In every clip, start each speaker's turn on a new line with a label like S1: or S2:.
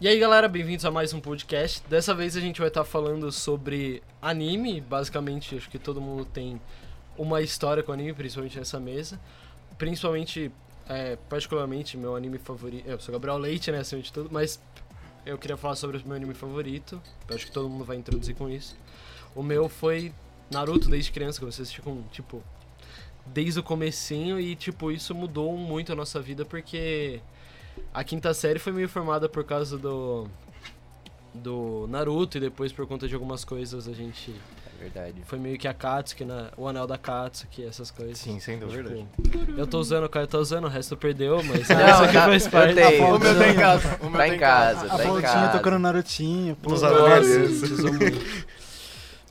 S1: E aí galera, bem-vindos a mais um podcast. Dessa vez a gente vai estar falando sobre anime, basicamente, acho que todo mundo tem uma história com anime, principalmente nessa mesa. Principalmente, é, particularmente, meu anime favorito. Eu sou Gabriel Leite, né, acima de tudo, mas eu queria falar sobre o meu anime favorito. Eu acho que todo mundo vai introduzir com isso. O meu foi Naruto desde criança, que vocês ficam, tipo, desde o comecinho e, tipo, isso mudou muito a nossa vida porque a quinta série foi meio formada por causa do do Naruto e depois por conta de algumas coisas a gente
S2: É verdade.
S1: foi meio que a Katsuki, na, o anel da Katsuki, essas coisas.
S3: Sim,
S4: É
S3: sem
S5: é
S1: Tipo,
S3: dúvida.
S1: eu tô usando, o Caio tá usando, o resto perdeu, mas
S2: Não,
S1: isso aqui
S2: tá-
S1: faz
S2: eu
S1: parte.
S2: tenho.
S3: O meu tá em casa. O meu
S2: Tá em casa,
S5: A
S2: tá em
S5: flautinha
S2: casa.
S5: tocando Narutinho. Pô.
S3: Nos
S1: Nossa,
S3: anais.
S1: usou muito.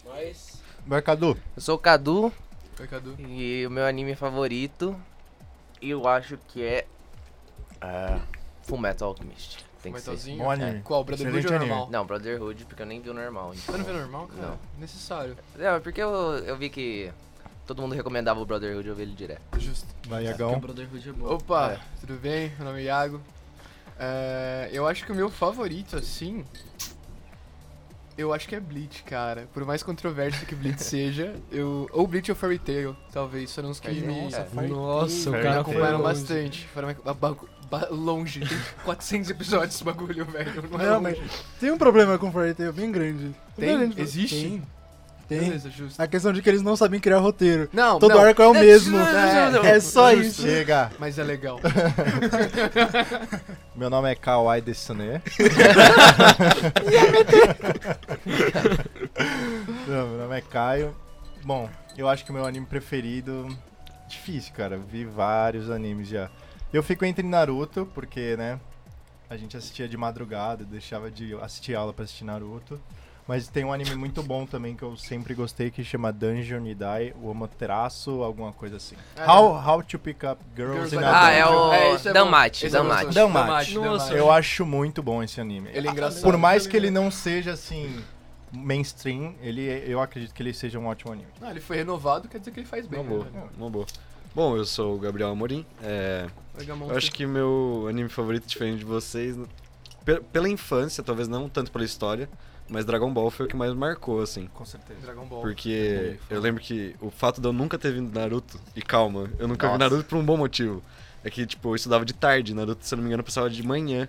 S1: Mas
S3: Vai, Cadu.
S2: Eu sou o Cadu
S3: Cadu.
S2: e o meu anime favorito eu acho que é
S3: Ah,
S2: Full Metal Alchemist. Tem que ser.
S3: bom anime.
S4: Qual? Brotherhood
S3: Excelente
S4: ou
S3: anime.
S4: normal?
S2: Não, Brotherhood, porque eu nem vi o normal.
S4: Você
S2: Então.
S4: não vê normal, cara?
S2: Não.
S4: Necessário.
S2: Não, é porque eu, eu vi que todo mundo recomendava o Brotherhood, eu vi ele direto.
S4: Justo.
S3: Vai,
S5: Tá
S1: porque o
S5: Então.
S3: Iagão.
S1: Brotherhood é bom.
S4: Opa, tudo bem? Meu nome é Iago. É, eu acho que o meu favorito, assim. Eu acho que é Bleach, cara. Por mais controverso que Bleach seja, eu. Ou Bleach ou Fairy Tail, talvez. Foram os que
S2: Mas é,
S4: me
S2: cara.
S1: Nossa, o cara
S3: Fairy Tail.
S1: foi
S4: acompanharam
S1: longe.
S4: bastante. Foram ba- ba- ba- longe. Tem 400 episódios esse bagulho, velho. Não é
S5: Não, mas
S4: longe.
S5: tem um problema com o Fairy Tail bem grande.
S4: Tem?
S5: Grande, pô.
S4: Existe?
S5: Tem. tem.
S4: Beleza, justo.
S5: A questão de que eles não sabem criar roteiro.
S4: Não,
S5: Todo
S4: não.
S5: arco é o mesmo.
S3: né?
S4: não.
S5: É só
S4: Justo.
S5: isso.
S3: Chega.
S4: Mas é legal.
S3: Meu nome é Kawai Desune. Não, meu nome é Caio. Bom, eu acho que o meu anime preferido. Difícil, cara. Eu Vi vários animes já. Eu fico entre Naruto, porque, né? A gente assistia de madrugada, deixava de assistir aula pra assistir Naruto. Mas tem um anime muito bom também que eu sempre gostei que chama Dungeon Nidai, o Amaterasu, alguma coisa assim.
S4: Ah,
S3: how, how to Pick Up Girls,
S4: Girls
S3: in
S4: Like
S3: a
S2: Ah, é
S3: Dungeon.
S2: o
S4: esse é bom.
S2: Danmachi,
S4: Esse é
S2: Danmachi.
S4: gostoso.
S3: Danmachi.
S1: Nossa.
S4: Danmachi.
S3: Eu acho muito bom esse anime.
S4: Ele é engraçado.
S3: Por mais que ele não seja assim mainstream, ele é, eu acredito que ele seja um ótimo anime.
S4: Ah, ele foi renovado, quer dizer que ele faz bem.
S6: Uma boa,
S4: né,
S6: uma boa. Bom, eu sou o Gabriel Amorim. é, eu acho que meu anime favorito, diferente de vocês, pe- pela infância, talvez não tanto pela história, mas Dragon Ball foi o que mais marcou, assim.
S3: Com certeza.
S4: Dragon Ball.
S2: né?
S6: Porque eu lembro que o fato de eu nunca ter vindo Naruto, e calma, eu nunca vi
S2: Nossa.
S6: Naruto por um bom motivo. É que, tipo, eu estudava de tarde, Naruto, se eu não me engano, passava de manhã.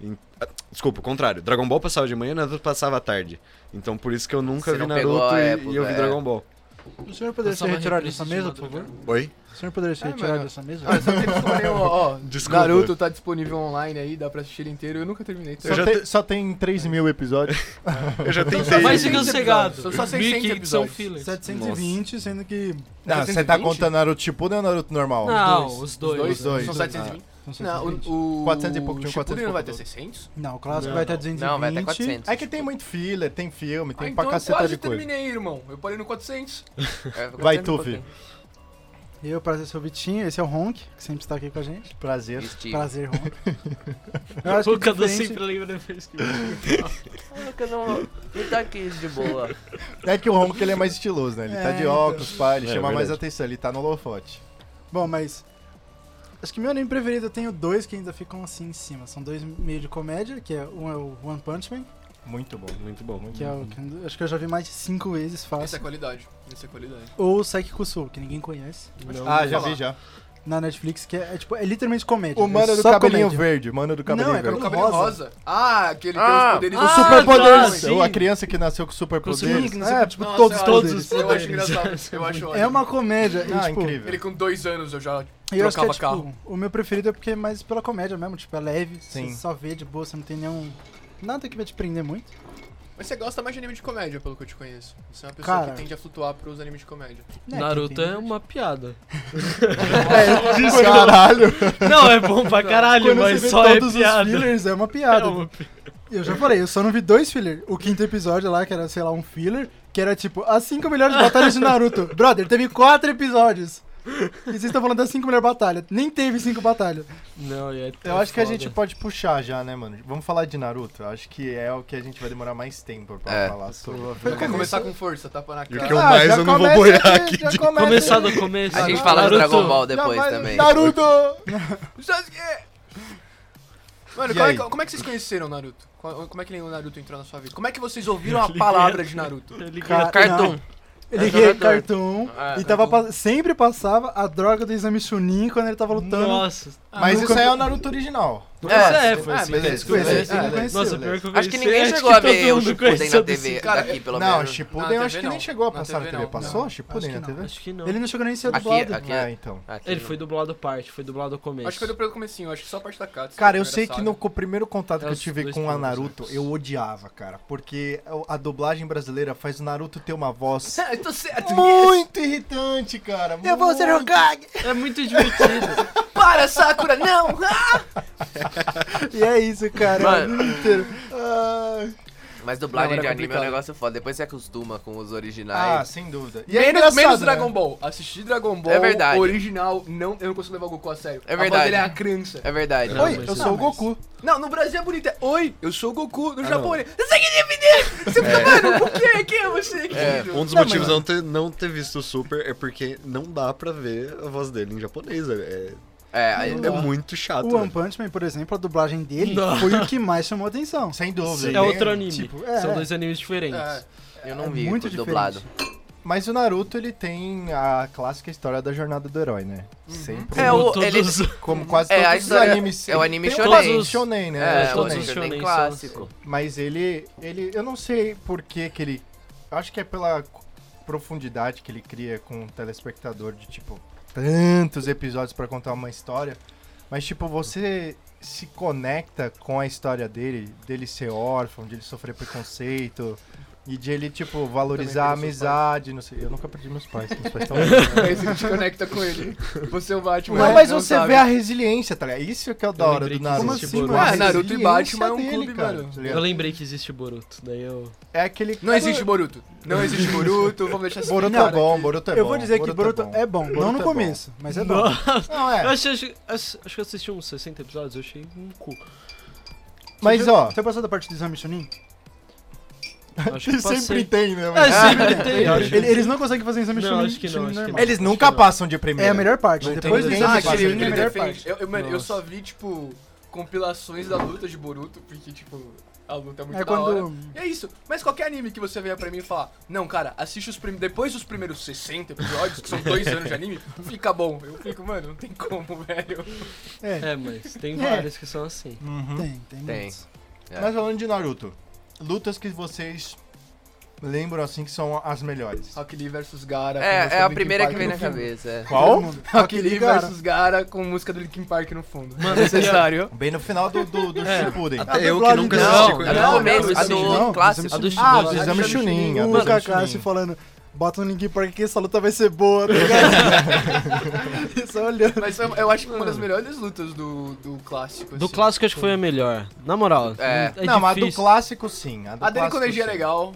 S6: Em- ah, Desculpa, o contrário. Dragon Ball passava de manhã, Naruto passava à tarde. Então por isso que eu nunca
S2: Você
S6: vi
S2: não pegou
S6: Naruto
S2: a
S6: e,
S2: época,
S6: e eu vi
S2: é.
S6: Dragon Ball.
S5: O senhor poderia
S1: Nossa,
S5: se
S1: mas
S5: retirar
S1: reprise
S5: dessa
S1: de
S5: mesa, por
S1: madrugada.
S5: favor?
S6: Oi?
S5: O senhor poderia se
S2: É,
S4: Ah,
S5: retirar
S4: mano.
S5: dessa mesa?
S4: Ah, só que eles escolheram, ó, ó,
S6: Desculpa.
S4: Naruto tá disponível online aí, dá pra assistir ele inteiro. Eu nunca terminei.
S3: Só,
S6: Eu já
S3: tem-
S6: te-
S3: só tem 3 mil episódios.
S6: Eu já
S4: Então,
S6: tentei.
S4: só
S1: Vai
S4: mais
S1: ser
S4: de-
S1: sossegado.
S4: Só 600
S1: Mickey, são
S4: episódios.
S1: fillers.
S5: 720, sendo que.
S3: Não, você tá
S4: 420?
S3: contando Naruto Shippuden ou Naruto normal?
S1: Não, os
S4: Os
S1: dois.
S4: dois?
S3: Os dois.
S4: São 720?
S5: São
S4: Não,
S5: 720.
S4: o, o...
S3: 400 e pouco de um,
S4: Shippuden
S3: 400 e
S4: não vai ter
S3: pouco.
S4: 600?
S5: Não, o clássico
S1: Não.
S5: vai até 220.
S2: Não, vai até 400.
S3: É que tem muito filler, tem filme, tem
S4: ah, então
S3: pra
S4: eu
S3: caceta
S4: quase
S3: de coisa.
S4: terminei, irmão. Eu parei no 400.
S2: É, eu
S3: Vai,
S2: gostei um
S3: Tufi.
S2: pouquinho.
S5: Eu, prazer, sou o Vitinho. Esse é o Honk, que sempre está aqui com a gente.
S3: Prazer.
S2: Steve.
S5: Prazer, Honk. Eu acho que
S1: O Cadu
S5: diferente-
S1: sempre lembra depois que
S2: Ah, que eu não- Ele tá aqui de boa.
S3: É que o Honk ele é mais estiloso, né? Ele tá
S5: É,
S3: de
S5: então.
S3: óculos, pá, ele
S6: É,
S3: chama
S6: verdade.
S3: mais atenção, ele tá no holofote.
S5: Bom, mas. Acho que meu anime preferido eu tenho dois que ainda ficam assim em cima. São dois meio de comédia, que é um é o One Punch Man,
S3: Muito bom.
S6: Muito bom.
S3: Muito
S5: que é o
S1: Uhum.
S5: que acho que eu já vi mais de cinco vezes
S4: Essa é
S5: fácil.
S4: a qualidade. Essa é a qualidade.
S5: Ou Psyche Soul, que ninguém conhece.
S3: Ah, já
S4: falar.
S3: vi já.
S5: Na Netflix, que é, é, tipo, é literalmente comédia.
S3: O mano
S5: é
S3: do
S5: só
S3: cabelinho
S5: comédia.
S3: verde, o mano do cabelinho
S5: Não, é
S3: verde.
S4: O
S5: Rosa.
S4: cabelo rosa. Ah, aquele que
S2: Ah,
S4: tem os poderes...
S1: ah,
S4: do-
S1: superpoderes.
S4: Nossa,
S1: Sim.
S3: Ou a criança que nasceu com superpoderes.
S5: Sim,
S3: É,
S5: que nasceu com, tipo,
S4: Nossa,
S5: todos os
S4: eu
S1: todos
S5: poderes.
S1: os
S4: Eu acho
S1: poderes.
S4: engraçado. Eu acho
S5: É
S4: ótimo.
S5: uma comédia. e,
S3: Ah,
S5: tipo,
S3: incrível.
S4: Ele com dois anos eu já
S5: Eu acho que é,
S4: trocava carro.
S5: tipo, o meu preferido é porque é mais pela comédia mesmo. Tipo, é leve,
S3: Sim.
S5: você só vê de boa, você não tem nenhum... Nada que vai te prender muito.
S4: Mas você gosta mais de anime de comédia, pelo que eu te conheço. Você é uma pessoa
S5: pessoa Cara.
S4: que
S5: que
S4: tende a flutuar pros animes de comédia.
S5: Né,
S1: Naruto
S5: quem tem-
S1: é uma piada.
S3: Caralho.
S1: Não, é bom pra caralho,
S5: Quando você
S1: mas
S5: vê
S1: só é
S5: todos os
S1: piada.
S5: fillers, é uma piada.
S1: É uma
S5: Eu já falei, eu só não vi dois filler. O quinto episódio lá, que era, sei lá, um filler, que era tipo, as cinco melhores batalhas de Naruto. Brother, teve quatro episódios. E vocês estão falando das cinco melhores batalhas. Nem teve cinco batalhas.
S1: Não, é
S3: Eu acho que a gente pode puxar já, né, mano? Vamos falar de Naruto. Acho que é o que a gente vai demorar mais tempo pra
S2: É.
S3: falar sobre.
S4: Eu quero começar com força, tapa na
S6: E o
S4: cara.
S6: que eu
S3: Ah,
S6: mais
S3: já
S6: eu não vou
S3: começa
S6: boiar
S3: aqui,
S6: aqui.
S3: já
S6: de-
S3: começa
S1: Começar do começo.
S2: A gente fala
S1: Naruto.
S2: de Dragon Ball
S3: Já
S2: depois
S3: vai-
S2: também.
S3: Naruto!
S4: Sasuke! Ah, Mano,
S3: E
S4: qual é
S3: aí?
S4: que- como é que vocês conheceram o Naruto? Qual- Como é que o Naruto entrou na sua vida? Como é que vocês ouviram a palavra de Naruto?
S1: Ele ganha-
S5: Cara,
S2: Cartoon.
S5: Ele
S2: Era
S5: ganhou
S2: jogador.
S5: cartão
S2: Ah,
S5: e tava pa- sempre passava a droga do exame Chunin quando ele tava lutando.
S1: Nossa.
S3: Mas
S5: nunca-
S3: isso aí é o Naruto original.
S1: Mas
S2: É,
S1: é, foi assim.
S3: beleza,
S1: mesmo.
S3: foi
S5: assim,
S1: Foi
S5: ah,
S1: assim.
S5: beleza.
S1: Nossa, pior que eu
S2: Acho que
S1: pensei,
S2: ninguém
S1: acho
S2: chegou
S1: que
S2: a
S1: todo
S2: ver o
S1: mundo
S2: Shippuden na
S1: conhece
S2: TV
S1: cara.
S2: daqui, pelo
S3: não,
S2: menos.
S3: Shippuden
S4: Na
S3: eu acho
S4: TV
S3: que nem
S4: não.
S3: chegou a
S4: Na
S3: passar na
S4: TV
S3: TV.
S4: não.
S3: Passou
S5: Não,
S3: Shippuden
S5: acho
S3: na
S5: que
S3: TV?
S1: Acho que não.
S5: Ele não chegou nem a ser
S2: Aqui,
S5: dublado.
S2: aqui.
S3: Ah, então.
S2: Aqui. né?
S1: Ele foi dublado parte, foi dublado ao começo.
S4: Acho que foi do pelo comecinho, acho que só a parte da Katsu.
S3: Cara, eu
S4: primeira
S3: sei que
S4: saga.
S3: no co- primeiro contato
S1: É
S3: que eu
S1: os
S3: tive
S1: dois
S3: com a
S1: primeiros
S3: Naruto,
S1: arcos.
S3: eu odiava, cara. Porque a dublagem brasileira faz o Naruto ter uma voz
S4: Eu tô certo.
S3: é muito irritante, cara.
S5: Eu vou ser
S3: muito.
S5: Hokage!
S1: É muito divertido.
S4: Para, Sakura, não!
S5: E é isso, cara.
S2: Mano.
S5: O mundo inteiro.
S2: Mas dublagem
S4: Não,
S2: de
S4: era
S2: anime é um
S4: complicado.
S2: negócio foda. Depois você acostuma com os
S3: Ah,
S2: originais.
S3: sem dúvida. E
S4: E
S3: é
S4: menos,
S3: engraçado,
S4: menos
S3: né?
S4: Dragon Ball. Assistir Dragon Ball
S2: É verdade.
S4: original, não, eu não consigo levar o Goku a sério.
S2: É
S4: A voz
S2: verdade.
S4: dele é a criança.
S2: é verdade.
S1: Não,
S3: Oi,
S1: mas
S3: eu
S1: não,
S3: sou o
S4: mas-
S3: Goku.
S4: Não, no Brasil é bonito. É, Oi, eu sou o Goku. No
S6: Ah,
S4: Japão
S6: não.
S4: ele. Você que Você fica, mano, o que? Quem é você? Quem
S2: É.
S6: Um dos
S5: Não,
S6: motivos
S5: mas-
S6: não ter, não ter visto o Super é porque não dá pra ver a voz dele em japonês. É,
S2: É,
S6: é,
S2: aí-
S6: é muito chato.
S5: O One
S6: velho.
S5: Punch Man, por exemplo, a dublagem dele
S1: Não.
S5: foi o que mais chamou atenção.
S3: Sem dúvida.
S6: Sim.
S1: é
S3: Ele
S1: outro anime.
S5: tipo, é,
S1: São
S5: é.
S1: dois animes diferentes.
S4: É.
S2: eu não
S5: é
S2: vi
S5: muito
S2: dublado.
S3: Mas o Naruto, ele tem a clássica história da jornada do herói, né? Sempre.
S2: É, o,
S1: Todos
S2: ele,
S1: os-
S3: Como quase
S2: É,
S3: todos
S2: a
S3: os
S2: história-
S3: animes.
S2: é o anime
S3: Tem
S2: shonen.
S3: Todos os shonen, né?
S2: é,
S3: Os
S2: todos
S3: shonen.
S2: os
S1: shonen
S2: shonen
S1: são
S2: clássico.
S3: Mas ele, ele. Eu não sei por que que ele. Eu acho que é pela co- profundidade que ele cria com o telespectador de tipo tantos episódios pra contar uma história. Mas tipo, você se conecta com a história dele, dele ser órfão, de ele sofrer preconceito. E de ele, tipo, valorizar a
S4: perdi meus pais.
S3: amizade, não sei. Eu nunca perdi meus pais, meus pais estão
S4: Aí você se conecta com ele. Você é o Batman.
S3: Não,
S4: ele
S3: mas você
S4: sabe.
S3: vê a resiliência, tá ligado? Isso que é o da
S1: Eu
S3: hora
S1: lembrei
S3: do
S1: que
S3: Naruto.
S1: existe
S3: tipo,
S1: Boruto.
S3: a
S4: Ah, Naruto e
S3: resiliência
S4: Batman é um
S3: dele,
S4: clube,
S3: cara,
S4: mano.
S3: tá
S1: Eu
S3: ligado?
S1: lembrei que existe Boruto. Daí eu.
S3: É aquele
S4: Não existe Boruto. Não existe Boruto. Vamos deixar assim.
S3: Boruto
S4: Cara,
S3: é bom, Boruto é bom.
S5: eu vou dizer que Boruto é bom, não
S3: Boruto
S5: no
S3: é
S5: começo, mas é bom.
S1: Nossa,
S3: Não,
S1: eu
S3: é.
S1: achei, acho, acho acho que eu assisti uns 60 episódios, eu achei um cu.
S3: Mas
S5: Você já-
S3: ó,
S5: Você passou da parte do exame Chunin?
S1: Acho que
S3: sempre
S1: passei.
S3: tem, né?
S1: É,
S3: mas-
S1: sempre tem. eu acho.
S5: Ele- eles não conseguem fazer exame
S1: Não,
S5: Chunin.
S1: acho que não,
S5: Chunin
S1: acho que
S5: normal.
S1: não.
S3: Eles nunca passam de
S5: É
S3: primeira.
S5: a melhor parte.
S1: Não
S5: Depois do
S1: tem
S5: exame
S4: Ah,
S3: ninguém
S5: Chunin
S4: aquele
S5: é a
S4: que ele
S5: melhor parte.
S4: defende. Eu, eu- mano, eu
S1: Nossa.
S4: só vi, tipo, compilações da luta de Boruto, porque, tipo, a luta é muito
S5: É
S4: da hora.
S5: quando.
S4: E é isso. Mas qualquer anime que você venha pra mim e falar, não, cara, assiste os prim... depois dos primeiros 60 episódios, que são dois anos de anime, fica bom. Eu fico, mano, não tem como, velho.
S5: É,
S1: É, mas tem
S5: É.
S1: vários que são assim.
S3: Uhum.
S5: tem, tem.
S2: Tem.
S5: muitos.
S2: É.
S3: Mas falando de Naruto, lutas que vocês lembram assim que são as melhores.
S4: Rock Lee vs Gara. com música
S2: É, é
S4: do
S2: a
S4: Linkin
S2: primeira que
S4: Park
S2: vem
S4: no
S2: na
S4: fundo.
S2: cabeça. é.
S3: Qual?
S5: Todo mundo.
S4: Rock Lee
S5: Gara.
S4: vs Gara com música do Linkin Park no fundo.
S1: Mano,
S4: Necessário.
S3: Bem no final do, do, do
S1: É.
S3: Shippuden.
S6: Até eu que
S5: dublagem
S6: nunca
S5: dele-
S6: assisti
S2: Não,
S6: com
S2: a
S6: ele.
S2: do
S5: Não,
S2: começo, a
S5: exame Chunin, não,
S2: do clássico.
S1: A do Chunin.
S3: Ah,
S1: do
S3: do
S1: Exame
S3: Exame
S1: Chunin.
S3: Chunin. a do
S5: O
S3: Exame
S5: Kakashi
S3: Chunin.
S5: falando, bota um Linkin Park que essa luta vai ser boa, tá ligado? Só olhando.
S4: Mas eu, eu acho que uma das melhores lutas do, do clássico.
S1: Do
S4: assim.
S1: clássico acho que foi a melhor. Na moral,
S2: É.
S1: é
S3: Não, mas a do
S1: difícil.
S3: clássico sim. A, do
S4: A dele com
S3: clássico,
S4: energia é
S3: sim.
S4: legal.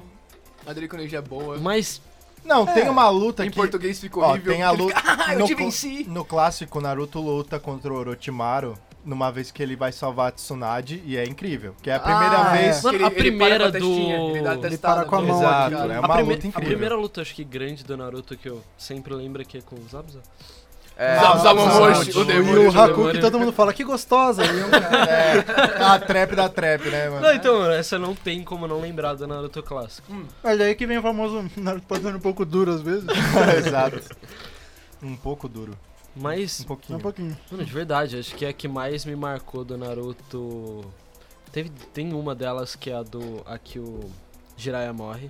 S4: A dele com energia é boa.
S1: Mas
S3: Não, tem
S5: É.
S3: uma luta
S4: em
S3: que.
S4: português ficou
S3: tá Ó,
S4: horrível.
S3: tem a
S4: porque ele
S3: luta.
S4: fica, ah, eu
S3: no
S4: te
S3: co-
S4: venci.
S3: No clássico, Naruto luta contra o Orochimaru numa vez que ele vai salvar a Tsunade e é incrível. Que é a primeira
S4: Ah,
S3: vez.
S4: que
S1: Mano, a primeira
S4: para com testinha,
S1: do-
S4: Ele, dá a
S1: Ele
S4: testada né?
S5: para com a
S4: no-
S5: mão
S3: Exato,
S5: aqui.
S3: é
S1: a,
S3: uma
S1: prime-
S3: luta
S1: a
S3: incrível.
S1: primeira luta acho que grande do Naruto que eu sempre lembro aqui é com os Zabuza.
S2: É,
S4: Zab-
S2: Zabuza.
S4: Zabumon
S3: Zabumon
S4: Roshi, o
S1: Roshi.
S4: demônio.
S5: E o
S1: demônio.
S5: Haku que todo mundo fala, que gostosa. E eu, cara,
S3: É, a trap da trap, né, mano?
S1: Não, então, mano, essa não tem como não lembrar do Naruto clássico.
S5: Olha aí que vem o famoso Naruto passando um pouco duro às vezes.
S1: então.
S3: Exato. É, Um pouco duro. Um
S1: Mas,
S5: Só
S3: pouquinho.
S5: um pouquinho.
S1: mano, de verdade, acho que é a que mais me marcou do Naruto. Teve, tem uma delas que é a do. A que o Jiraiya morre.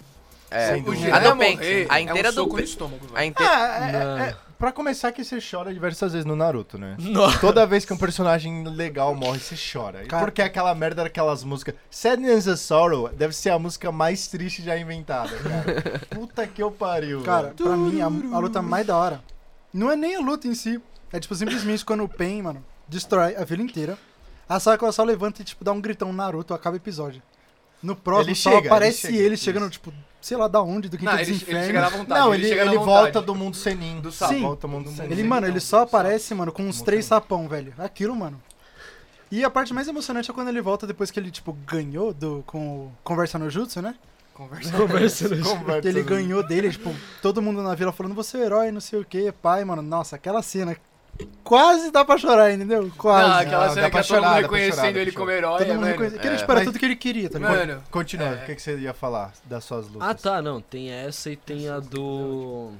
S2: É,
S3: Sem dúvida.
S2: a
S4: Jiraiya
S2: do Penks.
S4: morrer
S2: A
S4: é
S2: inteira
S4: um
S2: do
S4: soco no
S2: Penks.
S4: estômago,
S2: A
S4: velho.
S2: inteira.
S1: Mano.
S3: É, é, pra começar que você chora diversas vezes no Naruto, né?
S1: Nossa.
S3: Toda vez que um personagem legal morre, você chora. E
S5: Cara-
S3: Porque aquela merda daquelas músicas. Sadness and Sorrow deve ser a música mais triste já inventada, cara. Puta que eu pariu.
S5: Cara,
S3: velho.
S5: pra mim, a, a luta mais da hora não é nem a luta em si. É tipo simplesmente quando o Pain, mano, destrói a vila inteira. A Sakura só levanta e, tipo, dá um gritão Naruto, acaba o episódio. No próximo,
S3: Ele
S5: só
S3: chega,
S5: aparece
S3: ele
S5: ele,
S3: chega,
S5: chegando, tipo, sei lá da onde, do quinto
S4: Não,
S5: dos
S4: ele, ele
S5: infernos.
S4: chega na vontade.
S3: Não, ele,
S4: chega na
S3: ele
S4: vontade.
S3: volta do mundo senin.
S4: Do sapo.
S5: Sim.
S3: Volta do mundo senin.
S5: Ele, mano, ele só aparece, mano, com uns
S3: Muito
S5: três
S3: bom.
S5: sapão, velho. Aquilo, mano. E a parte mais emocionante é quando ele volta depois que ele, tipo, ganhou do, com o Conversa no Jutsu, né?
S4: Conversa.
S1: Conversa no
S3: Conversa
S5: Que ele
S3: do-
S5: ganhou dele, tipo, todo mundo na vila falando, você é o herói, não sei o que, pai, mano. Nossa, aquela cena quase dá pra chorar, entendeu? Quase.
S4: Não, aquela
S3: Não,
S4: cena
S3: dá
S4: que é
S3: pra
S4: todo mundo
S3: chorar, dá pra
S4: reconhecendo
S3: chorar, dá pra
S4: ele como
S3: chorar.
S4: herói.
S5: Todo mundo
S4: mano.
S5: reconhece. Que
S3: é,
S5: ele espera
S3: mas-
S5: tudo que ele queria, tá ligado?
S4: Mano,
S3: Continua,
S4: É.
S3: o que, que você ia falar das suas lutas?
S1: Ah tá, não. Tem essa e tem a do.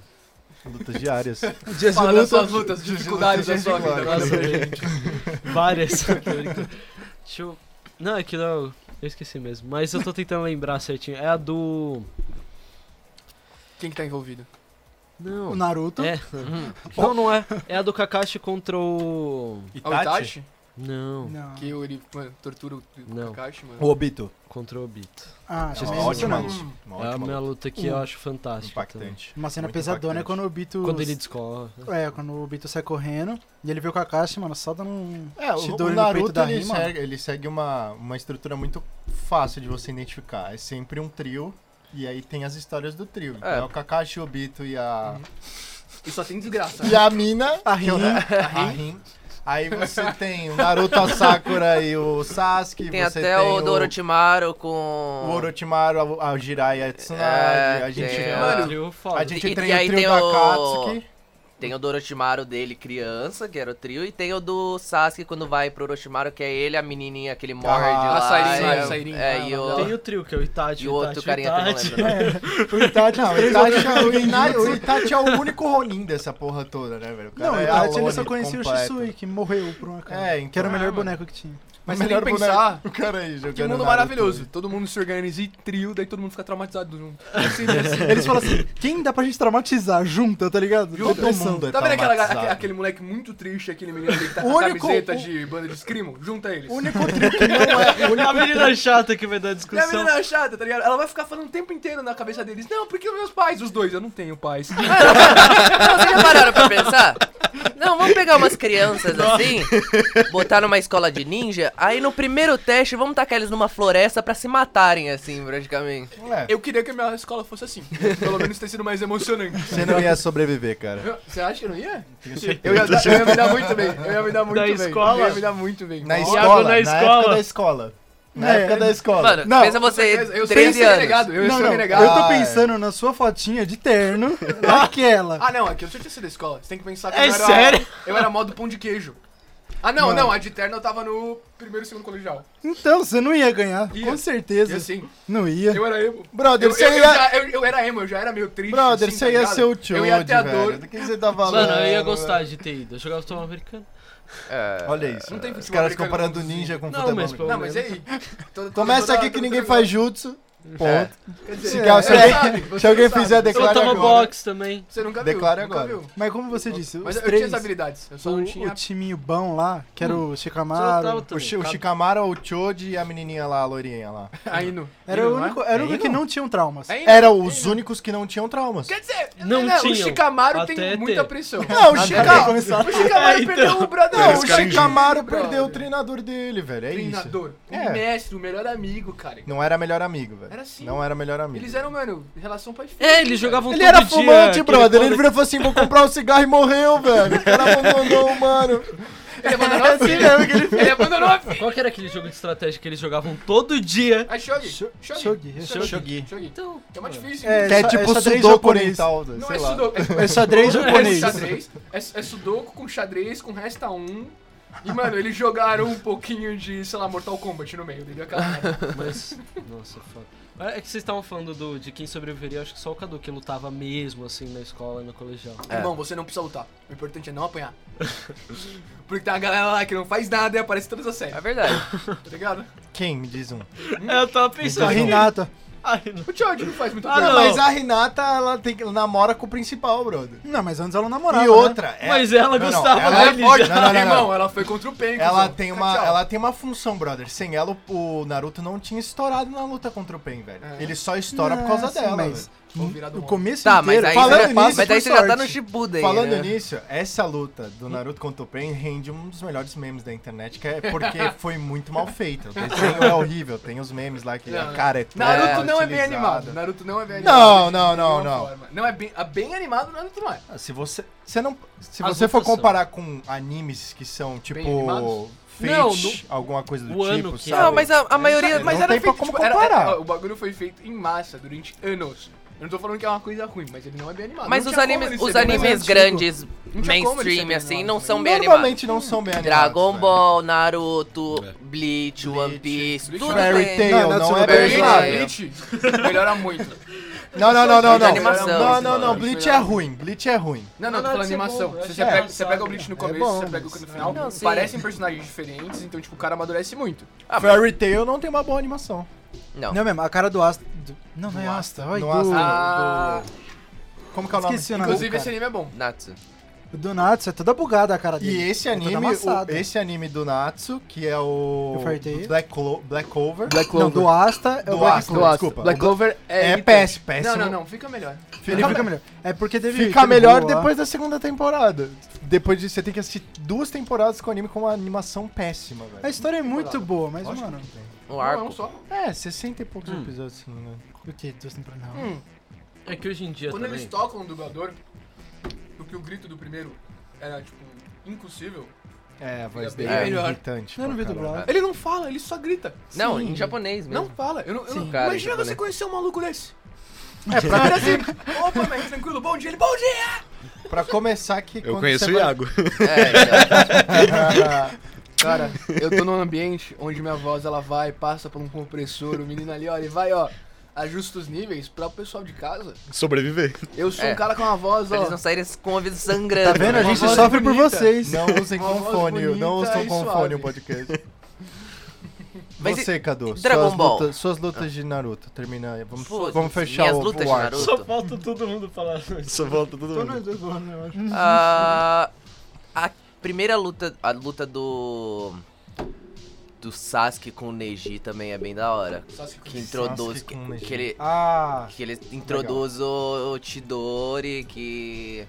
S3: Lutas diárias.
S5: Dias de
S4: fala das
S5: luta.
S4: suas lutas, dificuldades da sua vida.
S3: Claro.
S1: Nossa, gente. Várias. Tô brincando. Deixa eu. Não, é que não. Eu esqueci mesmo. Mas eu tô tentando lembrar certinho. É a do.
S4: Quem que tá envolvido?
S5: O
S1: Não.
S5: Naruto.
S1: É. Não, não é. É a do Kakashi contra o.
S3: É
S4: Ah, O Itachi?
S1: Não.
S5: Não.
S4: Que ele, mano, tortura o
S1: Não.
S4: Kakashi, mano.
S3: O Obito.
S1: Contra o Obito.
S5: Ah,
S3: É
S5: tinha
S3: uma
S5: esquecido.
S3: ótima
S4: Hum.
S3: luta. Uma
S1: é a
S3: ótima
S1: minha
S3: luta.
S1: luta que eu acho fantástica. também.
S3: Impactante.
S5: Uma cena
S3: Muito
S5: pesadona é
S3: impactante.
S5: quando o Obito.
S1: Quando ele descola.
S5: É, quando o Obito sai correndo e ele vê o Kakashi, mano, só dando um.
S3: É, o,
S5: Chidori no
S3: o
S5: peito
S3: Naruto
S5: da
S3: ele,
S5: rima.
S3: segue, ele segue uma, uma estrutura muito fácil de você identificar. É sempre um trio e aí tem as histórias do trio. Então
S2: É.
S3: É, o Kakashi, o Obito e a
S4: E só tem desgraça.
S3: e a mina, é
S5: A Rin.
S3: a Rin. Aí você tem o Naruto, a Sakura e o Sasuke.
S2: Tem
S3: você
S2: até
S3: tem
S2: o do Orochimaru com.
S3: o Orochimaru, a, a Jiraiya, a Tsunade.
S2: É,
S3: a gente,
S2: tem
S3: mano,
S2: a-
S1: Eu falo.
S3: a gente
S2: E-
S3: tem
S2: e
S3: o
S2: aí
S3: trio
S2: tem
S3: da
S2: o-
S3: Katsuki.
S2: Tem o do Orochimaru dele criança, que era o trio, e tem o do Sasuke quando vai pro Orochimaru, que é ele, a menininha que ele morde lá.
S4: a Sairin,
S2: e
S4: a Sairin.
S2: É,
S4: Ah,
S2: e o...
S1: Tem o trio, que é o Itachi.
S2: E o
S1: o Itachi,
S2: outro
S1: o
S2: carinha que eu não
S1: Itachi.
S2: lembro o nome.
S5: O Itachi,
S3: Não, o Itachi, o, Ina- o Itachi é o único Ronin dessa porra toda, né, velho? O cara
S5: Não, tá o
S3: é
S5: Itachi ele
S3: Oni
S5: só conhecia o
S3: completo.
S5: Shisui, que morreu por uma cara.
S3: É, então.
S5: Que era o melhor
S4: Ah, mano.
S5: boneco que tinha.
S4: Mas
S3: Mas
S4: se
S3: melhor
S4: nem
S3: boneco-
S4: pensar,
S3: O cara aí jogando.
S4: que mundo
S3: Naruto.
S4: maravilhoso. Todo mundo se organiza em trio, daí todo mundo fica traumatizado junto. Assim, assim.
S5: Eles falam assim: quem dá pra gente traumatizar junta, tá ligado?
S4: Junta.
S3: Todo
S5: Depressão.
S3: mundo é
S4: Tá vendo aquela,
S3: traumatizado.
S4: aque- aquele moleque muito triste, aquele menino que tá
S5: O
S4: com a
S5: único-
S4: camiseta
S5: o-
S4: de banda de escrimo? Junta eles.
S5: O único trio que não é. O
S2: né?
S5: único
S1: A menina chata que vai dar
S4: E a
S1: discussão.
S4: menina é chata, tá ligado? Ela vai ficar falando o tempo inteiro na cabeça deles. Não, porque os meus pais, os dois, eu não tenho pais.
S2: Não, Vocês já pararam pra pensar? Não, vamos pegar umas crianças assim, botar numa escola de ninja, aí no primeiro teste vamos tacar eles numa floresta pra se matarem, assim, praticamente.
S3: É,
S4: Eu queria que a minha escola fosse assim. Pelo menos ter sido mais emocionante.
S3: Você não ia sobreviver, cara.
S4: Você acha que eu não ia? Eu ia, dar- eu ia me dar muito bem. Eu ia me dar muito
S1: Da
S4: bem.
S1: escola?
S4: Eu ia me dar muito bem.
S3: Na
S4: Nossa,
S3: escola,
S1: na
S3: na,
S1: escola.
S3: época da escola. Na
S5: É.
S3: época da escola. Tipo,
S2: Mano,
S5: Não,
S2: pensa
S1: é
S2: você,
S4: certeza, eu
S2: 13
S4: sou
S2: anos.
S4: renegado. Eu
S5: não,
S4: sou
S5: não.
S4: renegado.
S5: Eu tô
S3: Ah, é.
S5: pensando na sua fotinha de terno, naquela.
S4: Ah, não, aqui eu já tinha sido da escola. Você tem que pensar que
S1: É
S4: eu era.
S1: sério?
S4: Eu era modo pão de queijo. Ah, não,
S5: Mano.
S4: não, a de terno eu tava no primeiro e segundo colegial.
S5: Então, você não ia ganhar,
S4: Ia.
S5: com
S4: E
S5: certeza.
S4: assim,
S5: Não ia.
S4: eu era emo.
S3: Brother,
S4: Eu,
S3: você
S4: eu- eu
S3: ia.
S4: já- eu- eu era emo, eu já era meio triste.
S3: Brother,
S4: assim,
S3: você
S4: tá
S3: ia
S4: ligado?
S3: ser o tio.
S4: Eu ia ter a
S3: velho.
S4: dor.
S3: Do que você tá falando?
S1: Mano, eu ia gostar de ter ido. Eu jogava futebol americano.
S2: É.
S3: Olha isso.
S4: Não tem
S3: Os
S4: futebol
S3: caras
S4: americano
S3: comparando
S4: no
S3: ninja com
S1: Não,
S3: futebol.
S1: mas,
S3: americano.
S4: Não, mas e aí? Toda-
S3: né? Começa
S4: toda-
S3: aqui que
S4: toda-
S3: ninguém
S4: toda-
S3: faz jutsu. Ponto.
S2: É.
S4: Quer dizer,
S3: Se alguém- se alguém-
S4: você
S3: se alguém
S4: sabe. Você
S3: fizer,
S1: Eu
S3: declara
S4: nunca
S1: tava
S4: viu,
S3: agora.
S1: box também.
S4: Você nunca
S3: Declara
S4: viu, nunca
S3: agora.
S4: viu.
S5: Mas como você disse,
S4: Mas
S5: os
S4: eu
S5: três,
S4: tinha as habilidades, eu só
S5: o,
S4: não
S5: o
S4: tinha... Hum.
S5: timinho bom lá, que era o
S1: Você
S5: Shikamaru.
S1: tava
S3: O,
S1: também.
S3: Chi- o Shikamaru, o Choji e a menininha lá, a loirinha lá.
S4: Aino.
S5: Era o
S4: né?
S5: único, era o único
S3: Aí
S5: que
S3: não.
S5: não tinham traumas.
S4: É
S3: Eram os únicos que não tinham traumas.
S4: Quer dizer,
S1: Não
S4: né,
S1: tinham.
S4: o Shikamaru
S1: Até
S4: tem muita
S1: ter.
S4: pressão.
S3: Não, o
S5: Cadê
S3: Shikamaru.
S5: começar?
S4: O Shikamaru
S1: É, então.
S4: perdeu o brother.
S3: Não,
S6: Eles
S3: o
S6: ficaram
S3: Shikamaru
S4: juntos, brother.
S3: perdeu o treinador dele, velho. É isso.
S4: treinador, o
S3: É.
S4: mestre, o melhor amigo, cara.
S3: Não era melhor amigo, velho.
S4: Era assim.
S3: Não era melhor amigo.
S4: Eles eram, mano, relação pai e filho.
S1: É, eles jogavam
S3: Ele
S1: todo
S3: era
S1: dia,
S3: fumante,
S1: aquele
S3: brother.
S1: pobre-
S3: Ele virou e falou assim: vou comprar um cigarro e morreu, velho. O cara abandonou o mano.
S4: Ele
S1: é
S4: abandonou
S1: assim
S4: a filha. Ele abandonou a filha.
S1: Qual que era aquele jogo de estratégia que eles jogavam todo dia?
S4: Aí, Shogi. Shogi.
S5: Shogi.
S3: Shogi.
S4: Shogi. Então, é mais difícil.
S5: É,
S3: Que é
S5: só-
S3: tipo
S5: só três
S3: sudoku
S5: japonês.
S3: oriental,
S4: Não
S3: sei
S4: é
S3: lá.
S4: sudoku. É,
S5: É xadrez
S4: é
S5: japonês.
S4: xadrez. É, é sudoku com xadrez, com resta um. E, mano, eles jogaram um pouquinho de, sei lá, Mortal Kombat no meio. Deu aquela merda.
S1: Mas, nossa, foda. É que vocês estavam falando do, de quem sobreviveria, eu acho que só o Cadu que lutava mesmo, assim, na escola e no colegial.
S2: É.
S4: Irmão, você não precisa lutar. O importante é não apanhar. Porque tem uma galera lá que não faz nada e aparece todas as séries,
S2: É verdade.
S4: tá ligado?
S3: Quem? Me diz um.
S1: Eu tava
S5: A
S3: Então,
S5: Renata.
S4: O Choji não faz muito
S1: Ah,
S4: bem.
S1: não.
S3: Mas a Renata, ela, tem, ela namora com o principal, brother.
S5: Não, mas antes ela namorava. né?
S3: e outra. é-
S1: né? Mas ela
S3: Não, não,
S1: gostava
S3: ela
S4: Ela é
S1: dele
S4: forte,
S1: já.
S3: Não, não, não,
S4: irmão.
S3: não.
S4: Ela foi contra o Pen.
S3: Ela tem, uma, ela tem uma função, brother. Sem ela, o o Naruto não tinha estourado na luta contra o Pen, velho.
S4: É.
S3: Ele só estoura por
S2: Ah,
S3: causa
S5: Nossa,
S3: dela.
S5: mas
S3: velho.
S4: Vou virar do
S5: O
S4: mal.
S5: começo
S2: Tá, mas
S5: inteiro.
S2: aí,
S3: falando
S2: você, já-
S3: nisso,
S2: mas aí
S5: por
S2: você já tá
S5: sorte.
S2: no Shippuden,
S3: Falando
S2: né?
S3: nisso, essa luta do Naruto contra o Pen rende um dos melhores memes da internet, que é porque foi muito mal feita. O desenho é horrível, tem os memes lá que
S4: Não.
S3: a cara é toda
S4: Naruto não é bem
S3: utilizada.
S4: animado. Naruto não é bem animado.
S3: Não, não,
S4: de
S3: não,
S4: nenhuma
S3: não.
S4: forma. Não é bem, a bem animado, Naruto não é.
S3: Ah, Se você, você não, se
S1: As
S3: você for
S1: lutas são.
S3: comparar com animes que são tipo
S4: animados?
S3: Fate, alguma coisa do
S1: o ano
S3: tipo,
S1: que
S3: sabe?
S2: Não, é. mas a, a maioria.
S3: Não
S2: Mas
S4: era
S3: tem pra
S4: feito,
S3: como
S4: era-
S3: comparar.
S4: era- ó, o bagulho foi feito em massa durante anos. Eu não tô falando que é uma coisa ruim, mas ele não é bem animado.
S2: Mas
S4: Não
S2: os
S4: tinha como
S2: animes,
S4: ele ser
S2: os
S4: bem animado.
S2: animes
S5: antigo.
S2: grandes,
S4: como ele ser
S2: mainstream,
S4: bem
S2: assim,
S4: animado,
S2: não
S4: mas
S2: são bem animados.
S3: Normalmente não são bem animados.
S2: Dragon
S3: né?
S2: Ball, Naruto,
S6: É.
S2: Bleach, One Piece,
S4: Bleach,
S2: tudo
S3: Fairy
S2: tem.
S3: Tail
S5: Não,
S3: não, é
S5: Natsume
S3: bem
S4: Bleach,
S2: Berserk.
S3: animado.
S4: Bleach, melhora muito.
S3: Não, não, não, não,
S2: Bleach é
S3: não.
S2: animação,
S3: Não, não,
S4: animação.
S3: não. Bleach é ruim. Bleach é ruim.
S4: Não, não,
S1: Não,
S4: tô
S1: não,
S4: falando
S1: isso é
S4: animação.
S1: bom, eu
S4: Você,
S1: achei
S4: você pega,
S1: engraçado.
S4: você pega o Bleach no começo,
S3: bom,
S4: você pega o que no final,
S2: Não, sim.
S4: parecem personagens diferentes, então, tipo, o cara amadurece muito.
S2: Ah, mas-
S3: Fairy Tail não tem uma boa animação.
S2: Não.
S5: Não mesmo, a cara do Asta. do- Não, não é Asta. Ai,
S3: No
S5: do...
S3: Asta.
S4: Ah,
S3: Como que é o nome?
S5: Esqueci o nome.
S4: inclusive,
S5: cara.
S4: esse anime é bom.
S2: Natsu.
S5: Do Natsu, é toda bugada a cara dele.
S3: E esse
S5: É
S3: anime,
S5: toda
S3: o-
S5: amassada.
S3: esse anime do Natsu, que é o
S5: Do Fairy Tail?
S3: Black, Clo Black Clover,
S5: Não, do Asta é
S3: Do
S5: o Black
S3: Asta,
S5: Clover.
S3: do Asta. desculpa.
S4: Black Clover é...
S3: é
S4: irritante.
S3: péssimo,
S4: Não,
S3: péssimo.
S4: não, não, fica melhor.
S5: Ele fica melhor. É porque teve.
S3: Fica
S5: teve
S3: melhor
S5: boa lá.
S3: depois da segunda temporada. Depois disso, você tem que assistir duas temporadas com o anime com uma animação péssima, velho.
S5: A história é muito boa, mas,
S3: Lógico
S5: mano.
S3: que tem.
S2: Um
S4: Não, é
S2: arco.
S4: um só.
S3: É, 60 e poucos episódios, se não me engano.
S5: O que? Duas temporadas. Não.
S4: Hum,
S1: É que hoje em dia
S4: Quando
S1: também...
S4: eles tocam o dublador, porque o grito do primeiro era, tipo, impossível,
S3: É, a voz
S4: É
S3: dele
S2: bem
S3: é,
S4: melhor.
S3: irritante.
S5: Eu não
S3: pra
S5: vi
S3: caralho.
S5: dublado.
S4: ele não fala, ele só grita.
S2: Não,
S5: Sim.
S2: em japonês mesmo.
S4: Não fala. Eu não, eu não-
S2: Cara,
S4: imagina
S2: japonês.
S4: você conhecer um maluco desse. É, pra assim. Opa, mas tranquilo, bom dia, ele, bom dia!
S3: Pra começar que...
S6: Eu
S3: quando
S6: conheço
S3: você
S6: o
S3: vai-
S6: Iago.
S2: É, então.
S4: Cara, eu tô num ambiente onde minha voz ela vai, passa por um compressor, o menino ali, ó, ele vai, ó, ajusta os níveis pra o pessoal de casa.
S6: Sobreviver.
S4: Eu sou
S2: É.
S4: um cara com uma voz,
S2: Pra
S4: ó.
S2: eles não saírem com o ouvido sangrando. né?
S5: Tá vendo? A
S4: Uma
S5: gente
S4: voz
S5: sofre por
S4: bonita.
S5: vocês.
S3: Não usem
S4: Uma voz
S3: com fone,
S4: bonita
S3: não usam
S4: e
S3: com
S4: suave.
S3: fone o podcast.
S2: Mas
S3: Você, Cadu,
S2: Dragon
S3: suas,
S2: Ball?
S3: lutas, suas lutas de Naruto, termina aí. Vamos,
S2: Putz,
S3: vamos fechar
S2: minhas
S3: o,
S2: lutas
S3: o
S2: de
S3: ar.
S2: Naruto.
S1: Só falta todo mundo falar isso.
S6: Só volta todo
S5: Então,
S6: mundo.
S2: Ah, a primeira luta, a luta do do Sasuke com o Neji também é bem da hora. Que introduz
S3: Sasuke com o
S2: que,
S3: Neji.
S2: que ele
S3: Ah,
S2: que ele introduz o, o Chidori que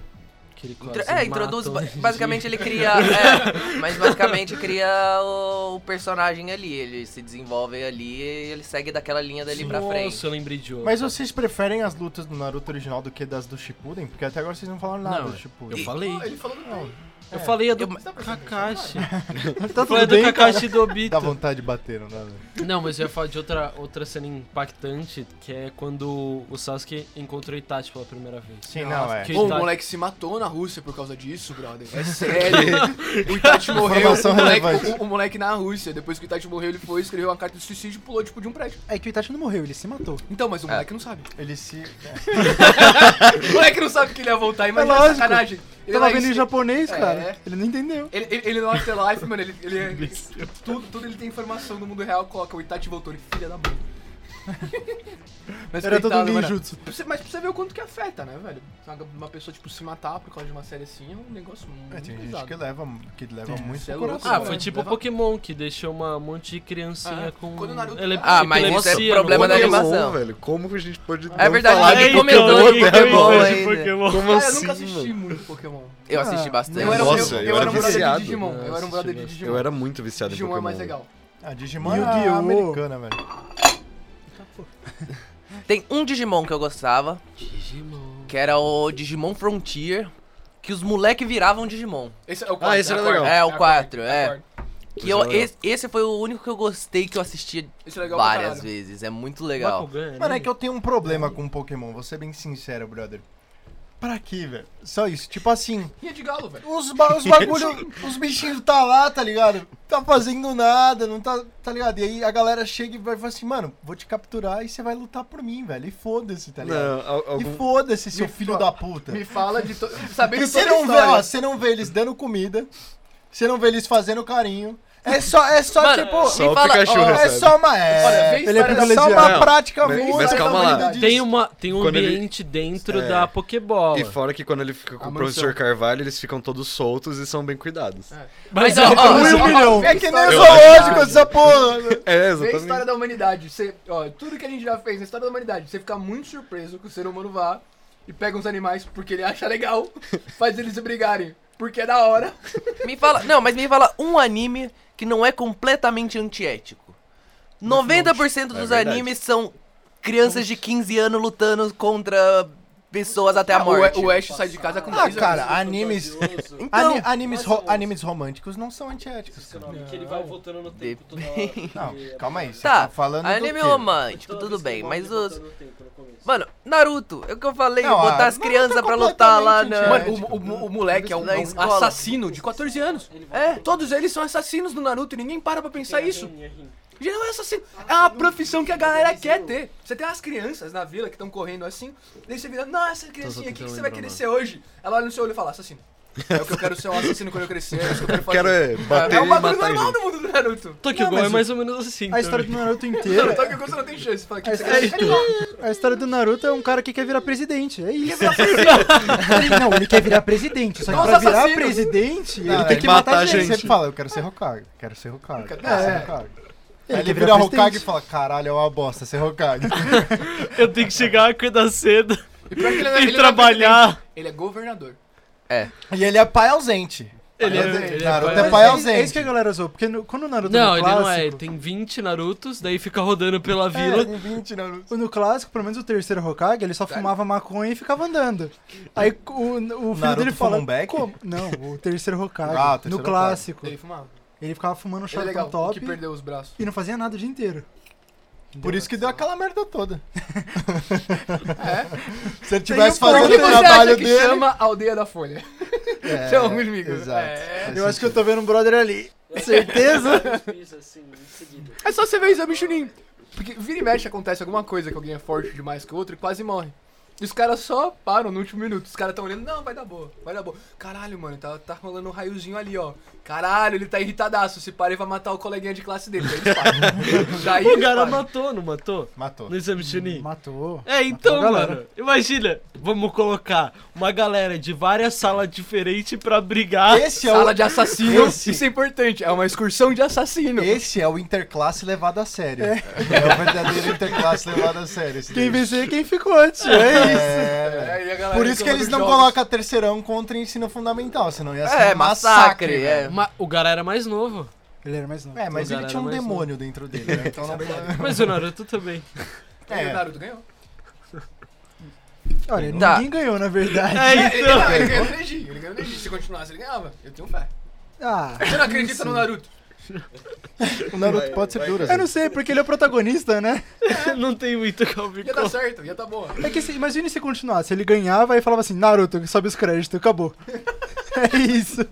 S1: Que ele
S2: Intro-
S1: quase
S2: é,
S1: mata um
S2: introduz.
S1: o
S2: ba-
S1: Neji.
S2: Basicamente ele cria. é, mas basicamente cria o, o personagem ali. Ele se desenvolve ali e ele segue daquela linha dali pra frente.
S1: Nossa, eu lembrei de outro.
S3: mas vocês preferem as lutas do Naruto original do que das do Shippuden? Porque até agora vocês não falaram nada
S1: Não,
S3: do
S1: eu-
S3: Shippuden.
S1: Eu falei.
S4: Ele falou que não.
S1: Eu falei a do
S2: Eu-
S1: Kakashi.
S3: Tá
S1: Eu falei a do Kakashi e do Obito.
S3: Dá vontade de bater, não dá? velho?
S1: Não, mas eu ia falar de outra, outra cena impactante, que é quando o Sasuke encontrou o Itachi pela primeira vez.
S3: Sim, não, é.
S1: que-
S4: Pô, o
S1: Itachi.
S4: moleque se matou na Rússia por causa disso, brother. É sério. o Itachi morreu.
S3: Informação
S4: O moleque,
S3: relevante.
S4: o- o moleque na Rússia, depois que o Itachi morreu, ele foi, escreveu uma carta de suicídio e pulou, tipo, de um prédio.
S5: É que o Itachi não morreu, ele se matou.
S4: Então, mas o moleque não sabe.
S3: Ele se...
S4: O moleque não sabe que ele ia voltar, imagina
S5: É
S4: a
S5: lógico.
S4: sacanagem. Ele
S5: Tava
S4: lá
S5: vendo
S4: em-
S5: em japonês,
S4: É.
S5: cara. Ele não entendeu.
S4: Ele, ele, ele no Afterlife, mano, ele. ele é- tudo, tudo ele tem informação do mundo real, coloca o Itachi voltou, ele filha da mãe. Mas
S5: Era todo
S4: coitado, mano.
S5: ninjutsu.
S4: Pra você- Mas pra você ver o quanto que afeta, né, velho? Uma- Uma pessoa, tipo, se matar por causa de uma série assim é um negócio muito
S3: É, tem gente
S4: pesado.
S3: que leva, que leva muito
S4: Você é
S3: pro
S4: louco,
S3: coração. né?
S1: Ah,
S4: mano.
S1: foi tipo o
S4: Leva-
S1: Pokémon, que deixou uma um monte de criancinha
S4: Ah,
S1: com.
S4: quando o Naruto-
S1: ele-
S2: Ah, mas isso é
S1: epilepsia
S2: problema
S1: no
S2: da
S1: corpo.
S2: animação.
S6: Pokémon, velho. Como que a gente pode
S2: É verdade,
S6: falar
S2: ninguém
S6: de
S2: comentou
S6: Pokémon
S1: né?
S2: de
S6: até
S2: Pokémon
S6: agora?
S2: ainda.
S6: Como
S4: Cara, eu
S6: assim,
S4: nunca assisti
S6: mano?
S4: muito Pokémon.
S2: Eu assisti
S5: Ah,
S2: bastante.
S4: Eu era, um-
S6: Nossa,
S4: eu, eu
S6: eu
S4: era
S6: era
S4: um brother de
S6: viciado.
S1: Ah,
S4: Digimon. Eu era um
S1: assisti
S4: brother de
S1: bastante.
S4: Digimon.
S6: Eu era muito viciado em
S4: Digimon é
S6: Pokémon.
S4: mais legal.
S3: A Digimon é
S5: Yu-Gi-Oh!
S3: a americana, velho.
S2: Tem um Digimon que eu gostava,
S1: Digimon.
S2: que era o Digimon Frontier, que os moleque viravam Digimon.
S4: Esse é o
S6: Ah, esse
S4: é
S6: era
S4: a quarta.
S6: legal.
S2: É, o
S4: a quarta,
S2: quatro,
S4: a
S2: é.
S4: quarta.
S2: Que eu,
S6: Pois é,
S2: esse, esse foi o único que eu gostei que eu assisti
S4: Esse é legal pra
S2: várias
S4: caralho.
S2: vezes. É muito legal.
S1: Bakugan, né?
S3: Mano, é que eu tenho um problema com Pokémon, vou ser bem sincero, brother. Pra quê, velho? Só isso. Tipo assim,
S4: E é de galo, velho.
S3: os, ba os bagulho, os bichinhos tá lá, tá ligado? Tá fazendo nada, não tá, tá ligado? E aí a galera chega e vai falar assim, mano, vou te capturar e você vai lutar por mim, velho. E foda-se, tá ligado?
S6: Não, al-
S3: E
S6: algum...
S3: foda-se, seu
S4: Me
S3: filho
S4: fa-
S3: da puta.
S4: Me fala de to...
S3: E
S4: sabendo toda
S3: você
S4: a
S3: não, vê,
S4: história.
S3: ó, você não vê eles dando comida, você não vê eles fazendo carinho. É só, é só
S2: Mano,
S3: tipo...
S6: Só o
S2: fala-
S6: Pikachu
S3: ó, é
S6: recebe.
S3: só uma... É,
S4: Olha, vem
S3: ele é
S4: história da-
S3: só uma
S6: Não,
S3: prática
S6: mas-
S3: muito
S6: mas calma lá.
S3: doida disso.
S1: Tem, uma, tem um
S6: Quando ele-
S1: ambiente dentro
S6: É.
S1: da Pokébola.
S6: E fora que quando ele fica com
S4: A
S6: o professor
S4: mansão.
S6: Carvalho, eles ficam todos soltos e são bem cuidados.
S4: É.
S2: Mas,
S1: Mas,
S2: ó,
S1: ó,
S2: ó,
S4: Mas,
S3: Um
S4: ó,
S3: milhão.
S4: vê a
S3: É que nem
S4: história-
S3: zoológico essa porra. né?
S6: É,
S4: Vê a história
S6: exatamente.
S4: da humanidade. Você, ó, tudo que a gente já fez na história da humanidade, você fica muito surpreso que o ser humano vá e pega uns animais porque ele acha legal, faz eles brigarem porque é da hora.
S2: Me fala, não, mas me fala um anime que não é completamente antiético. 90%
S6: É
S2: dos
S6: verdade.
S2: animes são crianças de 15 anos lutando contra pessoas até a morte.
S4: Ah, O, o Ash sai de casa com
S3: Ah,
S4: três
S3: cara,
S4: amigos.
S3: animes.
S2: Então,
S3: ani- animes, ro- animes românticos não são antiéticos. cara.
S1: Que ele vai voltando no
S2: tempo
S1: toda hora.
S3: Não, calma aí. Você
S2: Tá,
S3: tá, falando do
S2: anime
S3: quê?
S2: romântico, tudo bem, mas os Mano, Naruto, é o que eu falei,
S3: Não, ah,
S2: botar as
S3: Naruto
S2: crianças
S3: é
S2: pra lutar lá na.
S3: completamente
S4: Mano, o, o- o moleque é um,
S2: Na
S4: é um
S2: escola.
S4: assassino de 14 anos. É, todos eles são assassinos do Naruto e ninguém para pra pensar isso. Geral é assassino. É uma profissão que a galera quer ter. Você tem umas crianças na vila que estão correndo assim, daí você vira, nossa, criancinha, o que, que você vai querer ser hoje? Ela olha no seu olho e fala, assassino. É o que eu quero ser um assassino quando eu crescer, é isso que eu quero fazer.
S6: Quero é
S4: é,
S6: bater
S4: é
S6: e
S4: um bagulho
S6: matar
S4: normal
S6: gente.
S4: do mundo do Naruto.
S1: Tokyo
S5: Não,
S1: Ghoul é
S5: mas
S1: mais ou menos assim.
S5: A
S3: Então.
S1: também.
S5: história do Naruto
S4: Mano,
S5: inteira.
S4: Só que quando você não tem chance, fala que
S5: A
S4: você quer
S5: história,
S4: ser
S5: a história do Naruto é um cara que quer virar presidente. É isso. Ele- não, ele quer virar presidente. Só que
S4: Nossa,
S5: pra virar
S4: assassino.
S5: presidente,
S3: Não,
S5: ele tem
S3: ele
S5: que
S6: mata
S5: matar
S6: a
S5: gente.
S3: Ele
S6: gente.
S3: sempre fala, eu quero ser Hokage, quero ser Hokage, quero ser Hokage. Aí
S5: Ele
S3: ele
S5: quer
S3: vira
S5: virar
S3: Hokage e
S5: presidente.
S3: fala, caralho, é uma bosta ser Hokage.
S1: Eu tenho que chegar, acordar cedo
S4: E pior que ele não é-
S1: e
S4: ele não é
S1: trabalhar.
S4: presidente, Ele é governador.
S3: e ele é pai ausente.
S1: Ele é,
S3: Naruto-
S1: ele é
S3: Naruto
S1: pai-
S3: é pai ausente.
S5: É isso que a galera usou, porque no- quando o Naruto
S1: Não,
S5: no
S1: ele
S5: clássico,
S1: não é. Ele tem 20 Narutos, daí fica rodando pela
S3: É,
S1: vila.
S3: com 20 Naruto.
S5: No clássico, pelo menos o terceiro Hokage, ele só fumava maconha e ficava andando. Aí o, o filho
S3: Naruto
S5: dele
S3: fuma
S5: fala.
S3: um beck?
S5: "Como?" Não, o terceiro Hokage.
S3: Ah, o terceiro
S5: no clássico.
S4: Ele fumava.
S5: Ele ficava fumando
S4: Ele é
S5: chato
S4: legal, o
S5: top
S4: que perdeu os braços.
S5: e não fazia nada o dia inteiro.
S3: Por isso que deu aquela merda toda.
S4: É.
S3: Se ele tivesse
S5: Tem um
S4: O
S3: fazendo
S4: que você
S3: o
S4: acha
S3: trabalho
S4: que
S3: dele...
S4: chama a aldeia da Folha?
S3: É,
S4: Chama alguns amigos.
S3: Exato.
S4: É.
S3: Faz
S5: Eu acho que eu
S3: sentido.
S5: tô vendo um brother ali. Certeza?
S1: assim,
S4: É só você ver o exame Chunin. Porque vira e mexe acontece alguma coisa que alguém é forte demais que o outro e quase morre. E os caras só param no último minuto. Os caras estão olhando, não, vai dar boa, vai dar boa. Caralho, mano, tá, tá rolando um raiozinho ali, ó. Caralho, ele tá irritadaço. Se para, ele vai matar o coleguinha de classe dele. Daí eles param. Daí
S1: O
S4: eles
S1: cara
S4: param.
S1: matou, não matou?
S3: Matou.
S1: No exame Chunin.
S5: Matou.
S1: É, então,
S5: Hum. Matou a galera.
S1: mano, imagina, vamos colocar uma galera de várias salas diferentes pra brigar.
S3: Esse é,
S4: Sala
S3: o,
S4: de assassino.
S3: Esse-
S4: Isso é importante. É uma excursão de assassino.
S3: esse é o interclasse levado a sério. É, o verdadeiro interclasse levado a sério. esse
S5: Quem
S3: daí.
S5: vencer é quem ficou, tio. É isso.
S3: É, velho.
S4: É, e a galera
S3: Por isso que
S4: reclama
S3: eles
S4: dos
S3: não
S4: jogos.
S3: colocam terceirão contra ensino fundamental, senão ia ser
S2: É,
S3: um
S2: massacre,
S3: massacre.
S2: é.
S1: Ma- o cara era mais novo.
S5: Ele era mais novo.
S3: É, mas
S1: Então,
S3: ele tinha um
S1: galera, mas
S3: demônio dentro dele, né? Então não
S1: Mas o Naruto também.
S4: E o
S3: É,
S4: Naruto ganhou.
S5: Olha,
S2: Tá.
S5: ninguém ganhou, na verdade.
S1: É,
S4: Ele,
S1: então.
S4: não, ele ganhou o Neji. Ele ganhou o Neji. Se continuasse, ele ganhava. Eu tenho fé.
S5: Ah,
S4: Você não acredita no Naruto?
S3: o Naruto pode ser duro.
S5: eu não sei, porque ele é o protagonista, né?
S1: Não tem muito calma
S4: Ia dar certo, ia tá boa.
S5: É que se, imagine se continuasse. Ele ganhava e falava assim, Naruto, sobe os créditos, acabou. É isso.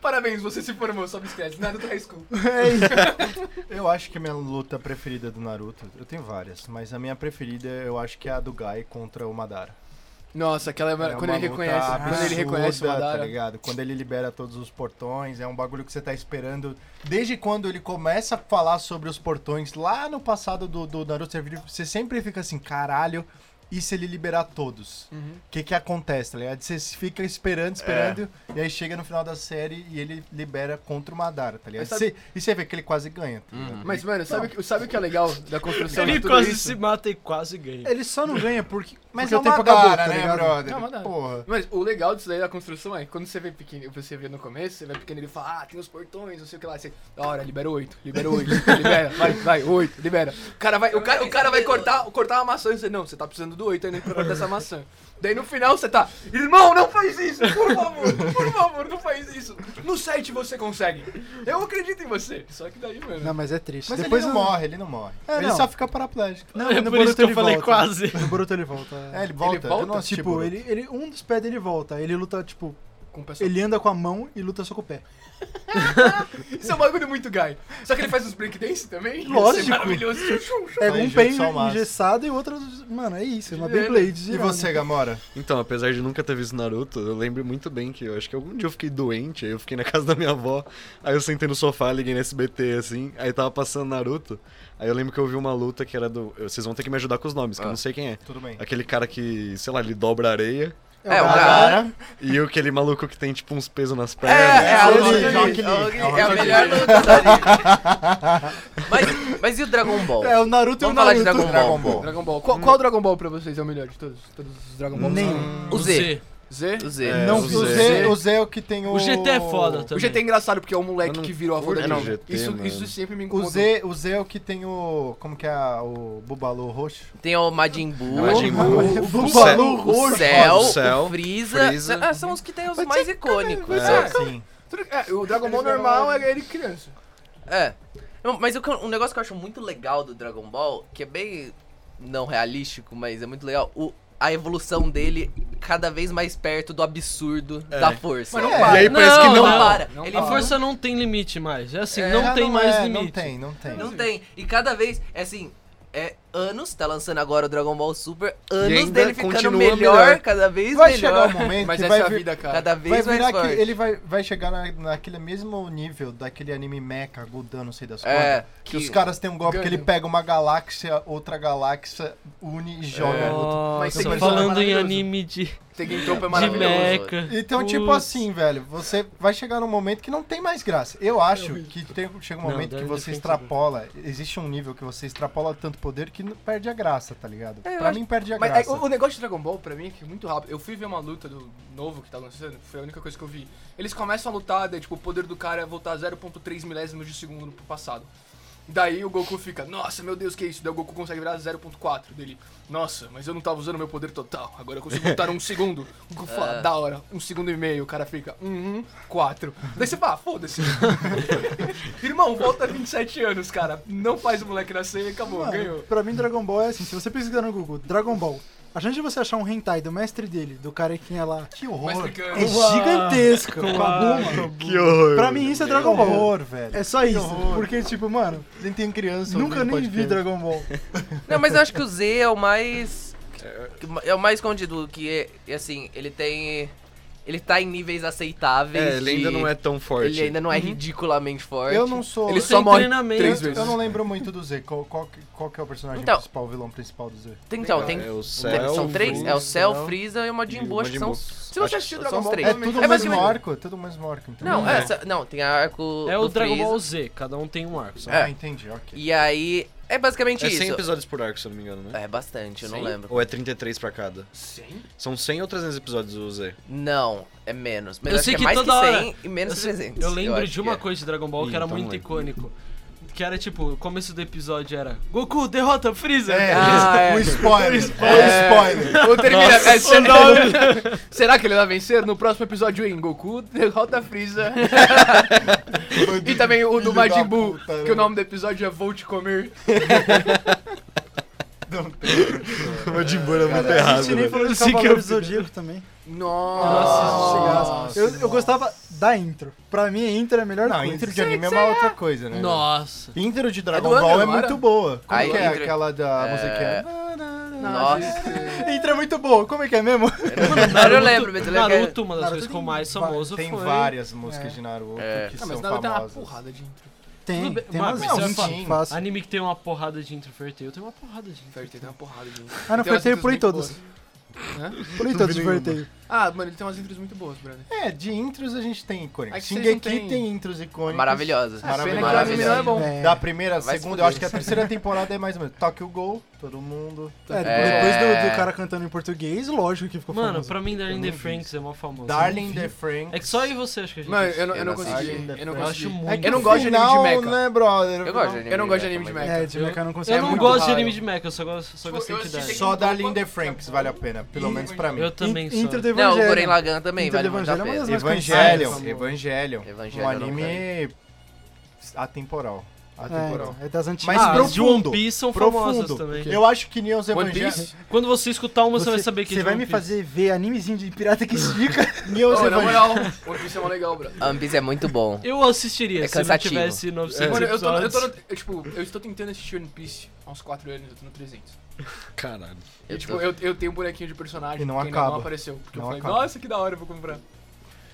S4: Parabéns, você se formou, sob esquece. Naruto High School.
S5: É isso.
S3: Eu acho que a minha luta preferida do Naruto, eu tenho várias, mas a minha preferida eu acho que é a do Gai contra o Madara.
S4: Nossa, aquela é,
S3: É
S4: quando
S3: uma
S4: ele
S3: luta
S4: reconhece. Quando ele
S3: absurda,
S4: reconhece o
S3: tá
S4: Madara.
S3: ligado? Quando ele libera todos os portões, é um bagulho que você tá esperando. Desde quando ele começa a falar sobre os portões lá no passado do, do Naruto, você vira- você sempre fica assim, caralho, e se ele liberar todos? O
S4: Uhum.
S3: que que acontece, tá ligado? Você fica esperando, esperando,
S4: É.
S3: e aí chega no final da série e ele libera contra o Madara, tá
S4: Mas
S3: ligado?
S4: sabe- Uhum.
S3: Você- e você vê que ele quase ganha, tá ligado?
S4: Mas, mano, sabe, o que- sabe o que é legal da construção de
S1: Ele
S4: né? tudo
S1: quase
S4: isso?
S1: se mata e quase ganha.
S5: Ele só não ganha porque,
S3: Mas
S5: porque
S3: é
S5: o tempo acabou, tá ligado?
S3: brother?
S4: É o Madara.
S3: Porra.
S4: Mas o legal disso daí da construção é que quando você vê pequeno, você vê no começo, você vê pequeno ele fala, ah, tem os portões, não sei o que lá. Você, da hora, libera oito, libera oito, libera, vai, vai, oito, libera. O cara vai, o cara, o cara vai cortar, cortar uma maçã e você, não, você tá precisando do oito ainda pra cortar essa maçã. Daí no final você tá, irmão, não faz isso, por favor, por favor, não faz isso. No sete você consegue. Eu acredito em você. Só que daí, mano.
S5: Não, mas é triste.
S3: Mas
S5: Depois
S3: ele
S5: o-
S3: não morre, ele não morre.
S5: É,
S3: ele
S5: não.
S3: só fica paraplégico.
S5: Não,
S1: é
S5: no
S1: por isso
S5: Boruto
S1: que eu
S5: ele
S1: falei
S5: volta.
S1: quase.
S5: No Boruto ele volta.
S3: É, né? ele volta.
S4: volta?
S3: Eu não assisti
S5: Tipo,
S3: Boruto.
S5: ele, ele, um dos pés dele volta. Ele luta, tipo,
S4: Com o pessoal.
S5: ele anda com a mão e luta só com o pé.
S4: Isso é um bagulho muito gay. Só que ele faz os breakdance também.
S5: Lógico.
S4: Isso é maravilhoso.
S5: É
S3: Só
S5: um
S3: inje-
S5: pé
S3: só o maço.
S5: engessado e outro. Mano, é isso, é uma Beyblade.
S3: E
S5: girando.
S3: você, Gamora?
S6: Então, apesar de nunca ter visto Naruto, eu lembro muito bem que eu acho que algum dia eu fiquei doente, aí eu fiquei na casa da minha avó, aí eu sentei no sofá, liguei no SBT, assim, aí tava passando Naruto, aí eu lembro que eu vi uma luta que era do... eu- Vocês vão ter que me ajudar com os nomes, que eu não sei quem é.
S3: Tudo bem.
S6: Aquele cara que, sei lá, ele dobra a areia,
S2: É, o cara.
S3: Agora,
S6: e o- aquele maluco que tem, tipo, uns pesos nas
S2: É,
S6: pernas.
S2: é a
S3: Rock
S2: luta
S3: Lee,
S2: ali,
S3: Rock
S2: é o-
S3: Lee,
S2: é
S3: Rock
S2: a
S3: Lee.
S2: melhor luta dali. Mas, mas e o Dragon Ball?
S5: É o Naruto
S2: Vamos
S5: e o
S2: falar
S5: Naruto.
S2: de Dragon Ball.
S3: Dragon Ball.
S4: Dragon Ball. Qual, qual Dragon Ball pra vocês é o melhor de todos? Todos os Dragon Balls?
S5: Nem.
S2: O Z.
S4: Z?
S2: O Z.
S6: É,
S3: Não,
S6: o
S3: o,
S6: Z.
S3: Z, o Z é o que tem o...
S1: O GT é foda
S4: O
S1: também.
S4: GT é engraçado porque é um
S6: Eu
S4: moleque
S6: não
S4: que virou a
S6: curto
S4: foda dele.
S6: GT,
S4: isso,
S6: mano.
S4: isso sempre me
S3: O
S4: incomoda.
S3: Z, o Z é o que tem o... Como que é a- o Bubalu roxo?
S2: Tem o Majin Buu.
S6: É Majin Buu,
S3: O
S6: o
S3: Bubalu
S6: Cell-
S2: O
S3: roxo.
S2: Cell,
S6: o Cell,
S2: o Freeza,
S6: Freeza.
S2: Ah, são os que tem os mais icônicos. né?
S6: É.
S3: Sim.
S4: Tudo- é, o Dragon Ball normal é ele criança.
S2: É. Não, Mas o que eu- um negócio que eu acho muito legal do Dragon Ball, que é bem. não realístico, mas é muito legal. O, a evolução dele cada vez mais perto do absurdo da força.
S3: Mas não para.
S6: E aí parece que não-
S2: para. Ele
S1: A força não tem limite mais. É assim,
S2: É,
S1: não tem mais
S3: é,
S1: limite.
S3: Não tem, não tem.
S2: Não tem. E cada vez, é assim, é anos, tá lançando agora o Dragon Ball Super, anos
S6: ainda
S2: dele ficando
S6: continua
S2: melhor,
S6: melhor.
S2: cada vez
S3: Vai chegar
S2: melhor.
S3: um momento
S4: Mas
S3: que
S4: essa
S3: vai
S4: é a
S3: vir-
S4: vida, cara.
S2: Cada
S3: Vai
S2: vez mais
S3: virar que
S2: forte.
S3: ele vai, vai chegar na- naquele mesmo nível daquele anime Mecha, Godan, não sei das coisas.
S2: É,
S3: que,
S2: que-
S3: os caras têm um golpe que ele
S4: Gundam.
S3: pega uma galáxia, outra galáxia, une e joga.
S6: É.
S3: Outro.
S4: Mas
S1: Nossa,
S4: tem
S3: que-
S1: falando em
S4: maravilhoso.
S1: anime de,
S4: Tekken Tropa é
S1: de
S4: maravilhoso.
S1: meca.
S3: Então, tipo
S1: Putz.
S3: assim, velho, você vai chegar num momento que não tem mais graça. Eu acho que tem- chega um
S1: Não,
S3: momento que
S1: deve
S3: você
S1: defender.
S3: extrapola, existe um nível que você extrapola tanto poder que não- perde a graça, tá ligado?
S4: eu
S3: pra
S4: acho-
S3: mim perde a
S4: Mas é,
S3: graça.
S4: o, o negócio de Dragon Ball, pra mim, é que é muito rápido. Eu fui ver uma luta do novo que tá lançando, foi a única coisa que eu vi. Eles começam a lutar, daí, tipo, o poder do cara é voltar 0.3 milésimos de segundo pro passado. Daí o Goku fica, nossa, meu Deus, que isso? Daí o Goku consegue virar 0.4 dele. Nossa, mas eu não tava usando meu poder total. Agora eu consigo voltar um segundo. O Goku fala, da hora, um segundo e meio. O cara fica, uhum, quatro. Daí você fala, "Ah, foda-se. Irmão, volta 27 anos, cara. Não faz o moleque nascer e acabou,
S5: Mano,
S4: ganhou.
S5: Pra mim, Dragon Ball é assim: se você pesquisar no Google, Dragon Ball, a chance de você achar um hentai do mestre dele, do carequinha lá,
S3: Que
S4: Mas
S3: horror.
S4: fica-
S5: é gigantesca.
S6: Que horror.
S5: Pra mim, isso é Dragon
S3: Que
S5: Ball.
S3: horror, velho.
S5: É só isso.
S3: horror.
S5: Porque, tipo, mano,
S3: Nem tem criança
S5: nunca
S3: ouvindo
S5: nem vi
S3: podcast.
S5: Dragon Ball.
S2: Não, mas eu acho que o Z é o mais. que- É o mais escondido, que é- assim, ele tem. Ele tá em níveis aceitáveis.
S6: É, ele ainda
S2: de-
S6: não é tão forte.
S2: Ele ainda não é ridiculamente forte.
S3: Uhum. Eu não sou.
S4: Ele
S3: eu-
S4: só
S1: Sem
S4: morre
S1: treinamento.
S4: três
S3: eu,
S4: vezes.
S3: não lembro muito do Z. Qual, qual, que- qual que é o personagem
S2: Então.
S3: principal, o vilão principal do Z?
S2: Então, tem.
S6: É o
S2: tem-
S6: céu.
S2: são três? É o Cell, Freeza e o
S6: e
S2: Majin
S6: o
S2: Buu, acho que
S6: Majin
S2: são.
S6: Buu.
S2: Se você assistiu
S4: Dragon
S2: são os
S4: Ball
S2: três.
S3: É tudo o
S2: É
S3: mesmo
S2: basicamente-
S3: arco, é tudo o mesmo arco, então.
S2: Não, é, só- não, tem arco.
S1: É o
S2: do
S1: Dragon
S2: Freeza.
S1: Ball Z, cada um tem um arco. só.
S3: Ah, entendi, ok.
S2: E aí. É basicamente
S6: É 100
S2: isso.
S6: episódios por arco, se eu não me engano, né?
S2: É bastante, eu não
S4: Sim.
S2: lembro.
S6: Ou é 33 pra cada?
S4: 100?
S6: São 100 ou 300 episódios do Z?
S2: Não, é menos. Mas
S1: Eu
S2: acho
S1: sei
S2: que é
S1: que
S2: mais que
S1: toda hora-
S2: 100 e menos
S1: Eu
S2: que
S1: sei-
S2: 300.
S1: Eu lembro
S2: acho
S1: de
S2: que
S1: uma
S2: é.
S1: coisa de Dragon Ball que
S6: Ih,
S1: era
S6: então
S1: muito
S6: é.
S1: icônico. Que era tipo, o começo do episódio era Goku, derrota Freeza!
S4: Ah, é.
S3: Um spoiler, um
S4: É.
S3: spoiler.
S4: Ou termina. é, se- será que ele vai vencer? No próximo episódio, em Goku derrota a Freeza. e também o
S3: Filho
S4: do Majin
S3: da
S4: Buu,
S3: puta, né?
S4: que o nome do episódio é Vou Te Comer.
S6: O de Buu era muito errado.
S5: Você nem
S6: velho.
S5: falou de Cavaleiro do Zodíaco também.
S3: Nossa,
S5: Eu, eu gostava da intro. Pra mim, a intro é a melhor
S3: Não,
S5: coisa.
S3: intro de anime é uma outra coisa, né?
S1: Nossa!
S3: Intro de Dragon
S4: É do ano,
S3: Ball é
S4: não era?
S3: muito boa. Como
S2: Aí,
S3: que é
S2: intro-
S3: aquela da
S2: É.
S3: musiquinha?
S2: Nossa.
S5: Intro é muito boa. Como é que é mesmo?
S2: Mas Ah, eu lembro, mas eu lembro. que era-
S1: Naruto, uma das
S5: Naruto
S1: coisas que
S5: tem
S1: eu mais
S5: va-
S1: famoso
S3: Tem
S1: foi...
S3: várias músicas de Naruto
S2: É.
S3: que
S4: Ah,
S3: são
S4: mas na verdade é uma
S3: famosas.
S4: porrada de intro.
S5: Tem,
S1: bem,
S5: tem
S1: mas
S5: umas
S1: isso é
S5: músicas
S3: fácil.
S5: fácil.
S1: Anime que tem uma porrada de intro fertile, tem uma porrada de intro.
S4: Fertei tem uma porrada de intro. é
S5: Ah, não,
S4: Tem umas
S5: Fertei eu
S4: intros
S5: pulei
S4: muito
S5: todos.
S4: boas.
S5: Pulei todos os verteios.
S4: Ah, mano, ele tem umas intros muito boas, brother.
S3: É, de intros a gente tem
S4: É
S3: icônicos.
S4: que vocês não
S3: Shingeki
S4: têm-
S3: tem intros icônicos.
S2: Maravilhosa.
S3: Ah, pena que o
S4: Maravilhosa.
S3: anime não é
S4: bom.
S5: É.
S3: Da primeira,
S2: Vai se
S3: segunda,
S2: fuder.
S3: eu acho que a terceira temporada é mais ou menos. Tokyo Gol, todo mundo.
S5: É,
S2: É.
S5: depois do, do cara cantando em português, lógico que ficou
S1: Mano,
S5: famoso.
S1: pra mim Darling
S3: Eu
S1: the
S3: não vi
S1: Franks é mó famoso.
S3: Darling the
S1: É
S3: Franks.
S1: que só aí você acha que a gente...
S4: Mano, eu não, eu não
S2: Eu não
S4: consegui.
S3: assisti.
S4: Eu não
S1: É Eu acho
S4: consegui.
S1: muito
S4: Eu não
S3: o
S4: gosto de anime de
S3: final,
S4: mecha.
S3: né, brother?
S2: Eu gosto de anime.
S4: Eu não gosto de anime de
S2: mas-
S4: mecha.
S5: É, de mecha eu não consigo.
S1: Eu
S5: é
S1: não
S5: muito
S1: gosto de
S4: raro.
S1: anime de mecha, eu só gosto, só gosto de
S4: eu assisti
S1: entidade.
S4: Shingeki
S3: Só Darling the Franks vale a pena, pelo menos pra mim.
S1: Eu também
S5: In- Intro
S1: sou.
S5: do
S2: Não, o
S5: Evangelho.
S2: Gurren Lagann também,
S5: Intro
S2: vale
S5: do
S2: muito a
S5: Evangelho é uma
S2: pena.
S5: das mais
S3: Evangelion,
S5: conhecidas.
S3: Evangelion.
S2: Evangelion
S3: Um
S2: eu não
S3: anime atemporal. Atemporal.
S5: É, é das antigas.
S3: Mas
S1: Ah, as de One
S3: profundo,
S1: Piece são famosas
S3: Profundo.
S1: também.
S3: Eu acho que Neon's
S4: One
S3: Evangelion.
S4: Piece?
S1: Quando você escutar uma, você, vai saber que é
S5: Você
S1: de
S5: vai
S1: One
S5: me
S1: Piece.
S5: fazer ver animezinho de pirata que estica.
S3: Neon's
S4: Oh, na
S3: Evangelion.
S4: moral, One Piece é mó legal, brother.
S2: Ambis é muito bom.
S1: Eu assistiria
S2: É
S1: se não
S2: cansativo.
S1: tivesse 900
S4: Mano, eu tô, eu
S1: episódios.
S4: tô no, eu, tipo, eu estou tentando assistir One Piece há uns 4 anos, eu tô no 300.
S6: Caralho.
S4: Eu,
S2: Eu
S4: tipo,
S2: tô-
S4: eu, eu tenho um bonequinho de personagem
S3: E não
S4: que ainda
S3: acaba.
S4: não apareceu. Porque
S3: Não
S4: eu falei,
S3: acaba.
S4: nossa, que da hora, eu vou comprar.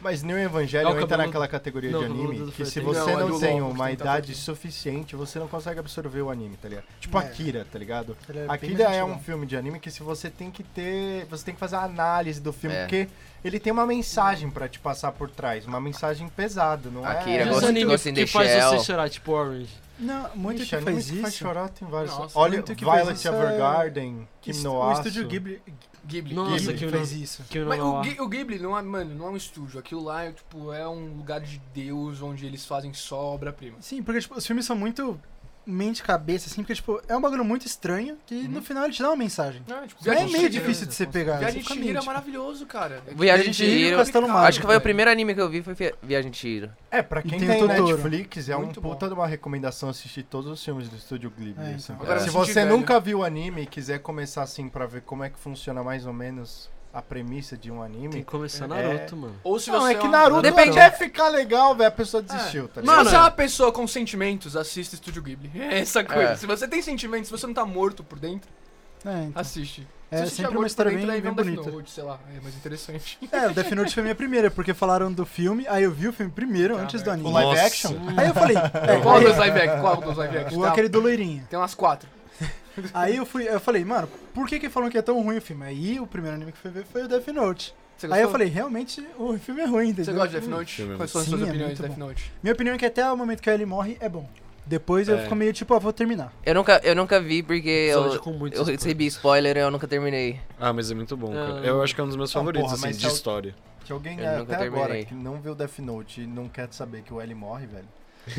S3: Mas Neon
S1: É o
S3: Evangelion entra
S1: cabelo-
S3: naquela categoria
S1: Não,
S3: de
S1: o cabelo
S3: anime
S1: do
S3: que se
S1: Fred.
S3: você
S4: Não, é
S3: não,
S4: do
S3: tem
S4: LOL,
S3: uma
S4: que tá
S3: idade
S4: fazendo.
S3: suficiente, você não consegue absorver o anime, tá ligado? Tipo Akira, tá ligado?
S5: Ele é bem
S3: Akira é
S5: antigo.
S3: um filme de anime que se você tem que ter, você tem que fazer a análise do filme
S2: É.
S3: porque ele tem uma mensagem pra te passar por trás, uma mensagem pesada, não
S2: Akira,
S3: é?
S1: Diz
S2: Ghost-
S1: anime
S2: Ghost in the
S1: que faz
S2: Shell.
S1: você chorar, tipo Orange.
S5: Não, muito
S3: um- é Muito
S5: que
S3: anime
S5: faz
S3: que faz
S5: isso.
S3: chorar tem vários.
S4: Nossa,
S3: Olha,
S5: muito que faz
S3: Violet
S5: isso é-
S3: Evergarden, Kim
S5: Est-
S3: no
S5: o
S3: Aço.
S5: estúdio Ghibli,
S4: Ghibli.
S1: Nossa,
S4: Ghibli.
S1: que
S5: Ghibli fez isso.
S1: Que não
S4: Mas
S1: é
S4: o,
S1: uma-
S4: Ghi- o Ghibli não é, mano, não é um estúdio. Aquilo lá é, tipo, é um lugar de Deus onde eles fazem só obra-prima.
S5: Sim, porque tipo, os filmes são muito mente cabeça, assim, porque, tipo, é um bagulho muito estranho que
S3: Uhum.
S5: no final ele te dá uma mensagem.
S4: Não, tipo,
S5: É,
S4: Viagem de
S5: meio
S4: Chihiro.
S5: difícil de
S3: né?
S5: ser pegado.
S4: Viagem de
S5: você fica
S4: Chihiro é
S5: mente.
S4: maravilhoso, cara. É
S2: Viagem de
S5: Chihiro,
S2: Hiro.
S5: Castelo Mágico.
S2: Acho que foi o primeiro anime que eu vi foi Vi- Viagem de Hiro.
S3: É, pra quem
S5: tem
S3: tem,
S5: o Totoro.
S3: Netflix, é um
S4: Muito bom.
S3: puta de uma recomendação assistir todos os filmes do Estúdio Ghibli.
S5: É,
S3: assim.
S5: então.
S4: Agora
S3: Se
S4: eu senti
S3: você
S4: velho. né?
S3: nunca viu o anime e quiser começar assim pra ver como é que funciona mais ou menos a premissa de um
S1: Tem que
S3: anime.
S1: começar
S3: É.
S1: Naruto, mano.
S4: Ou se
S3: Não,
S4: você
S3: é que
S4: um-
S3: Naruto
S2: Depende-
S3: até ficar legal, velho, a pessoa desistiu, tá
S4: Se
S3: ligado?
S1: Mano,
S4: você é uma pessoa com sentimentos, assista Estúdio Ghibli. É essa coisa.
S2: É.
S4: Se você tem sentimentos, se você não tá morto por dentro,
S5: É, então.
S4: assiste.
S5: É
S4: se você
S5: sempre
S4: tiver
S5: uma
S4: morto
S5: história
S4: por dentro,
S5: bem-
S4: aí vê
S5: bem
S4: um Death
S5: bonita.
S4: Note, sei lá, é mais interessante.
S5: É, o Death Note foi a minha primeira, porque falaram do filme, aí eu vi o filme primeiro,
S4: Ah,
S5: antes do
S4: velho.
S5: anime.
S3: O live
S6: Nossa.
S3: action?
S5: Aí eu falei, é,
S4: Qual dos
S5: aí-
S4: live action? Qual dos live action?
S5: o
S4: Tá,
S5: aquele do loirinho.
S4: Tem umas quatro.
S5: Aí eu fui, eu falei, mano, por que que falam que é tão ruim o filme? Aí o primeiro anime que fui ver foi o Death Note.
S4: Você
S5: Aí eu
S4: gostou?
S5: falei, realmente o filme é ruim, entendeu?
S4: Você gosta de Death Note?
S6: Hum,
S4: Quais são as
S5: sim,
S4: suas
S5: é
S4: opiniões de
S5: muito
S4: Death Note?
S5: Minha opinião é que até o momento que ele morre é bom. Depois eu
S6: É.
S5: fico meio tipo, ó, vou terminar.
S2: Eu nunca, eu nunca vi porque
S1: Episódio
S2: eu,
S1: com muitos
S2: eu
S1: spoilers.
S2: recebi spoiler e eu nunca terminei.
S6: Ah, mas é muito bom, cara.
S1: É.
S6: Eu acho que é um dos meus
S3: Não,
S6: favoritos,
S3: porra, mas
S6: assim, de
S3: é o-
S6: história.
S3: Se alguém é
S2: Eu nunca
S3: até agora
S2: terminei.
S3: que não viu Death Note e não quer saber que o L morre, velho.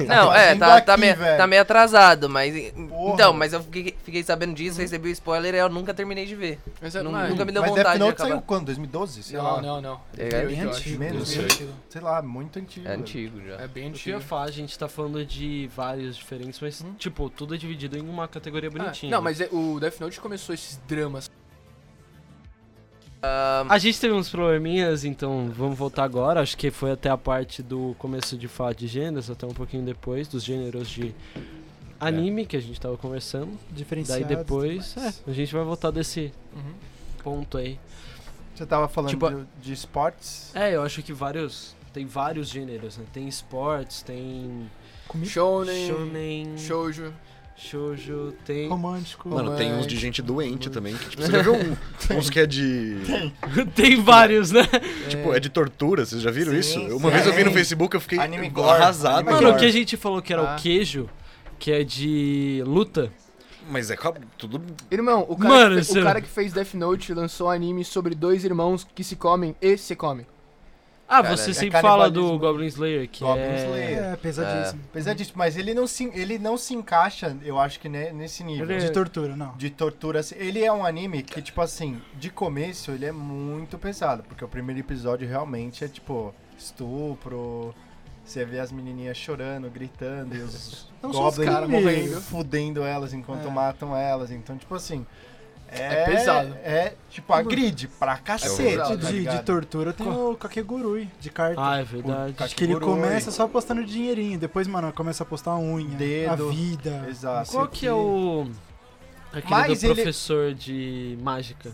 S2: Não, é,
S3: fazendo
S2: tá, tá,
S3: aqui,
S2: meio,
S3: velho.
S2: tá meio atrasado, mas.
S3: Porra.
S2: Então, mas eu fiquei, fiquei sabendo disso, recebi o spoiler e eu nunca terminei de ver.
S4: Mas é-
S2: Nun-
S4: mas-
S2: nunca me deu
S3: Mas
S2: vontade
S3: Death
S2: de
S3: Note
S2: acabar.
S3: saiu quando? 2012? Sei
S4: Não,
S3: lá.
S4: não, não.
S2: É,
S4: Eu
S5: bem
S4: acho.
S5: antigo.
S3: Menos?
S6: Não sei.
S3: Sei lá, muito antigo.
S2: É
S3: velho.
S2: antigo já.
S4: É bem
S1: Eu tinha
S4: antigo.
S1: falar, a gente tá falando de vários diferentes, mas, tipo, tudo é dividido em uma categoria
S4: Ah,
S1: bonitinha.
S4: não, mas é- o Death Note começou esses dramas.
S3: Ah,
S2: Ahn,
S1: A gente teve uns probleminhas, então vamos voltar agora. Acho que foi até a parte do começo de falar de gêneros, até um pouquinho depois, dos gêneros de anime que a gente tava conversando. Daí
S5: Diferenciado.
S1: depois, é, a gente vai voltar desse
S4: Uhum.
S1: ponto aí.
S3: Você tava falando
S1: Tipo,
S3: de, de esportes?
S1: É, eu acho que vários. Tem vários gêneros, né? Tem esportes, tem.
S4: Shonen,
S1: Shonen,
S4: Shoujo.
S1: Shoujo, tem.
S5: Romântico.
S6: Mano, tem uns de gente doente também, que tipo, você já viu um- uns que é de...
S1: tem vários, né?
S6: Tipo, é de tortura, vocês já viram
S3: Sim,
S6: isso?
S3: sim.
S6: Uma vez eu vi no
S3: Sim.
S6: Facebook, eu fiquei um
S3: Anime gore.
S6: arrasado.
S3: Anime
S1: Mano,
S3: gore.
S1: o que a gente falou que era
S4: Ah.
S1: o queijo, que é de luta.
S6: Mas é cab- tudo...
S4: Irmão, o cara,
S1: Mano,
S4: que, fe-
S1: isso é-
S4: o cara que fez Death Note lançou um anime sobre dois irmãos que se comem e se comem.
S1: Ah,
S2: Caralho,
S1: você
S2: é
S1: sempre fala do
S3: canibalismo.
S1: Goblin Slayer, que
S3: Goblin
S1: é...
S3: Slayer.
S5: É, pesadíssimo.
S3: Apesar disso, mas ele não se, ele não se encaixa, eu acho que ne- nesse nível.
S1: Ele é-
S5: De tortura, não.
S3: De tortura. assim. Ele é um anime que, tipo assim, de começo ele é muito pesado. Porque o primeiro episódio realmente é tipo estupro. Você vê as menininhas chorando, gritando, e os
S5: Não são os
S3: goblins
S5: caras
S3: morrendo,
S5: mesmo.
S3: fudendo elas enquanto
S5: É.
S3: matam elas. Então, tipo assim. É,
S4: É pesado.
S3: É, tipo, agride pra cacete.
S6: pesado,
S3: tá
S5: De, de
S3: ligado?
S5: tortura tem o Kakegurui, de carta.
S1: Ah, é verdade.
S3: Puta
S5: que ele
S3: Kakegurui.
S5: começa só postando dinheirinho, depois, mano, começa a postar a unha,
S3: Dedo.
S5: a vida.
S3: Exato.
S1: Qual que é o... Aquele
S3: Mas
S1: do
S3: ele-
S1: professor de mágica.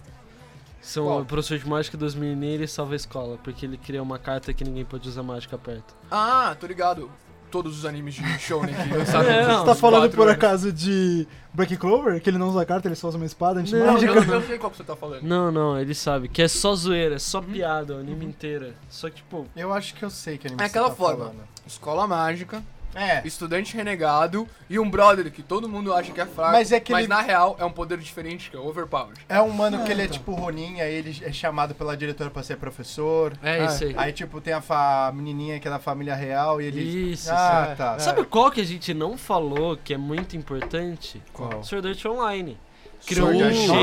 S1: São
S4: Qual?
S1: O professor de mágica dos meninos ele salva a escola, porque ele cria uma carta que ninguém pode usar mágica perto.
S4: Ah, tô ligado. Todos os animes de Shonen que lançaram.
S1: É,
S4: nos
S1: não.
S5: Você tá falando
S4: quatro
S5: por
S4: anos.
S5: acaso de Black Clover? Que ele não usa carta, ele só usa uma espada
S4: Não,
S5: antimágica?
S4: eu, eu sei qual que você tá falando.
S1: Não, não, ele sabe que é só zoeira, é só piada, o anime inteiro. Só que, tipo,
S3: Eu acho que eu sei que anime
S4: É
S3: você
S4: aquela
S3: tá
S4: forma.
S3: falando.
S4: Escola mágica,
S3: É.
S4: estudante renegado e um brother que todo mundo acha que é fraco,
S3: Mas
S4: mas,
S3: é que ele-
S4: na real é um poder diferente, que é overpowered.
S3: É um mano que ele é tipo Ronin, aí ele é chamado pela diretora pra ser professor.
S1: é isso aí.
S3: Aí, tipo, tem a fa- menininha que é da família real e ele.
S1: Isso,
S3: ah,
S1: sabe?
S3: tá.
S1: Sabe qual que a gente não falou que é muito importante?
S3: Qual?
S1: Sword Art Online. Criou
S3: Sword
S1: um
S3: Art
S1: gênero.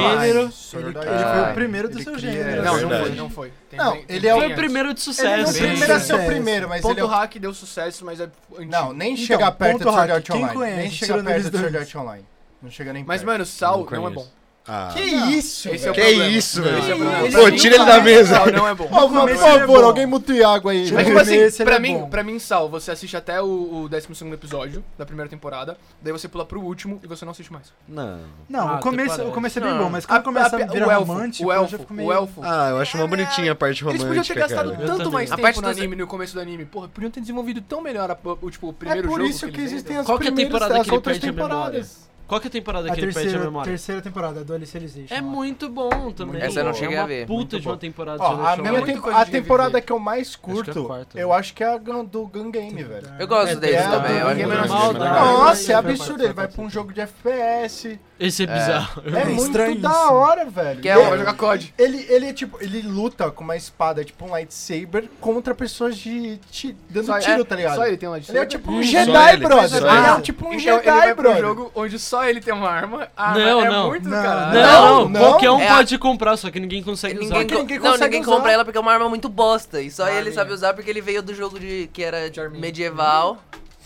S3: Online. Sword Art
S2: ele foi o
S3: Online.
S5: primeiro do
S3: Ele
S5: seu
S3: cria-
S5: gênero.
S4: não, não
S6: É, verdade.
S4: foi, não foi. Tem
S3: Não,
S4: bem-
S3: ele
S4: tem
S3: é o
S1: Foi
S4: bem
S1: o
S4: antes.
S1: primeiro de
S3: Ele
S1: sucesso.
S3: não
S4: Sim.
S3: primeiro a ser o
S5: Sim.
S3: primeiro, mas
S4: Ponto
S3: ele é o...
S4: hack deu sucesso, mas é antigo.
S3: Não, nem
S5: Então,
S3: chega perto
S5: ponto
S3: do Sword
S5: hack,
S3: Art
S5: quem
S3: Online.
S5: conhece,
S3: nem chega
S5: tirando
S3: perto
S5: eles
S3: do Sword
S5: dois?
S3: Art Online. Não chega nem
S4: Mas,
S3: perto.
S4: mano, Sal não, é
S6: conheço.
S4: bom.
S6: Ah.
S3: Que isso?
S4: Esse é o
S6: Que
S4: problema. Esse
S6: isso, velho?
S4: é o problema.
S3: Ele-
S6: Pô, tira ele da mesa.
S4: Sal não é bom.
S3: Ô, mano, por
S5: começo ele é
S3: favor,
S5: bom.
S3: alguém muta o Iago aí.
S4: Mas,
S3: velho.
S4: tipo assim,
S5: começo ele
S4: pra
S5: é
S4: mim,
S5: bom.
S4: pra mim, Sal, você assiste até o, o 12 episódio da primeira temporada, daí você pula pro último e você não assiste mais.
S6: Não.
S5: Não,
S1: Ah,
S5: o, começo,
S1: até
S5: o começo é bem
S2: parece.
S5: bom, mas quando
S4: A-
S5: começa
S4: a-
S5: a virar
S4: o elfo,
S5: romântico,
S4: o
S5: eu
S4: elfo,
S5: já fico meio...
S4: o elfo.
S6: Ah, eu acho uma bonitinha a parte
S4: Eles
S6: romântica,
S4: podiam ter gastado
S6: cara.
S1: Eu
S4: tanto
S1: também.
S4: mais
S1: A
S4: tempo
S2: parte
S4: no
S2: dos-
S4: anime, no começo do anime. Porra, podiam ter desenvolvido tão melhor a- o, tipo, o
S3: É
S4: primeiro
S3: por
S4: jogo.
S3: isso que
S4: eles
S3: existem
S4: vendem.
S3: as
S1: Qual que é a
S3: primeiras
S1: temporada
S3: as
S1: que ele
S3: outras
S1: perde a memória?
S3: temporadas.
S1: Qual que é a temporada
S5: A
S1: que ele perde a
S5: terceira,
S1: memória?
S5: terceira temporada do Alice Elization.
S1: É
S5: lá.
S1: muito bom também.
S2: Essa eu não
S1: Pô,
S2: cheguei
S1: é
S2: a
S1: uma
S2: ver.
S1: Puta
S6: Muito
S1: de uma
S6: bom.
S1: temporada
S3: Ó,
S1: de
S3: a
S1: Generation
S3: mesma
S1: Love.
S4: Muita
S3: tem-
S4: coisa
S3: a
S4: de reviver.
S3: temporada que eu
S1: que
S3: mais
S1: é a
S3: curto,
S1: quarta,
S3: eu
S1: né?
S3: acho que é a gran- do Gun Game, velho.
S2: Eu gosto
S5: É,
S2: deles
S3: é,
S2: também. Eu
S3: é,
S2: acho
S3: é,
S2: muito
S1: é,
S2: legal.
S1: é,
S3: Nossa, é
S5: Foi, foi,
S3: absurdo.
S5: foi,
S3: Ele vai
S5: foi,
S3: pra um
S1: então.
S3: jogo de FPS.
S1: Esse é bizarro.
S3: É muito
S5: estranhíssimo.
S3: da hora, velho.
S2: Que é
S3: Ele-
S2: um-
S4: Vai jogar COD.
S3: Ele, ele, é tipo, ele luta com uma espada, tipo um lightsaber, contra pessoas de. ti- dando
S4: Só-
S3: tiro,
S4: é,
S3: tá ligado?
S4: Só ele tem uma edição.
S3: Ele é tipo um
S6: Só
S3: Jedi,
S6: ele.
S3: brother.
S6: Só
S3: Ele é
S5: ele.
S3: tipo um
S4: Então, ele
S3: Jedi,
S4: vai pra um
S3: brother.
S4: jogo onde só ele tem uma arma. Ah,
S1: Não,
S4: mas é
S1: não.
S4: muito do
S5: Não,
S4: caralho.
S1: Não, não,
S3: não.
S1: qualquer um
S2: É a-
S1: pode comprar, só que ninguém consegue usar.
S2: Ninguém,
S3: Ninguém
S2: co- não,
S3: consegue
S2: ninguém
S3: usar.
S2: compra ela porque é uma arma muito bosta. E só
S4: Ah,
S2: ele
S4: minha.
S2: sabe usar porque ele veio do jogo de que era
S4: De arminha.
S2: medieval.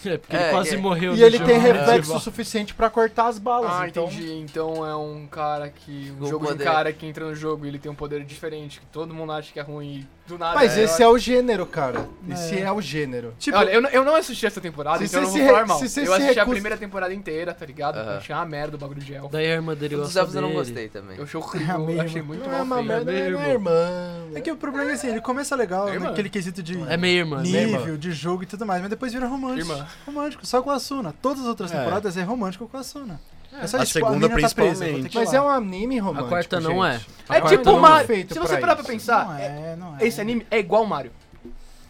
S1: É, porque
S2: É,
S1: ele quase
S2: é.
S1: morreu
S3: E
S1: no
S3: ele
S1: jogo,
S3: tem
S1: né?
S3: reflexo suficiente pra cortar as balas.
S4: Ah,
S3: então.
S4: entendi. Então é um cara que. Um
S2: O
S4: jogo de
S2: poder.
S4: um cara que entra no jogo e ele tem um poder diferente, que todo mundo acha que é ruim e do nada.
S3: Mas
S4: é,
S3: esse é o gênero, cara. Esse
S5: É.
S3: é o gênero.
S5: Tipo,
S4: Olha, eu, não- eu não assisti essa temporada,
S3: Se
S4: então eu não
S3: você
S4: vou
S3: se re-
S4: falar mal.
S3: se você
S4: eu
S3: se
S4: assisti a
S3: recusa-
S4: primeira temporada inteira, tá ligado?
S2: Aham.
S4: Achei uma merda o bagulho de gel.
S1: Daí a irmã dele
S2: Um dos
S1: gosta
S2: elfos eu não
S1: dele.
S2: gostei também.
S4: Eu achei horrível,
S5: mesmo.
S4: achei muito
S3: Não é
S4: mal
S3: uma
S4: feito.
S3: merda,
S1: É
S3: é
S1: mesmo.
S3: minha irmã.
S5: é que o problema é assim, ele começa legal
S4: Irmã.
S5: naquele quesito de
S1: É meio irmã. né?
S5: nível, de jogo e tudo mais, mas depois vira romântico.
S4: Irmã.
S5: Romântico, só com a Suna. Todas as outras
S3: É.
S5: temporadas é romântico com a Suna. É só
S6: A
S5: isso, tipo,
S6: segunda,
S5: mina tá presa, vou ter
S6: principalmente.
S5: que ir
S3: Mas
S5: lá.
S3: é um anime romântico.
S1: A quarta não é.
S3: gente.
S1: A
S4: É
S1: quarta
S4: tipo
S1: não
S4: o
S1: é.
S4: Mario.
S3: feito
S4: Se você
S3: pra
S4: parar pra
S3: isso.
S4: pensar,
S5: Não
S4: é-
S5: é, não é.
S4: esse anime é igual o Mario.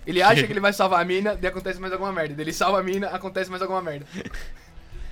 S4: Ele acha que ele vai salvar a mina, daí acontece mais alguma merda. Daí ele salva a mina, acontece mais alguma merda.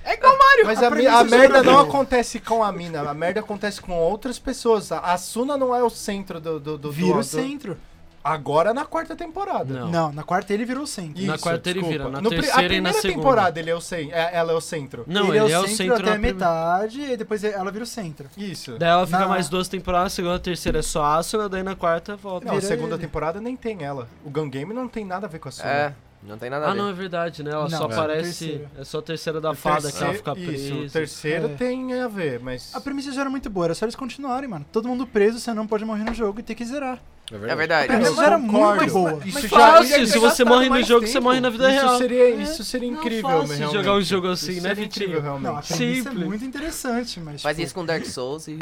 S4: É igual o Mario!
S3: Mas a, mi-
S5: premissa
S3: a
S5: do
S3: merda
S5: jogo.
S3: não acontece com a mina, a merda acontece com outras pessoas. A a Suna não é o centro do. do, do
S5: Vira
S3: do-
S5: o
S3: do-
S5: centro.
S3: Agora na quarta temporada.
S1: Não.
S5: Não, na quarta ele virou o centro.
S1: Na quarta ele vira, na
S3: No pri-
S1: terceira e
S3: a
S1: na
S3: primeira
S1: segunda.
S3: temporada ele é o cen- é- ela é o centro.
S1: Não,
S5: ele, é o centro,
S1: na
S5: até a
S1: primeira.
S5: metade e depois é, ela vira o centro.
S3: Isso.
S1: Daí ela fica
S5: Na-
S1: mais duas temporadas, segunda, terceira é só Asuna, daí na quarta volta.
S3: Não, a
S5: Vira
S3: segunda
S5: ele.
S3: temporada nem tem ela. O Gun Game não tem nada a ver com a Suna.
S2: É, não tem nada a
S1: Ah,
S2: ver.
S1: não, é verdade, né? Ela
S5: Não,
S1: só
S5: é.
S1: aparece.
S5: Terceira.
S1: É só a terceira da
S3: O
S1: fada que ela
S3: terceiro-
S1: fica presa.
S3: Isso, o terceiro
S5: É.
S3: tem a ver, mas.
S5: A premissa já era muito boa, era só eles continuarem, mano. Todo mundo preso, você não pode morrer no jogo e ter que zerar.
S2: É verdade.
S5: A premissa já era
S3: concordo.
S5: muito boa.
S3: Isso
S4: Mas fácil,
S3: já isso
S1: Fácil,
S4: ia
S1: se
S4: ter
S1: você
S4: gastado
S1: morre no
S4: mais
S1: jogo, você
S4: tempo.
S1: morre na vida real. É.
S3: seria, isso seria
S1: Não,
S3: incrível,
S1: fácil
S3: realmente.
S1: jogar um jogo assim,
S3: Isso
S1: né,
S3: seria
S1: Vitinho?
S3: incrível,
S5: Não, a
S3: realmente.
S5: premissa é
S1: Simples.
S5: muito interessante, mas.
S2: Faz
S5: tipo,
S2: isso com Dark Souls e.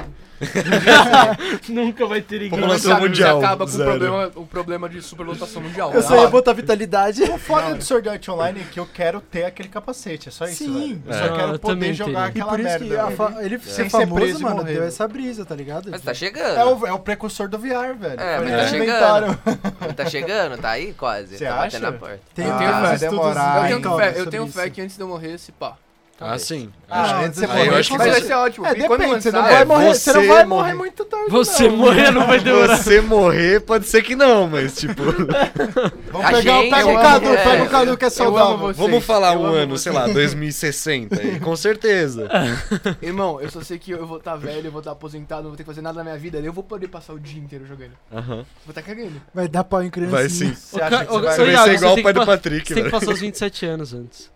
S1: Nunca vai ter ninguém.
S6: População
S4: Sabe,
S6: mundial,
S4: Você acaba com o
S6: zero.
S4: problema, o problema de superlotação mundial. Ah,
S5: Eu só ia botar vitalidade.
S3: O foda do Sword Art Online é que eu quero ter aquele capacete, é só isso.
S5: Sim.
S3: velho. Eu só
S1: É. Ah,
S3: quero
S1: eu
S3: poder
S1: também
S3: jogar
S5: E
S3: aquela
S5: por isso
S3: merda. né?
S5: que a
S3: velho.
S5: fa- ele
S3: Sem
S5: ser
S3: ser
S5: famoso,
S3: preso e
S5: mano,
S3: morrer.
S5: deu essa brisa, tá ligado?
S2: Mas tá
S3: É
S2: chegando.
S3: o, é o precursor do VR, velho.
S2: É, mas
S3: Foi o
S2: tá
S3: que
S2: chegando.
S3: inventaram.
S2: Tá chegando, tá aí quase.
S3: Você
S2: tá batendo
S3: acha?
S2: na porta.
S5: Tem
S3: Ah,
S5: vários
S3: vai
S5: estudos
S3: demorar,
S4: Eu
S3: hein?
S4: tenho
S5: históricos
S4: fé, eu
S5: sobre
S4: tenho fé
S5: isso.
S4: que antes de eu morrer, se pá.
S6: Ah, sim.
S3: Ah,
S6: Acho-
S3: antes de você
S6: Ah,
S3: morrer,
S6: eu acho que
S4: Mas
S3: você-
S4: vai ser ótimo.
S3: É,
S4: porque quando
S3: depende, você não
S4: lançar-
S3: vai morrer, você não vai
S6: você
S3: morrer
S6: morrer.
S3: muito tarde.
S1: Você morrer não vai demorar.
S6: Você morrer, pode ser que não, mas tipo.
S3: Vamos
S2: A
S3: pegar,
S2: gente-
S3: pega
S2: eu
S3: o Cadu,
S2: amo-
S3: pega
S2: é,
S3: o Cadu que é
S4: amo
S3: saudável.
S4: você.
S6: Vamos
S4: Vocês,
S6: falar
S4: eu
S6: um
S4: amo
S6: ano, sei lá, 2060 aí, com certeza.
S4: Irmão, eu só sei que eu vou estar velho, eu vou estar aposentado, não vou ter que fazer nada na minha vida, daí eu vou poder passar o dia inteiro jogando.
S6: Aham.
S4: Vou estar cagando.
S5: Vai dar pau em criança.
S6: Vai sim.
S3: Você acha que você vai
S1: Ô,
S6: Você vai
S1: Iago,
S6: ser igual
S1: tem
S6: o pai
S1: que
S6: do
S1: pa-
S6: Patrick,
S1: Você tem que
S6: velho.
S1: passar os 27 anos antes.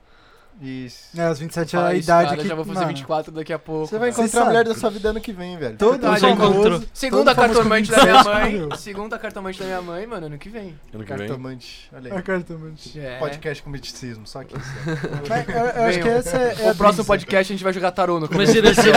S3: Isso.
S5: É, aos 27 é
S4: Fala
S5: a
S4: isso,
S5: idade
S4: cara,
S5: que.
S4: já vou fazer
S5: mano,
S4: 24 daqui a pouco.
S3: Você vai
S5: Você
S3: encontrar a
S5: sabe.
S3: mulher da sua vida ano que vem, velho.
S5: Todo
S4: Verdade,
S5: mundo
S1: encontrou.
S5: famoso,
S4: um Segunda
S5: todo famoso
S4: cartomante
S5: com
S4: da minha
S5: 27
S4: mãe.
S5: morreu.
S4: Segunda cartomante da minha mãe, mano, ano que vem.
S6: Ano que vem.
S3: é Cartomante. Olha
S5: A
S3: aí.
S5: cartomante.
S4: É.
S3: Podcast com misticismo, só que isso.
S5: Mas eu, eu acho que essa é, é a
S4: O próximo
S5: brisa.
S4: podcast a gente vai jogar tarô no começo.
S1: Imagina se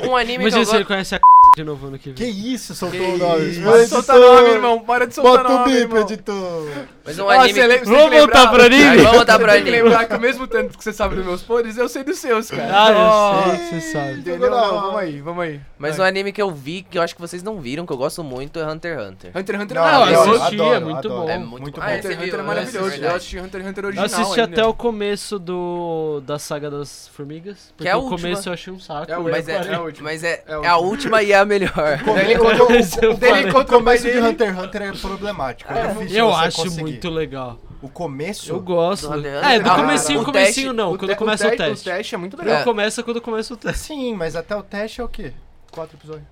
S1: ele,
S2: Um anime
S1: imagina
S2: que
S1: se
S2: eu
S1: ele
S2: gosto.
S1: conhece a c de novo ano que
S3: Que
S1: vem.
S3: isso, soltou o nome.
S4: Para de soltar nome, irmão. Para de soltar
S3: Bota o
S4: nome,
S3: bip,
S4: irmão.
S3: editor.
S2: Mas um
S4: Ó,
S2: anime.
S4: você lembra- você tem
S1: Vamos
S4: que lembrar-
S1: voltar pro anime?
S2: Vai, vamos voltar
S4: Você
S2: pro
S4: tem que
S2: anime.
S4: lembrar que ao mesmo tanto que você sabe dos meus podres, eu sei dos seus, cara.
S1: Ah, eu sei, você sabe.
S4: Entendeu?
S3: Jogou na
S4: Não,
S3: hora.
S4: vamos aí, vamos aí.
S2: Mas um anime que eu vi, que eu acho que vocês não viram, que eu gosto muito, é Hunter x Hunter.
S4: Hunter x Hunter
S3: Não,
S4: é
S1: Não,
S4: maravilhoso.
S3: adoro,
S1: eu assisti, é
S3: adoro,
S1: muito
S3: adoro.
S1: bom.
S2: É muito
S3: muito
S2: bom.
S3: bom. né?
S4: Hunter x Hunter é
S2: eu assisti,
S4: maravilhoso. Eu
S2: verdade.
S4: assisti Hunter x Hunter
S1: Eu
S4: original.
S1: assisti
S4: ainda.
S1: até o começo do da saga das formigas. Porque
S2: é a
S1: o
S2: última.
S1: começo eu achei um saco.
S4: É a
S1: eu
S2: Mas é,
S4: É a
S1: parei.
S4: última.
S2: mas é,
S4: É a
S2: é a última e é a melhor.
S4: Daí ele
S1: Eu
S4: contou-
S1: parei.
S4: o dele
S3: O
S4: encontra o pai
S3: começo de
S4: dele.
S3: Hunter x Hunter é problemático. É, difícil
S1: Eu
S3: você
S1: acho
S3: conseguir.
S1: muito legal.
S3: O começo.
S1: Eu gosto.
S2: Do Hunter x
S1: É,
S2: Hunter.
S1: do
S4: Ah,
S1: comecinho,
S2: o
S1: comecinho
S2: teste-
S1: não.
S4: O
S1: quando
S4: te-
S1: começa o
S4: te-
S1: teste.
S4: O teste é muito
S1: Eu
S4: legal.
S1: começa quando começa o teste.
S3: Sim, mas até o teste é o quê? Quatro episódios.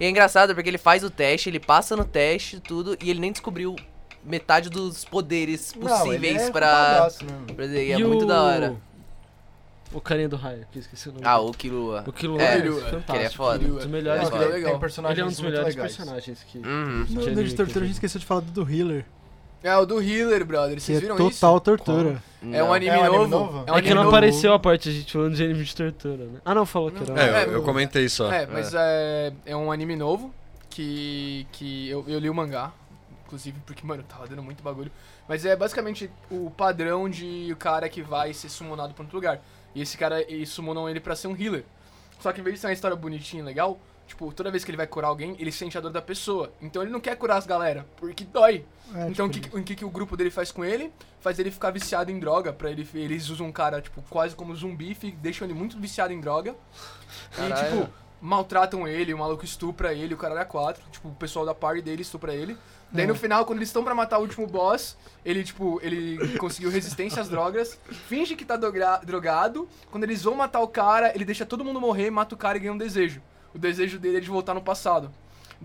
S2: E é engraçado porque ele faz o teste, ele passa no teste tudo e ele nem descobriu metade dos poderes
S3: é
S2: possíveis
S4: é
S2: pra. pra dizer, e é
S1: E
S2: muito
S1: o-
S2: da hora.
S1: O carinha do raio, que eu esqueci o nome.
S2: Ah, o Kirua.
S1: O Killua.
S2: É,
S1: É,
S4: Killua.
S1: fantástico.
S2: Que ele é foda.
S1: Um dos melhores.
S2: Ele é
S1: Ele,
S4: legal.
S3: Tem personagens
S1: é um dos
S3: muito
S1: melhores
S3: legais.
S1: personagens que.
S2: Uhum.
S5: No
S1: Tinha
S5: Dedo de
S1: anime
S5: tortura a
S1: que
S5: gente esqueceu de falar do Healer,
S4: É o do Healer, brother.
S5: que é
S4: Vocês viram
S5: total
S4: isso?
S5: tortura.
S4: É um
S2: Não.
S4: anime
S3: É um anime
S4: novo.
S3: novo?
S4: um
S1: É que
S4: anime
S1: não
S4: novo.
S1: apareceu a parte a gente falando de anime de tortura, né? Ah, não, falou que era.
S6: É, eu, eu comentei só.
S4: É, mas é, é um anime novo que, que eu, eu li o mangá, inclusive, porque, mano, tava dando muito bagulho. Mas é basicamente o padrão de o cara que vai ser summonado pra outro lugar. E esse cara, eles summonam ele pra ser um healer. Só que em vez de ser uma história bonitinha e legal, tipo, toda vez que ele vai curar alguém, ele sente a dor da pessoa. Então ele não quer curar as galera, porque dói.
S5: É,
S4: Então o
S5: tipo,
S4: que, o que, que o grupo dele faz com ele? Faz ele ficar viciado em droga, pra ele. Eles usam um cara, tipo, quase como zumbi, fi- deixam ele muito viciado em droga. E, tipo, maltratam ele, o maluco estupra ele, o cara é quatro. Tipo, o pessoal da party dele estupra ele. Daí
S5: Hum.
S4: no final, quando eles estão pra matar o último boss, ele, tipo, ele conseguiu resistência às drogas, finge que tá dogra- drogado. Quando eles vão matar o cara, ele deixa todo mundo morrer, mata o cara e ganha um desejo. O desejo dele é de voltar no passado.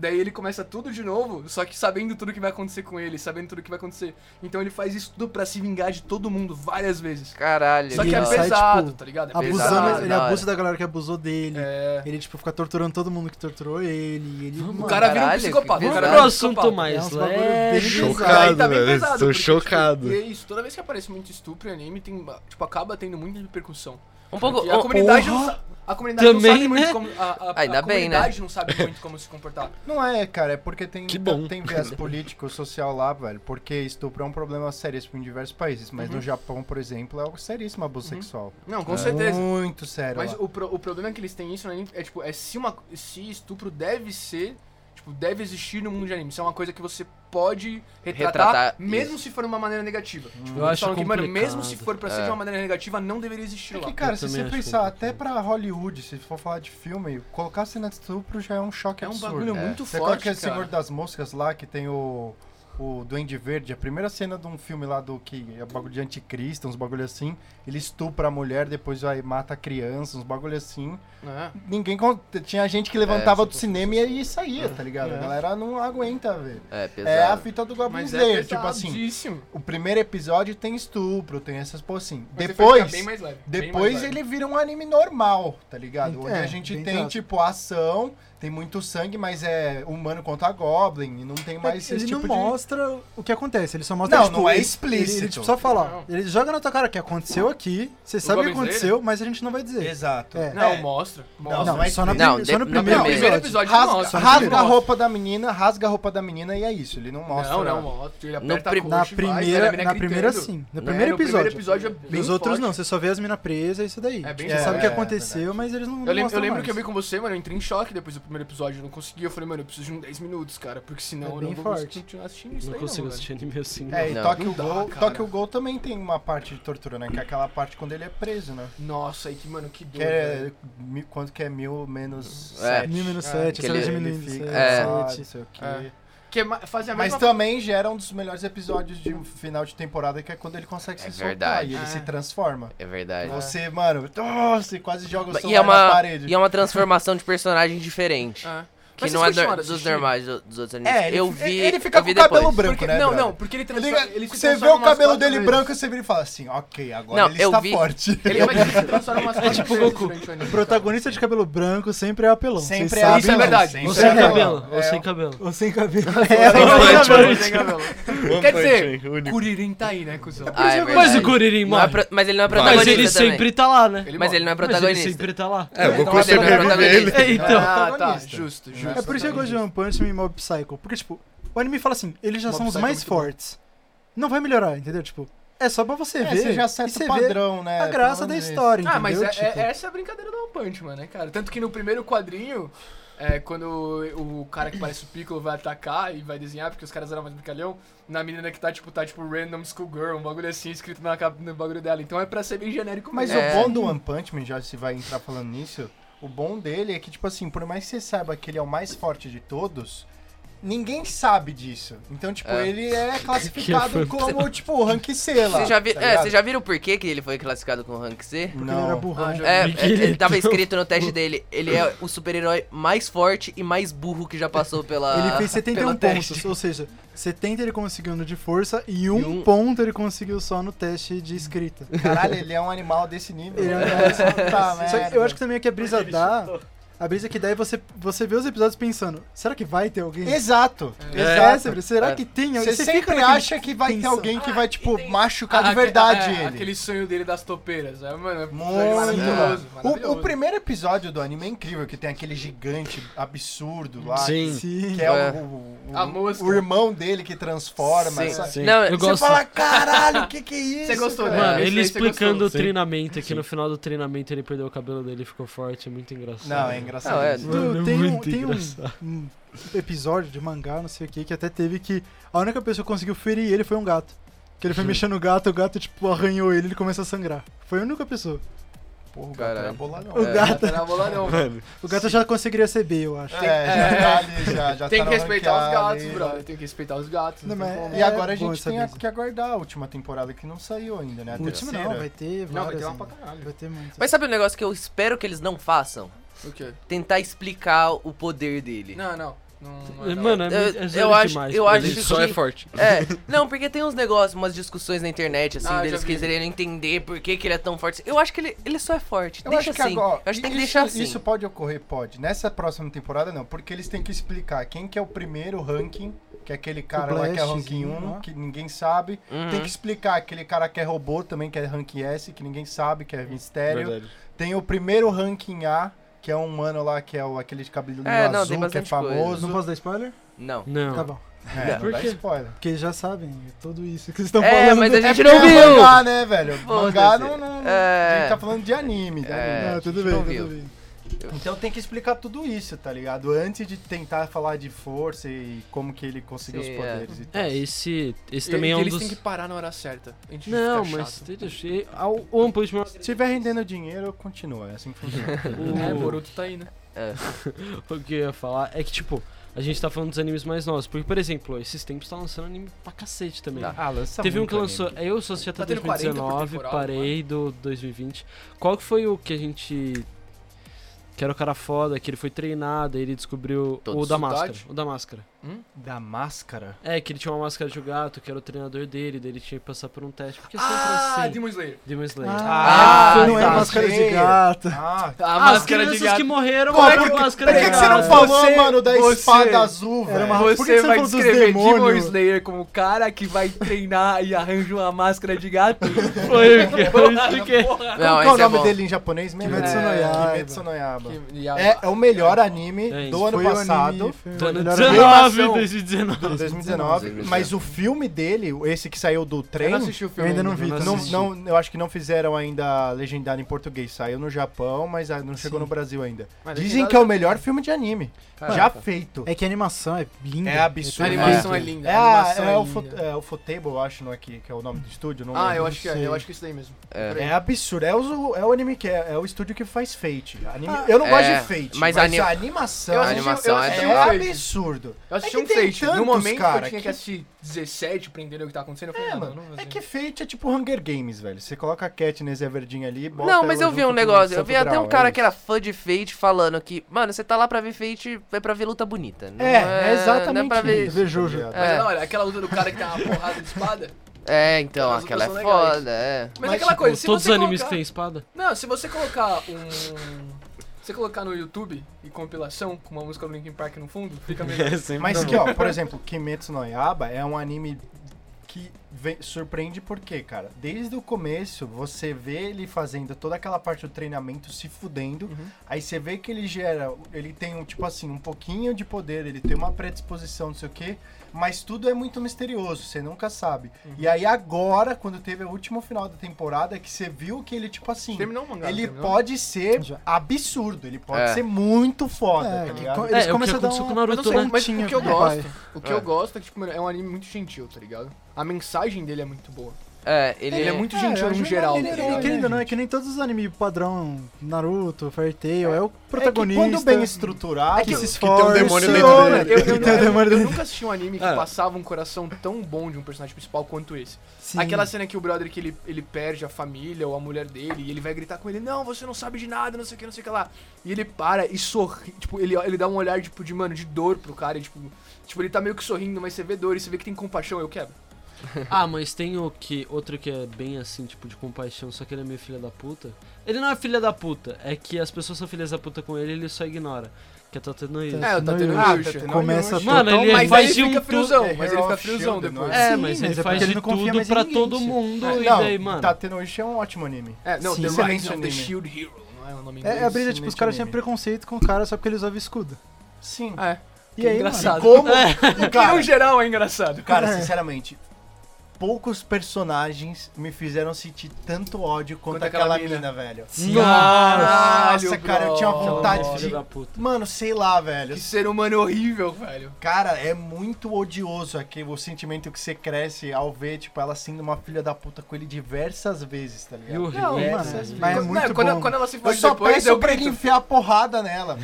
S4: Daí ele começa tudo de novo, só que sabendo tudo que vai acontecer com ele, sabendo tudo que vai acontecer. Então ele faz isso tudo pra se vingar de todo mundo várias vezes.
S2: Caralho.
S4: Só que
S5: ele
S4: é
S2: cara.
S5: sai,
S4: pesado,
S5: tipo,
S4: tá ligado? É
S5: abusando,
S4: pesado.
S2: pesado,
S5: ele
S2: da hora.
S5: abusa da galera que abusou dele.
S4: É.
S5: Ele, tipo, fica torturando todo mundo que torturou ele. ele
S4: O
S5: mano,
S4: cara vira um
S2: Caralho,
S4: psicopata.
S2: que
S4: O
S1: Vamos
S4: cara
S1: pro
S4: vira um
S1: assunto
S4: psicopata.
S5: é
S1: mais
S5: uns bagulho bem
S1: leve.
S5: bizarro.
S4: Aí tá
S6: Chocado,
S4: bem
S6: velho.
S4: pesado,
S6: Estou
S4: porque, tipo,
S6: chocado.
S4: E é isso, toda vez que aparece muito estupro em anime, tem, tipo, acaba tendo muita repercussão.
S2: Um pouco.
S4: E É a
S2: um-
S4: comunidade não sa- a comunidade não
S1: Também,
S4: sabe muito
S1: né?
S4: como. A, a,
S2: Ainda
S4: a
S2: bem, né?
S4: comunidade não sabe muito como se comportar.
S3: Não é, cara, é porque tem,
S6: Que bom.
S3: tem viés político, social lá, velho. Porque estupro é um problema seríssimo em diversos países, mas no Japão, por exemplo, é algo seríssimo abuso sexual.
S4: Não, Uhum. com certeza.
S3: Muito sério.
S4: Mas
S3: lá.
S4: o, pro- o problema que eles têm isso no anime é tipo, é se uma se estupro deve ser, tipo, deve existir no mundo de anime. Isso é uma coisa que você pode retratar,
S2: Retratar
S4: mesmo
S2: isso.
S4: se for de uma maneira negativa.
S3: Hum.
S4: Tipo,
S1: Eu
S4: eles
S1: acho
S4: falam que, mano,
S1: complicado.
S4: mesmo se for pra ser
S2: É.
S4: de uma maneira negativa, não deveria existir
S3: É
S4: lá.
S3: que, cara, se
S1: também
S3: você
S1: acho
S3: pensar, até
S1: complicado.
S3: pra Hollywood, se for falar de filme, colocar cena de estupro já é um choque
S4: É um
S3: absurdo.
S4: bagulho muito
S3: Você
S4: forte,
S3: coloca o
S4: cara.
S3: Senhor das Moscas lá, que tem o, o Duende Verde, a primeira cena de um filme lá do que é bagulho de anticristo, uns bagulho assim, ele estupra a mulher, depois vai e mata a criança, uns bagulho assim.
S4: É.
S3: Ninguém... con- Tinha gente que levantava
S2: É,
S3: do cinema e aí saía, tá ligado?
S4: É.
S3: A galera não aguenta, velho.
S2: É,
S3: É a
S2: pesado.
S3: fita do Goblin
S4: Mas
S3: Slayer,
S4: é
S3: tipo assim...
S4: pesadíssimo.
S3: O primeiro episódio tem estupro, tem essas porra assim.
S4: Mas você vai
S3: Depois,
S4: ficar bem mais leve, bem mais
S3: depois
S4: leve.
S3: ele vira um anime normal, tá ligado?
S5: Ent-
S3: Onde
S5: é,
S3: a gente
S5: bem
S3: tem,
S5: exato.
S3: tipo, ação, tem muito sangue, mas é humano contra goblin, e não tem mais
S5: É ele
S3: esse
S5: não
S3: tipo de...
S5: mostra o que acontece, ele só mostra
S3: Não,
S5: tipo,
S3: não é
S5: ele-
S3: explícito.
S5: Ele, ele, tipo, só fala, ó,
S4: Não.
S5: ele joga na tua cara que aconteceu aqui, você sabe o que
S4: Goblin Slayer?
S5: aconteceu, mas a gente não vai dizer.
S3: Exato.
S5: É.
S4: Não, mostra.
S3: Não,
S4: mostra.
S5: não,
S3: não é
S5: só, na
S2: explícito.
S5: prim- só
S2: Não,
S5: no
S2: de-
S5: primeiro
S2: no
S4: primeiro
S5: episódio.
S4: episódio não
S3: Rasga,
S4: mostra.
S3: rasga a
S4: Não
S3: roupa da menina, rasga a roupa da menina e é isso. Ele não mostra.
S4: Não, não, mostra. Ele aperta
S2: pri-
S4: a
S5: Na
S4: coxa e vai,
S5: primeira,
S4: a mina
S5: na primeira
S4: gritando.
S5: sim. No
S2: Né?
S5: primeiro
S4: No primeiro
S5: episódio.
S4: episódio é bem
S5: Nos outros
S4: forte.
S5: não, você só vê as minas presas, é isso daí.
S4: É bem
S5: você
S4: forte.
S5: sabe o que
S3: É,
S5: aconteceu, mas eles não, não
S4: Eu, lem- eu
S5: mostram
S4: lembro
S5: mais.
S4: que eu vi com você, mano. Eu entrei em choque depois do primeiro episódio. Eu não consegui. Eu falei, mano, eu preciso de uns 10 minutos, cara. Porque senão
S5: É
S4: eu
S5: bem
S4: não vou
S5: forte.
S4: conseguir continuar assistindo isso.
S1: Não
S4: aí,
S1: consigo
S4: velho.
S1: assistir anime assim. não.
S3: É, e
S2: Não,
S3: Toque
S4: não
S3: o
S4: dá,
S3: Gol,
S4: cara.
S3: Toque o Gol também tem uma parte de tortura, né? Que é aquela parte quando ele é preso, né?
S4: Nossa, aí que, mano, que
S3: Que
S4: doido.
S3: é, mi- quanto que é mil menos
S2: É.
S3: sete.
S5: Mil menos
S4: É,
S5: 7,
S2: aquele-
S5: você
S3: Ele
S5: diminuindo.
S3: fica,
S5: sete,
S2: é.
S3: sabe,
S5: sete.
S3: não sei o quê.
S4: É. Que é ma- fazer a
S3: Mas
S4: mesma
S3: também gera um dos melhores episódios de final de temporada, que é quando ele consegue
S2: É
S3: se soltar
S2: verdade.
S3: e ele
S4: É.
S3: se transforma.
S2: É verdade.
S3: Você, mano, nossa, quase joga o
S2: E é,
S4: um
S3: celular na
S2: uma,
S3: parede.
S2: e é uma transformação de personagem diferente.
S4: É.
S2: Que
S4: Mas
S2: não é
S4: vocês
S2: do-
S4: continuaram
S2: dos
S4: assistindo? É,
S2: normais, do- dos outros animes.
S3: ele-
S2: eu vi.
S3: ele fica
S2: eu vi
S3: com o cabelo
S2: depois.
S3: branco,
S4: Porque-
S3: né,
S4: Não,
S3: brother?
S4: não, porque ele
S3: Ele-
S4: transforma. Ele, se
S3: você vê
S4: transforma
S3: o
S4: umas
S3: cabelo
S4: quatro
S3: dele
S4: vezes.
S3: branco, você vira e fala assim, ok, agora
S2: Não,
S3: ele
S2: eu
S3: está
S2: vi-
S3: forte.
S4: Ele, mas ele se transforma umas quatro
S1: tipo
S4: vezes
S1: Goku.
S4: durante o anime,
S5: Protagonista de cabelo branco sempre é apelão. vocês
S3: Sempre é
S5: sabem.
S4: Isso é
S3: vilão,
S4: verdade.
S3: sempre
S1: Ou
S3: é
S1: sem
S3: vilão.
S1: cabelo, ou
S3: É,
S1: sem cabelo.
S5: Ou sem cabelo.
S4: Tá
S1: Tá One Punch
S4: cara. Sem cabelo, sem cabelo. Quer
S6: Quer
S4: dizer, Kuririn tá aí, né, cuzão?
S2: Ah, é
S1: Mas o
S2: verdade.
S1: Kuririn
S2: Não é
S1: morre.
S2: pro- Mas ele não é
S6: Mas
S1: Mas
S2: protagonista.
S1: ele
S2: também.
S1: sempre tá lá, né?
S2: Mas ele não é
S1: Mas ele
S2: protagonista.
S1: sempre tá lá.
S6: É, o Goku
S2: Então, ele é
S6: sobrevive ele.
S2: protagonista.
S1: É, então.
S4: Ah, tá.
S3: protagonista.
S4: Justo, justo.
S5: É por isso que eu gosto de One Punch Man e Mob Psycho. Porque, tipo, o anime fala assim, eles já
S4: Mob
S5: são os
S4: Psycho é
S5: mais
S4: muito bom.
S5: fortes. Não vai melhorar, entendeu? Tipo, é só pra você
S3: é,
S5: ver.
S3: você já
S5: e
S3: acerta
S5: você
S3: o
S5: vê
S3: padrão, né?
S5: a graça
S3: pelo
S5: da
S3: menos isso.
S5: história, entendeu?
S4: Ah, mas é,
S5: Tipo,
S4: é- essa é a brincadeira do One Punch Man, né, cara? Tanto que no primeiro quadrinho, é, quando o cara que parece o Piccolo vai atacar e vai desenhar, porque os caras eram mais brincalhão, na menina que tá, tipo, tá, tipo, random schoolgirl, um bagulho assim, escrito na capa, no bagulho dela. Então é pra ser bem genérico
S3: Mas
S4: mesmo.
S2: É.
S3: o bom do One Punch Man, já se vai entrar falando nisso, o bom dele é que, tipo assim, por mais que você saiba que ele é o mais forte de todos, ninguém sabe disso. Então, tipo,
S2: É.
S3: ele é classificado como, tipo, rank C lá.
S2: Você já, vi...
S3: tá
S2: é,
S3: ligado?
S2: vocês já viram por que que ele foi classificado com Rank C?
S5: Porque ele era
S3: Não.
S5: burrão.
S4: Ah, já-
S2: É,
S1: vi que
S2: é,
S1: ele é
S2: ele tava
S1: tão
S2: escrito no teste dele. Ele é o super-herói mais forte e mais burro que já passou pela.
S5: Ele
S4: Ah,
S5: fez 71
S2: pelo
S5: pontos,
S2: teste.
S5: ou seja, 70 ele conseguiu no de força e um,
S2: E um-
S5: ponto ele conseguiu só no teste de escrita.
S3: Caralho, ele é um animal desse nível.
S5: Ele é um
S3: Puta
S5: Só que
S3: merda.
S5: eu acho que também é que a brisa dá A brisa é que daí você, você vê os episódios pensando, será que vai ter alguém?
S3: Exato.
S5: É, sempre, será
S2: É.
S5: que tem alguém?
S3: Você sempre
S5: naquele-
S3: acha que vai ter
S5: tensão.
S3: alguém que vai, tipo,
S2: Ah, tem- Ah,
S3: machucar de verdade
S4: aque- é,
S3: ele.
S4: Aquele sonho dele das topeiras. É, mano, é
S3: Muito.
S4: maravilhoso.
S3: O, o
S4: maravilhoso.
S3: primeiro episódio do anime é incrível, que tem aquele gigante absurdo lá.
S6: Sim.
S5: Sim.
S3: Que é, o-
S2: É.
S3: O, o-
S4: A mosca.
S3: o irmão dele que transforma.
S2: Sim.
S3: sabe?
S6: Sim.
S2: Não,
S1: Eu
S3: Você
S1: gosto.
S3: fala, caralho, o que que é isso?
S4: Você gostou,
S3: cara?"
S4: né?
S1: Mano,
S4: esse
S1: ele
S4: aí você
S1: explicando o
S6: Sim.
S1: treinamento, que
S6: Sim.
S1: no final do treinamento ele perdeu o cabelo dele e ficou forte, é muito engraçado.
S3: Não, é engraçado.
S2: Não, é,
S3: isso.
S5: Tu-
S1: Mano, é
S5: tem um,
S1: muito
S5: tem um-
S1: engraçado.
S5: um episódio de mangá, não sei o que, que até teve que a única pessoa que conseguiu ferir ele foi um gato. Que ele foi mexendo o gato, o gato, tipo, arranhou ele ele começou a sangrar. Foi a única pessoa.
S3: Porra, o gato
S2: Caralho.
S3: era boladão.
S5: O
S2: É.
S5: gato,
S4: Não, vou lá, Tá não.
S6: Mano,
S5: o gato já conseguiria ser B, eu acho.
S3: É, já tá ali, já, já
S4: Tem
S3: tá
S4: que
S3: na
S4: respeitar os
S3: ranqueada
S4: gatos,
S3: ali.
S4: brother. Tem que respeitar os gatos.
S5: Não,
S4: tem
S5: mas-
S4: como.
S3: E agora
S5: É
S3: a
S5: bom
S3: gente
S5: essa
S3: tem a-
S5: brisa.
S3: que aguardar a última temporada que não saiu ainda, né? A
S5: O último não,
S3: terceira.
S5: vai ter várias.
S4: Não, vai ter uma
S5: ainda.
S4: pra caralho.
S5: Vai ter muito.
S2: Mas sabe um negócio que eu espero que eles não façam?
S4: O quê?
S2: Tentar explicar o poder dele.
S4: Não, não. não, não é da
S1: Mano, é,
S2: Eu-
S1: muito- é
S2: eu
S1: zoeira
S2: acho-
S1: demais.
S2: eu
S1: cara.
S2: acho
S6: ele
S2: que-
S6: só é forte.
S2: É, não, porque tem uns negócios, umas discussões na internet, assim,
S4: Ah, eu
S2: deles
S4: já vi.
S2: quiserem entender por que, que ele é tão forte. Eu acho que ele, ele só é forte.
S3: Eu
S2: Deixa
S3: acho que
S2: assim.
S3: agora.
S2: eu acho que tem que
S3: isso,
S2: deixar assim.
S3: Isso pode ocorrer, pode. Nessa próxima temporada, não, porque eles têm que explicar quem que é o primeiro ranking, que é aquele cara lá que é ranking
S5: Blastzinho,
S3: 1,
S5: né?
S3: que ninguém sabe.
S2: Uhum.
S3: Tem que explicar aquele cara que é robô também, que é ranking S, que ninguém sabe, que é mistério.
S6: Verdade.
S3: Tem o primeiro ranking A, que é um mano lá que é o, aquele de cabelo
S2: É, não,
S3: azul,
S2: tem
S3: que é
S2: bastante coisa.
S5: Não
S3: famoso.
S5: posso dar spoiler?
S3: Hum,
S2: Não.
S1: Não.
S5: Tá bom.
S3: É, não
S1: Por
S3: dá
S1: quê?
S3: spoiler.
S5: Porque eles já sabem é tudo isso que vocês estão
S2: É,
S5: falando.
S2: mas a gente
S3: É
S2: não
S3: porque é
S2: viu!
S3: mangá, né, velho? Mangá
S2: Foda-se.
S3: não, não- A
S2: É.
S3: gente tá falando de anime, né?
S2: É,
S5: Não, Ah, tudo
S2: a gente
S5: bem,
S2: não
S5: tudo
S2: viu.
S5: bem.
S3: Então tem que explicar tudo isso, tá ligado? Antes de tentar falar de força e como que ele conseguiu
S2: Sim, é.
S3: os poderes e tal.
S1: É, esse, esse
S4: E-
S1: também
S4: e
S1: é um
S4: eles
S1: dos.
S4: têm que parar na hora certa. A gente
S1: Não,
S4: fica
S1: mas
S4: chato.
S1: deixa. ah, O One Punch Man.
S3: Se tiver rendendo dinheiro, continua. É assim que funciona.
S4: É,
S1: o-
S4: Boruto tá aí, né?
S1: O que eu ia falar é que, tipo, a gente tá falando dos animes mais novos. Porque, por exemplo, esses tempos tá lançando anime pra cacete também.
S2: Tá.
S3: ah, lança
S1: Teve um
S3: muito
S1: que lançou. Eu só assisti até
S4: Tá tendo 40 por
S1: 2019,
S4: temporada,
S1: parei do 2020. Qual que foi o que a gente. Que era o cara foda, que ele foi treinado, aí ele descobriu
S2: Todo
S1: o da
S4: soldado?
S1: máscara. O da máscara.
S3: anime. Da máscara?
S1: É, que ele tinha uma máscara de gato, que era o treinador dele, daí ele tinha que passar por um teste. Porque sempre
S4: Ah,
S1: assim.
S4: Demon Slayer.
S1: Demon Slayer.
S3: Ah,
S5: não é
S3: tá
S5: máscara de
S3: cheio.
S5: gato.
S3: Ah,
S4: A
S1: Ah, as
S4: máscara de
S1: crianças
S4: gato.
S1: é que morreram
S3: Pô,
S1: eram
S3: por que-
S1: máscara
S3: Por que,
S1: de
S3: que você não
S1: gato.
S3: falou,
S4: Você-
S3: mano, da
S4: você-
S3: espada azul, velho?
S5: Era uma
S4: Você,
S5: Por que você
S4: vai
S5: falou dos
S4: descrever Demon
S5: demônios?
S4: Slayer como o cara que vai treinar e arranja uma máscara de gato.
S1: Foi o que eu expliquei.
S2: Não,
S3: Qual o
S2: esse é
S3: nome
S2: bom.
S3: dele em japonês mesmo?
S5: Kimetsu
S4: no
S5: Yaiba.
S3: Kimetsu no Yaiba.
S4: Que- e a-
S3: É, é o melhor anime
S1: É isso.
S3: do ano
S5: Foi o
S3: passado.
S5: anime, foi o
S1: Tô no
S5: melhor
S1: 19,
S3: animação.
S1: 2019.
S3: 2019, mas o filme dele, esse que saiu do
S4: Eu
S3: trem,
S4: não assisti o
S5: Eu
S4: filme.
S5: ainda não vi.
S1: Eu não
S5: também.
S3: não, não- eu acho que não fizeram ainda legendado em português. Saiu no Japão, mas ah, não chegou
S5: Sim.
S3: no Brasil ainda.
S4: Mas
S3: Dizem
S4: legendado
S3: que é o
S4: já-
S3: melhor filme de anime
S4: Caraca.
S3: já feito.
S5: É que a animação é linda.
S3: É absurdo.
S4: A animação é linda.
S3: É,
S4: a
S3: a-
S4: animação
S3: é o
S4: linda.
S3: Fo- é o Fotable, eu acho, não é que, que é o nome do estúdio. Não
S4: Ah,
S3: lembro.
S4: eu acho que é. Eu acho que é isso daí mesmo.
S2: É.
S3: É absurdo. É, o, é o anime que é, é o estúdio que faz Fate. Anime- eu não gosto
S2: É,
S3: de Fate,
S2: mas
S3: mas,
S2: a ani-
S3: a animação
S4: Eu
S2: A
S4: assisti,
S2: animação
S4: eu
S2: é
S4: assisti
S3: é,
S4: um Fate.
S3: absurdo.
S4: Eu assisti
S3: É que
S4: um
S3: tem
S4: Fate. No
S3: tantos,
S4: momento que
S3: cara,
S4: eu tinha que
S3: que-
S4: assistir 17 pra entender o que tá acontecendo, eu falei,
S3: É,
S4: não,
S3: mano.
S4: não vou
S3: É
S4: ver.
S3: que Fate é tipo Hunger Games, velho. Você coloca a Katniss Everdeen ali, bota
S2: Não, mas
S3: ela
S2: eu vi
S3: junto
S2: um
S3: com
S2: negócio.
S3: o
S2: Eu vi
S3: Santo
S2: até um
S3: Graal,
S2: cara
S3: é
S2: que era fã de Fate falando que, mano, você tá lá pra ver Fate, é pra ver luta bonita. Não
S3: É, é
S2: Não é pra
S3: exatamente
S2: ver.
S3: isso.
S5: Ver Jojo.
S3: Tá ligado?
S4: Mas
S2: É.
S4: não, olha, aquela luta do cara que tá uma porrada de espada.
S2: É, então,
S4: As
S2: aquela é
S4: lutas são legais.
S2: foda, é.
S4: Mas,
S3: Mas,
S4: aquela
S3: tipo,
S4: coisa, se
S1: Todos os
S4: você
S1: animes que
S4: colocar...
S1: tem espada.
S4: Não, se você colocar um... Se você colocar no YouTube e compilação com uma música do Linkin Park no fundo, fica assim. melhor.
S6: É, sempre
S3: Mas
S6: bom.
S3: que, ó, por exemplo, Kimetsu no Yaiba é um anime que vem- surpreende por quê, cara? Desde o começo, você vê ele fazendo toda aquela parte do treinamento, se fudendo, aí você vê que ele gera, ele tem um, tipo assim, um pouquinho de poder, ele tem uma predisposição, não sei o quê, mas tudo é muito misterioso, você nunca sabe. E aí agora, quando teve o último final da temporada, é que você viu que ele, tipo assim...
S4: Terminou o mangá,
S3: Ele
S4: não terminou?
S3: pode ser
S5: Já.
S3: absurdo, ele pode
S2: É.
S3: ser muito foda,
S5: É,
S3: tá
S5: que
S3: ligado?
S5: co-
S1: É,
S5: Eles
S1: é o que
S5: começam a dar
S1: aconteceu
S5: um-
S1: com o
S4: Mas
S1: Naruto,
S4: não sei,
S1: né?
S4: mas o que eu
S5: pro
S4: gosto,
S5: pai.
S4: o que eu gosto é que tipo, mano, é um anime muito gentil, tá ligado? A mensagem dele é muito boa.
S2: É, ele,
S4: Ele é muito gentil
S3: é
S4: no
S3: jornal,
S4: geral.
S3: ele
S4: tá
S3: é-
S4: ligado?
S5: E querendo ou não, é que nem todos os anime padrão, Naruto, Fairy Tail, é, o protagonista.
S3: É que quando bem estruturado,
S4: É que
S3: se
S4: eu-
S5: que tem um
S3: esforça,
S6: demônio
S3: né?
S6: dentro
S3: Né?
S6: dele.
S4: Eu, eu-
S5: Então,
S4: eu-
S5: demora-
S4: eu nunca assisti um anime que
S6: Ah.
S4: passava um coração tão bom de um personagem principal quanto esse.
S5: Sim.
S4: Aquela cena que o brother que ele, ele perde a família ou a mulher dele e ele vai gritar com ele, não, você não sabe de nada, não sei o que, não sei o que lá. E ele para e sorri, tipo, ele, ele dá um olhar, tipo, de, mano, de dor pro cara, e, tipo, tipo, ele tá meio que sorrindo, mas você vê dor e você vê que tem compaixão, eu quebro.
S1: Ah, mas tem o que. Outro que é bem assim, tipo, de compaixão, só que ele é meio filha da puta. Ele não é filha da puta, é que as pessoas são filhas da puta com ele e ele só ignora. Que é Tatenoyu.
S4: É, o Tateno
S5: Ah,
S4: Yusha.
S5: Começa
S1: Mano,
S5: total-
S1: ele
S4: então, mas
S1: faz
S4: aí
S1: de um
S4: fica
S1: tudo.
S4: friozão,
S3: É
S4: mas ele
S3: Hero
S4: fica
S3: of
S4: friozão
S3: Shield,
S4: depois.
S3: não
S1: É,
S5: Sim,
S1: mas
S5: mas
S1: ele
S5: é porque
S1: faz
S5: ele
S1: de
S5: não confia
S1: tudo
S5: mais em
S1: pra
S5: ninguém,
S1: todo
S5: tio.
S1: mundo.
S3: É,
S1: e
S3: não,
S1: daí, mano.
S3: Tatenoishi é um ótimo anime.
S4: É, não,
S5: Sim,
S4: The
S3: excelente
S4: Rise of the
S3: anime.
S4: Shield Hero, não é o nome
S5: É, é a brisa, tipo, os caras tinham
S3: anime.
S5: preconceito com o cara só porque ele usava escudo.
S3: Sim.
S4: Ah, é.
S5: E aí,
S1: engraçado.
S5: mano,
S3: Como?
S1: É.
S3: E, cara,
S4: No geral é engraçado.
S3: cara, sinceramente, poucos personagens me fizeram sentir tanto ódio quanto,
S4: Quanto
S3: aquela,
S4: aquela
S3: mina,
S4: mina,
S3: velho.
S4: tá
S1: Nossa,
S3: Nossa, cara, eu tinha vontade
S1: Filha
S3: de.
S1: da puta.
S3: Mano, sei lá, velho.
S4: Que ser humano horrível, velho.
S3: Cara, é muito odioso aquele, o sentimento que você cresce ao ver, tipo, ela sendo uma filha da puta com ele diversas vezes, tá
S1: E
S3: ligado?
S1: o
S5: mano,
S1: Rex,
S5: mas-
S1: né?
S5: mas- É
S4: Quando-
S5: muito
S4: não, quando,
S5: bom.
S4: quando ela se
S3: Eu
S4: faz
S3: só
S4: depois,
S3: peço
S4: eu
S3: pra ele
S4: grito.
S3: enfiar a porrada nela.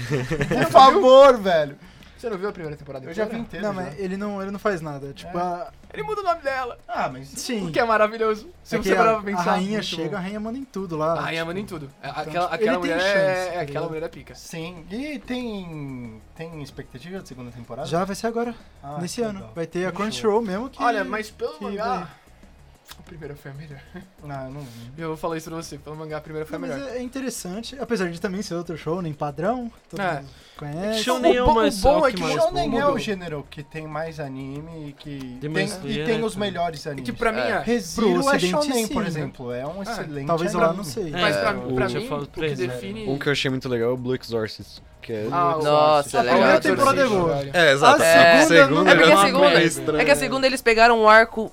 S3: Por favor, velho.
S4: Você não viu a primeira temporada?
S3: Eu já vi
S4: inteira?
S3: inteiro.
S5: Não,
S3: já.
S5: mas ele não, ele não faz nada. Tipo,
S3: É.
S5: a,
S4: Ele muda o nome dela,
S3: Ah, mas.
S5: sim.
S4: o que é maravilhoso. Se
S5: É que
S4: você parar
S5: a,
S4: pra pensar.
S5: a rainha
S4: muito
S5: chega,
S4: bom.
S5: a rainha manda em tudo lá.
S4: A rainha
S5: tipo,
S4: manda em tudo. É,
S5: então,
S4: Aquela, aquela
S5: tipo, ele tem
S4: mulher
S5: chance,
S4: é,
S5: tá
S4: é
S5: ligado?
S4: aquela mulher é pica.
S3: Sim. E tem. Tem expectativa de segunda temporada?
S5: Já vai ser agora,
S3: Ah,
S5: nesse
S3: tá
S5: ano.
S3: bom.
S5: Vai ter a
S3: Fechou.
S5: Crunchyroll mesmo que...
S4: Olha, mas pelo
S5: que
S4: mangá. A primeira foi a melhor.
S3: Ah, não vi.
S4: Eu vou falar isso pra você. Pelo mangá, a primeira foi
S5: Não,
S4: a
S5: mas
S4: Tá melhor.
S5: é é interessante, apesar de também ser outro show, nem padrão, todo
S4: É.
S5: mundo conhece.
S1: Shonen é
S3: o bom-
S1: o mais
S3: o bom
S1: só
S3: é que
S1: mais
S3: Shonen é
S1: bomba.
S3: o gênero que tem mais anime e que
S1: Tem
S3: tem,
S1: mais
S3: e
S1: dinheiro,
S3: tem
S1: né,
S3: os
S1: também.
S3: melhores animes.
S4: Que pra mim é.
S5: Pro
S3: Reziro é
S5: ocidente,
S3: Shonen,
S5: sim,
S3: por
S5: né?
S3: exemplo. É um excelente
S5: Talvez lá,
S3: anime.
S5: não sei.
S1: É,
S4: Mas pra,
S1: o-
S4: pra
S1: já
S4: mim,
S1: falo
S4: o que
S1: três, né?
S4: define.
S6: Um que eu achei muito legal é o Blue Exorcist. Que é...
S4: Ah, o-
S2: Nossa, é
S5: A primeira
S2: legal.
S5: temporada
S1: assim,
S5: é boa.
S4: velho.
S6: É, exato.
S5: A
S6: É,
S5: segunda não-
S2: É porque
S6: já
S2: a segunda-
S6: meio
S2: É que a segunda eles pegaram um arco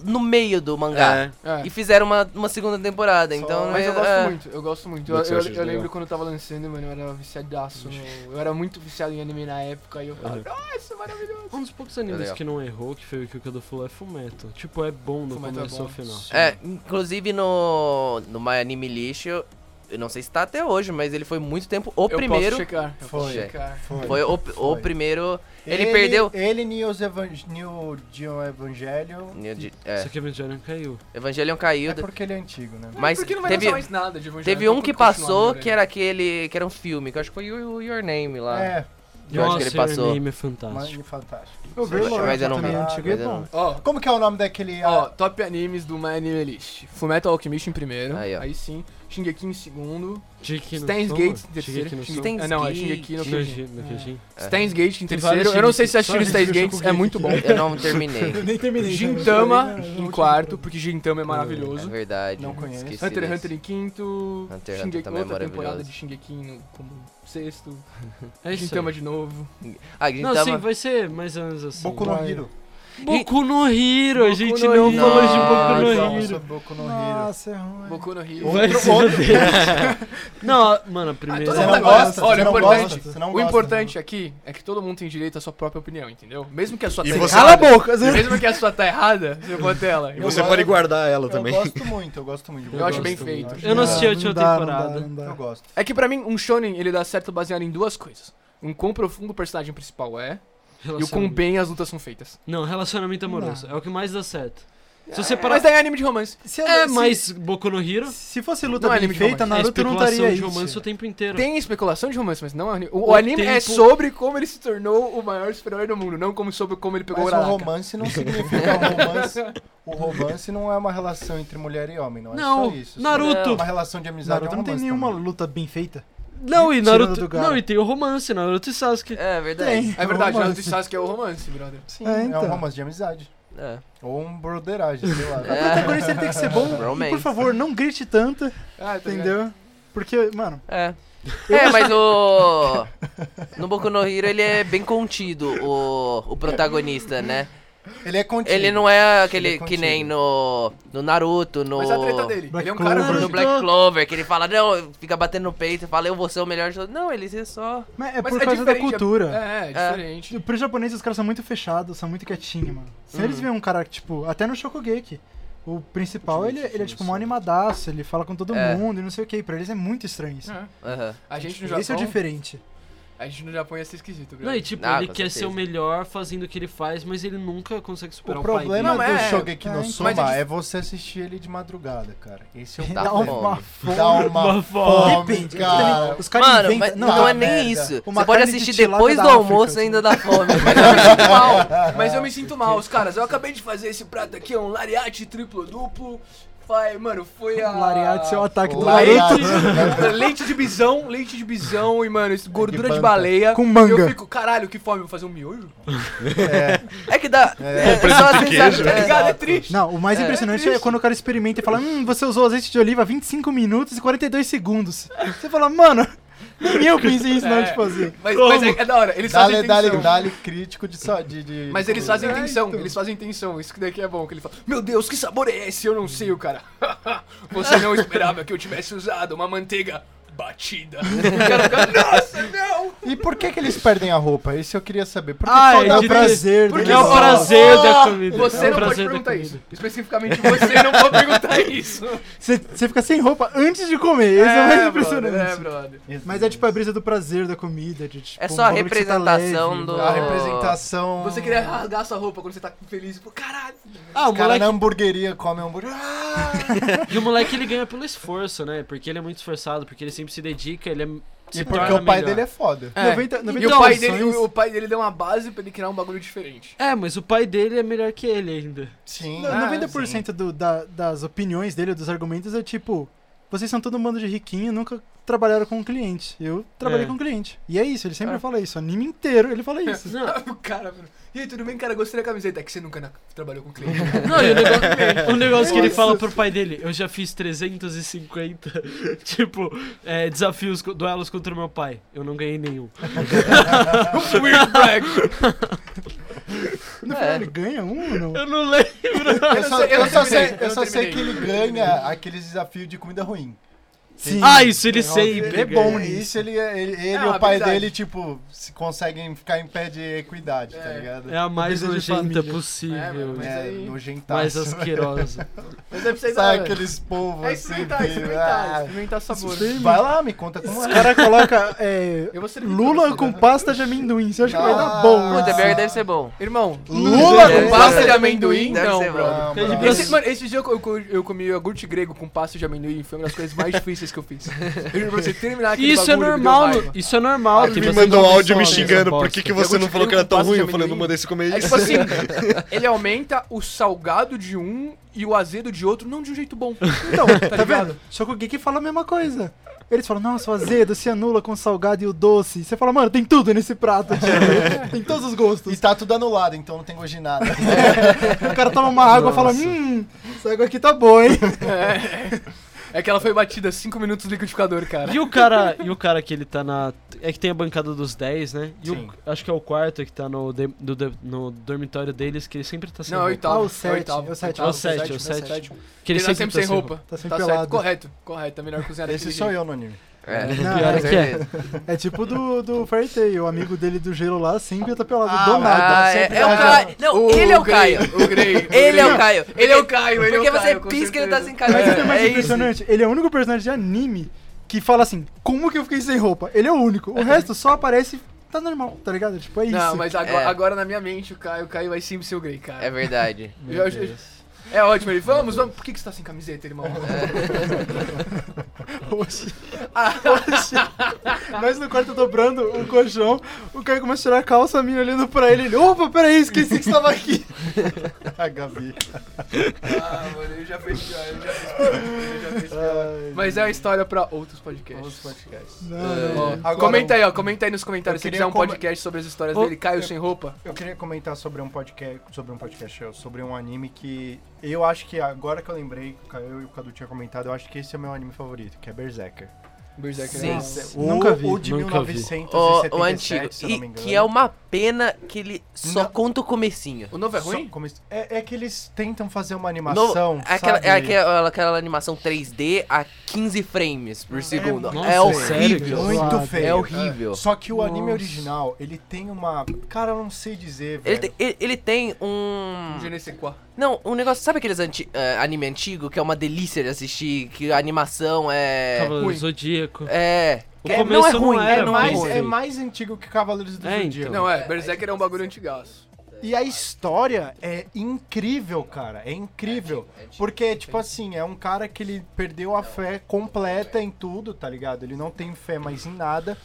S2: no meio do mangá.
S6: É.
S4: É.
S2: E fizeram uma, uma segunda temporada, então...
S4: Mas eu
S2: é-
S4: gosto muito, eu gosto muito. Eu,
S1: é
S6: Muito
S4: eu-
S6: Exorcist,
S4: eu lembro
S6: legal.
S4: quando eu tava lançando, mano, eu era viciadaço. No, eu era muito viciado em anime na época e eu falava, nossa, maravilhoso.
S1: Um dos poucos animes
S2: legal.
S1: que não errou, que foi o que o Cadu falou, é Fumeto. Tipo, é bom do
S4: Fullmetal é
S1: começo
S4: bom.
S1: ao final.
S2: É, inclusive no, no My Anime Lixo, eu não sei se tá até hoje, mas ele foi muito tempo o
S4: eu
S2: primeiro.
S4: posso checar, eu posso
S3: Foi.
S4: checar.
S2: Foi o, o
S3: Foi.
S2: primeiro. Ele, perdeu.
S3: Ele New Evangelho.
S2: É,
S1: Só que Evangelion caiu.
S2: Evangelion caiu.
S3: É porque ele é antigo, né?
S2: Mas
S4: Por que não vai
S2: teve,
S4: lançar mais nada de Evangelho?
S2: teve
S4: Então,
S2: um que
S4: continua,
S2: passou
S4: né,
S2: que era aquele. que era um filme, que eu acho que foi o Your Name lá.
S3: É,
S2: Eu acho que ele passou.
S1: o anime é
S3: mas
S1: fantástico.
S3: ele é fantástico.
S5: Eu vi lá,
S2: Mas eu não
S5: também
S3: vi.
S5: antigo e é
S2: Mas eu não
S5: bom.
S4: Ó,
S3: Como que é o nome daquele.
S4: ó,
S3: ah,
S4: top animes do My Anime List. Fullmetal Alchemist em primeiro,
S2: Aí, ó.
S4: aí sim. Shingeki em segundo.
S1: Shinji no
S4: Steins
S1: Soma?
S4: Gate em terceiro.
S1: Shingeki no
S4: Shingeki-
S1: Soma?
S2: Soma?
S4: ah, não, é
S2: Steins
S4: Shingeki no
S1: No
S4: Kyojin.
S1: Kyojin, no Kyojin.
S2: É.
S4: Steins Gate em
S1: Tem
S4: terceiro.
S1: vários
S4: Eu não sei se vocês
S1: Shingeki.
S4: assistiram Steins
S1: Só
S4: Gate, é muito bom.
S2: Eu não terminei.
S5: Eu nem terminei.
S4: Gintama
S5: também, né?
S4: em quarto, porque
S1: É
S4: Gintama é
S2: É
S4: maravilhoso.
S2: verdade.
S3: Não conheço.
S2: esqueci
S4: Hunter x
S2: disso.
S4: Hunter em quinto.
S2: Hunter x Hunter
S4: Shingeki,
S2: também é
S4: outra temporada
S2: maravilhoso.
S4: de Shingeki no- como sexto.
S1: É isso
S4: Gintama
S1: aí.
S4: de novo.
S2: Ah,
S1: Não,
S2: Gintama.
S1: sim, vai ser mais ou menos assim.
S3: Boku no Hiro.
S1: Boku no Hiro, a
S4: Boku
S1: gente
S4: no
S1: não
S4: Hiro.
S1: falou de
S2: Boku
S1: Boku no
S3: Nossa,
S1: Hiro.
S3: Boku no Hiro.
S5: Nossa, é ruim.
S4: Boku no Hero.
S1: Vai
S3: Outro-
S1: ser dele. Não, mano, a primeira...
S4: todo
S5: Então,
S3: Você
S4: mundo
S3: não gosta?
S4: Olha,
S3: você não
S4: importante.
S3: gosta, você não
S4: O
S3: gosta.
S4: importante aqui é que todo mundo tem direito à sua própria opinião, entendeu? Mesmo que a sua tá
S6: você-
S5: Cala a
S4: errada.
S5: boca!
S4: Mesmo que a sua tá errada, você bota ela.
S6: E
S3: Eu
S6: você
S3: gosto-
S6: pode guardar ela
S3: Eu
S6: também.
S3: gosto muito, eu gosto muito.
S4: Eu acho bem
S3: gosto
S4: feito.
S3: muito.
S1: Eu não assisti a
S5: né? Não,
S1: última
S5: não dá, não
S1: temporada.
S5: dá, não dá.
S3: Eu gosto.
S4: É que pra mim, um shonen, ele dá certo baseado em duas coisas. Um quão profundo o personagem principal é, e o quão
S1: Relacionamento.
S4: bem as lutas são feitas.
S1: Não, relacionamento amoroso. É o que mais dá certo. Se você parar...
S4: Mas daí é anime de romance.
S5: Se
S1: É,
S5: se-
S1: mas Boku no Hiro...
S5: Se fosse luta
S4: Não é
S5: bem
S4: anime de
S5: feita,
S4: romance.
S1: é
S5: Naruto não
S1: especulação
S5: estaria
S1: de
S5: aí.
S1: romance o tempo inteiro.
S4: Tem especulação de romance, mas não é anime. O,
S1: O
S4: anime é
S1: tempo-
S4: sobre como ele se tornou o maior super-herói do mundo, não como sobre como ele pegou
S3: Mas
S4: o
S3: o
S4: Uraraka.
S3: romance não significa um romance. O romance não é uma relação entre mulher e homem, não é
S1: Não,
S3: só isso.
S1: Naruto.
S3: É uma relação de amizade.
S5: Naruto
S3: é um
S5: não tem
S3: romance
S5: nenhuma
S3: também.
S5: luta bem feita.
S1: Não, e
S5: Tirando
S1: Naruto.
S5: do Gaara.
S1: Não, e tem o romance, Naruto e Sasuke.
S2: É verdade.
S4: É verdade,
S5: Romance.
S4: Naruto e Sasuke é o romance, brother.
S3: Sim,
S5: É,
S3: é,
S5: então.
S3: um romance de amizade.
S2: É.
S3: Ou um broderagem, sei lá.
S2: É.
S5: O protagonista ele tem que ser bom. E,
S2: Romance.
S5: por favor, não grite tanto,
S4: Ah, tá ligado.
S5: entendeu? Porque, mano,
S2: É. É, mas o. No Boku no Hero ele é bem contido, o, o protagonista, né?
S3: Ele é contido.
S2: Ele não é aquele
S3: Ele é
S2: que
S3: contido.
S2: nem no. No Naruto, no.
S4: Mas a treta dele,
S5: Black
S4: ele é um cara...
S5: Clover.
S2: No
S1: Naruto.
S2: Black Clover, que ele fala, não, fica batendo no peito e fala, eu vou ser o melhor de todos. Não, ele é só.
S5: mas é
S4: Mas
S5: por
S4: é
S5: causa da
S4: diferente, é-
S5: cultura.
S4: É, é diferente.
S5: Para os japoneses, os caras são muito fechados, são muito quietinhos, mano. Se eles veem um cara, que, tipo, até no Shokugeki, o principal, ele, ele é, tipo, mó animadaço, ele fala com todo
S2: É.
S5: mundo e não sei o que. Pra eles é muito estranho isso.
S4: É.
S2: Aham.
S4: A gente no
S5: Esse é o
S4: Japão,
S5: diferente.
S7: A gente no Japão ia ser esquisito,
S1: Não,
S7: Gabriel.
S1: e tipo,
S2: Ah,
S1: ele
S2: com
S1: quer
S2: certeza.
S1: ser o melhor fazendo o que ele faz, mas ele nunca consegue superar
S3: O
S1: o,
S3: problema
S2: Não,
S3: do
S2: é,
S3: Shogeki
S5: é,
S3: no
S5: mas
S3: Soma
S2: eles-
S3: é você assistir ele de madrugada, cara. Esse é o
S2: Dá
S3: problema.
S2: fome.
S3: Dá uma fome,
S5: Depende.
S3: cara.
S5: Os caras
S2: Mano,
S5: inventam-
S2: mas não, é nem
S3: dá merda.
S2: isso.
S5: Uma
S2: Você pode
S5: carne de
S2: assistir
S5: tilápia
S2: depois
S5: da
S2: do
S5: África,
S2: almoço
S5: assim.
S2: e ainda dá fome. é
S4: Mas eu me sinto mal. Mas eu me sinto mal, os caras. Eu acabei de fazer esse prato aqui, é um lariate triplo duplo. Vai, mano, foi a.
S5: Lariate é o ataque do
S3: Lariate.
S5: Naruto.
S4: leite de bisão, leite de bisão e, mano, isso- gordura de
S3: banta.
S4: baleia.
S5: Com manga.
S4: Eu fico, caralho, que fome, vou fazer um miojo?
S2: É que dá. É, é só assim,
S6: queijo.
S2: sabe?
S4: Tá
S2: É.
S4: ligado? É triste.
S5: Não, o mais
S2: É,
S5: impressionante é, quando o cara experimenta e fala: Hum, você usou azeite de oliva 25 minutos e 42 segundos. Você fala, mano, nem eu pensei isso tipo assim." na hora de fazer.
S4: Mas, mas é, é da hora, eles fazem
S3: Dale, dale,
S4: intenção.
S3: dale crítico de, só- de, de-
S4: Mas
S3: de
S4: eles
S3: coisa.
S4: fazem intenção, eles fazem intenção. Isso que daqui é bom, que ele fala, meu Deus, que sabor é esse? Eu não sei, o cara. Você não esperava que eu tivesse usado uma manteiga batida. O cara fica, Nossa, não!
S3: E por que que eles perdem a roupa? Isso eu queria saber. Por que
S4: Ah,
S1: Ai,
S5: É
S3: todo
S1: de-
S3: o prazer
S1: Porque
S3: deles?
S1: é o prazer da comida.
S4: Você
S1: é o
S4: não pode
S1: prazer da
S4: perguntar
S1: comida.
S4: isso. Especificamente você não pode perguntar isso.
S5: Você, você fica sem roupa antes de comer. Isso é, o mais impressionante.
S4: brother, é, brother.
S5: Mas é tipo a brisa do prazer da comida. De, tipo,
S2: É
S5: um
S2: só a
S5: bagulho que você tá
S2: representação
S5: leve,
S2: do-
S5: né?
S3: A representação.
S4: Você queria rasgar sua roupa quando você tá feliz. Pô, caralho.
S1: Ah, o
S3: O cara
S1: moleque,
S3: na hamburgueria come hambúrguer. Ah!
S1: E o moleque ele ganha pelo esforço, né? Porque ele é muito esforçado, porque ele sempre se dedica, ele é.
S3: E porque o pai dele é foda.
S5: 90,
S1: Então,
S5: 90
S4: E o pai,
S5: opções.
S4: dele, o, o pai dele deu uma base pra ele criar um bagulho diferente.
S1: É, mas o pai dele é melhor que ele ainda.
S3: Ah, Sim.
S5: No- 90% do, da- das opiniões dele, dos argumentos, é tipo: vocês são todo um bando de riquinho, nunca trabalharam com um cliente. Eu trabalhei
S1: É.
S5: com cliente. E é isso, ele sempre fala isso. O anime inteiro ele fala isso.
S1: Não,
S4: O cara, mano. E aí, tudo bem, cara? Gostei da camiseta. É que você nunca na- trabalhou com cliente. né?
S1: não e o negócio, o negócio que ele fala pro pai dele, eu já fiz 350, tipo, é, desafios, co- duelos contra o meu pai. Eu não ganhei nenhum.
S4: Weird brag.
S2: é.
S5: No final ele ganha um ou não?
S1: Eu não lembro.
S3: Eu só,
S4: sei, eu
S3: eu só
S4: terminei,
S3: sei,
S4: eu
S3: eu só sei
S4: terminei.
S3: que ele ganha aqueles desafios de comida ruim.
S5: Sim.
S1: Ah, isso ele sempre.
S3: Ele é
S1: ganha.
S3: bom nisso, ele, ele, ele
S4: É
S3: e
S4: uma
S3: o pai
S4: habilidade.
S3: dele, tipo, se conseguem ficar em pé de equidade, tá ligado?
S1: É a mais
S5: Vida de
S1: nojenta
S5: família.
S1: possível.
S4: É, mano, mas-
S3: É,
S4: aí-
S1: mais
S3: nojentaço.
S1: asquerosa.
S4: Mas é deve ser
S3: Sabe
S4: da-
S3: aqueles povos
S4: É
S3: assim.
S4: experimentar,
S3: que-
S4: experimentar,
S3: Ah,
S4: experimentar sabor.
S3: Vai lá, me conta como
S5: O
S3: é.
S5: cara coloca é,
S4: Eu vou servir pra
S5: Lula
S4: você,
S5: com
S4: né?
S5: pasta de amendoim. Você acha que vai dar
S3: Ah.
S5: bom?
S2: Puta, é
S5: isso?
S2: pior que deve ser bom.
S4: Irmão,
S3: Lula
S2: Deve
S4: com
S2: ser
S4: pasta
S2: bom.
S4: de amendoim,
S2: Deve
S4: não,
S2: ser bom.
S4: brother.
S3: Ah,
S1: Ele
S3: mano.
S1: pensa-
S4: Esse, mano, esse dia eu, eu, eu comi iogurte grego com pasta de amendoim, foi uma das coisas mais difíceis que eu fiz. Eu juro pra você, terminar aquele
S1: Isso é
S4: bagulho me deu
S1: normal,
S4: raiva.
S1: isso é normal.
S3: Aí
S1: que
S3: me
S1: você
S3: mandou
S1: come
S3: áudio
S1: só
S3: me
S1: essa
S3: xingando,
S1: bosta.
S6: que você não falou que era tão ruim? Eu falei, não mandei você comer
S4: É tipo assim, ele aumenta o salgado de um e o azedo de outro, não de um jeito bom.
S5: Então, tá vendo? Shokugeki fala a mesma coisa. Eles falam, nossa, o azedo se anula com o salgado e o doce. Você fala, mano, tem tudo nesse prato. tipo, tem todos os
S3: E
S5: gostos.
S3: tá tudo anulado, então não tem gosto de nada.
S5: O cara toma uma água e fala, hum, essa água aqui tá boa, hein?
S4: É que ela foi batida 5 minutos no liquidificador, cara.
S1: E o cara, e o cara que ele tá na. É que tem a bancada dos 10, né? E o-
S3: Sim.
S1: acho que é o quarto que tá no, de- do de- no dormitório deles, que ele sempre tá sem
S4: Não, é o
S1: roupa.
S4: oitavo.
S5: Ah, o
S4: É
S5: sete,
S4: o oitavo.
S5: é o sete,
S1: É o sete, é o
S5: sete.
S1: sete. Que
S4: Ele
S1: ele
S4: tá
S1: sempre,
S4: sempre
S1: tá
S4: sem roupa.
S5: Tá sempre
S4: Tá certo,
S5: pelado.
S4: correto, correto. É melhor cozinhar
S3: Esse sou eu no anime.
S2: É.
S5: Não,
S1: Pior é que
S5: é,
S1: é.
S5: é tipo do, do Fairy Tail, o amigo dele do gelo lá sempre tá pelado,
S3: Ah,
S5: do nada.
S2: Ah, é, é o Caio. Não, ele é o Caio.
S4: O Grey. o
S2: Ele é
S4: Grey.
S2: o Caio.
S4: Ele é o Caio, ele é o
S2: Porque
S4: Caio,
S2: você
S4: com
S2: pisca e ele tá
S4: certeza.
S2: sem
S5: Mas o que é
S2: camisa.
S5: mais
S2: É isso.
S5: impressionante, ele é o único personagem de anime que fala assim, como que eu fiquei sem roupa? Ele é o único, o resto só aparece, tá normal, tá ligado? Tipo, é isso.
S4: Não, mas agora,
S2: É.
S4: agora na minha mente o Caio, o Caio vai sempre ser o Grey, cara.
S2: É verdade.
S4: Eu- eu- é ótimo, ele, vamos, vamos. Por que, que você tá sem camiseta, irmão?
S2: É.
S5: Nós no quarto dobrando o colchão, o cara começa a tirar a calça, a mina olhando pra ele, ele, opa, peraí, esqueci que estava aqui.
S3: A Gabi.
S4: Ah, mano, eu já fiz pior, eu já fiz pior, eu já fiz pior. Mas é uma história pra outros podcasts. Outros podcasts.
S5: Não, não.
S2: É.
S3: Agora,
S4: comenta aí, ó, comenta aí nos comentários
S3: eu
S4: se
S3: queria
S4: quiser um
S3: come-
S4: podcast sobre as histórias
S1: Oh,
S4: dele, Caio sem roupa.
S3: Eu queria comentar sobre um podcast, sobre um podcast, ó, sobre um anime que eu acho que agora que eu lembrei, que o Caio e o Cadu tinham comentado, eu acho que esse é o meu anime favorito, que é Berserker.
S4: Berserker.
S2: Sim.
S3: O,
S5: Nunca vi,
S3: O de
S1: nunca vi.
S3: 1977,
S2: O, o antigo.
S3: se eu não me
S2: E
S3: engano.
S2: que é uma pena que ele só
S3: Não.
S2: conta o comecinho.
S4: O novo é
S3: Só
S4: ruim?
S3: come- é, é que eles tentam fazer uma
S2: No-
S3: animação,
S2: é aquela,
S3: sabe?
S2: é aquela, aquela animação 3D a 15 frames por segundo.
S1: nossa,
S2: é
S1: sério,
S2: horrível.
S1: Deus.
S3: muito
S5: Suado.
S3: feio.
S2: É horrível.
S3: Só que o anime original, ele tem uma... Cara, eu não sei
S2: Ele
S3: dizer, velho.
S2: tem, ele- ele tem um.
S4: Je ne sais quoi.
S2: Não, um negócio. Sabe aqueles anti, eh, anime antigo que é uma delícia de assistir? Que a animação é.
S1: Cavaleiro
S4: ruim.
S1: Berserco.
S2: É.
S1: O
S2: É, não
S1: começo
S2: é ruim,
S1: não
S2: é,
S1: era assim.
S2: não
S1: muito
S2: é
S3: Mas
S1: ruim.
S3: é mais antigo que Cavaleiros do
S1: É,
S3: Zodíaco.
S1: então.
S4: Não, é, Berserk é um bagulho antigaço.
S3: E a história é incrível, cara. É incrível. Porque, tipo assim, é um cara que ele perdeu a fé completa em tudo, tá ligado? Ele não tem fé mais em nada.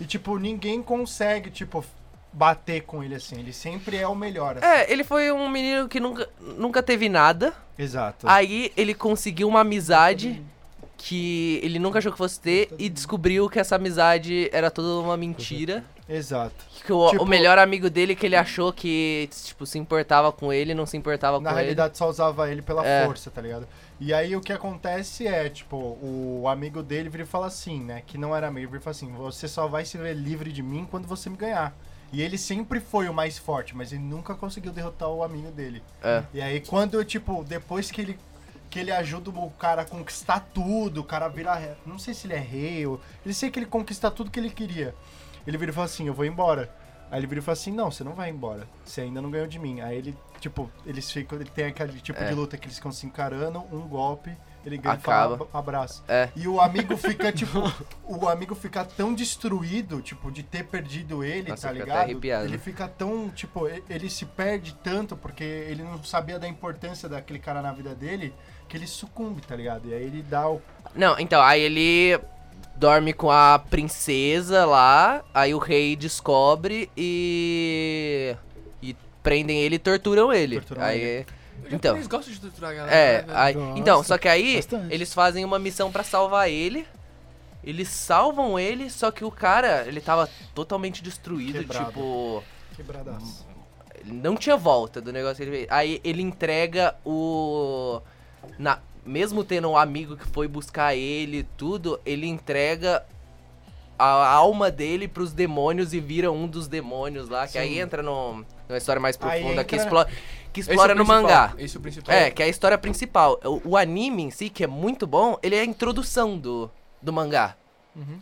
S3: E, tipo, ninguém consegue, tipo, bater com ele assim. Ele sempre é o melhor. assim.
S2: É, ele foi um menino que nunca, nunca teve nada.
S3: Exato.
S2: Aí ele conseguiu uma
S3: Uhum.
S2: amizade que ele nunca achou que fosse ter e descobriu que essa amizade era toda uma mentira.
S3: Exato.
S2: Que o,
S3: Uhum. Tipo-
S2: o melhor amigo dele que ele achou que, tipo, se importava com ele, não se importava
S3: Na
S2: com
S3: realidade, só usava ele pela
S2: É.
S3: força, tá ligado? E aí o que acontece é, tipo, o amigo dele vira e fala assim, né? Que não era amigo, vira e fala assim: você só vai se ver livre de mim quando você me ganhar. E ele sempre foi o mais forte, mas ele nunca conseguiu derrotar o amigo dele.
S2: É.
S3: E aí quando, tipo, depois que ele. Que ele ajuda o cara a conquistar tudo, o cara vira. re- Não sei se ele é rei ou. Ele sei que ele conquista tudo que ele queria. Ele vira e fala assim: Eu vou embora. Aí ele vira e fala assim: Não, você não vai embora. Você ainda não ganhou de mim. Aí ele, tipo, eles ficam. Ele tem aquele tipo
S2: É.
S3: de luta que eles ficam se encarando, um golpe, ele ganha e fala,
S2: Acaba.
S3: "Ab- abraço.
S2: É.
S3: E o amigo fica, tipo. o amigo fica tão destruído, tipo, de ter perdido ele,
S2: Nossa, eu
S3: tá
S2: fico até
S3: ligado?
S2: arrepiado.
S3: Ele fica tão, tipo, e- ele se perde tanto porque ele não sabia da importância daquele cara na vida dele que ele sucumbe, tá ligado? E aí ele dá o.
S2: ele. Não, então, aí ele dorme com a princesa lá, aí o rei descobre e. e prendem ele e torturam ele.
S3: Torturam
S2: aí.
S3: ele.
S2: Então.
S4: Eles gostam de torturar a galera.
S2: É,
S4: né,
S2: aí,
S5: Nossa,
S2: então, só que aí
S5: bastante.
S2: eles fazem uma missão pra salvar ele. Eles salvam ele, só que o cara, ele tava totalmente destruído,
S3: Quebrado.
S2: tipo,
S3: Quebradaço.
S2: não tinha volta do negócio que ele fez. Aí ele entrega o na mesmo tendo um amigo que foi buscar ele e tudo, ele entrega a alma dele pros demônios e vira um dos demônios lá, que aí entra no, numa história mais
S3: Aí
S2: profunda que
S3: entra-
S2: explora, que
S4: Esse é o
S2: explora no
S4: principal,
S2: mangá.
S4: Esse é o principal.
S2: É, que é a história principal. O, o anime em si, que é muito bom, ele é a introdução do, do mangá.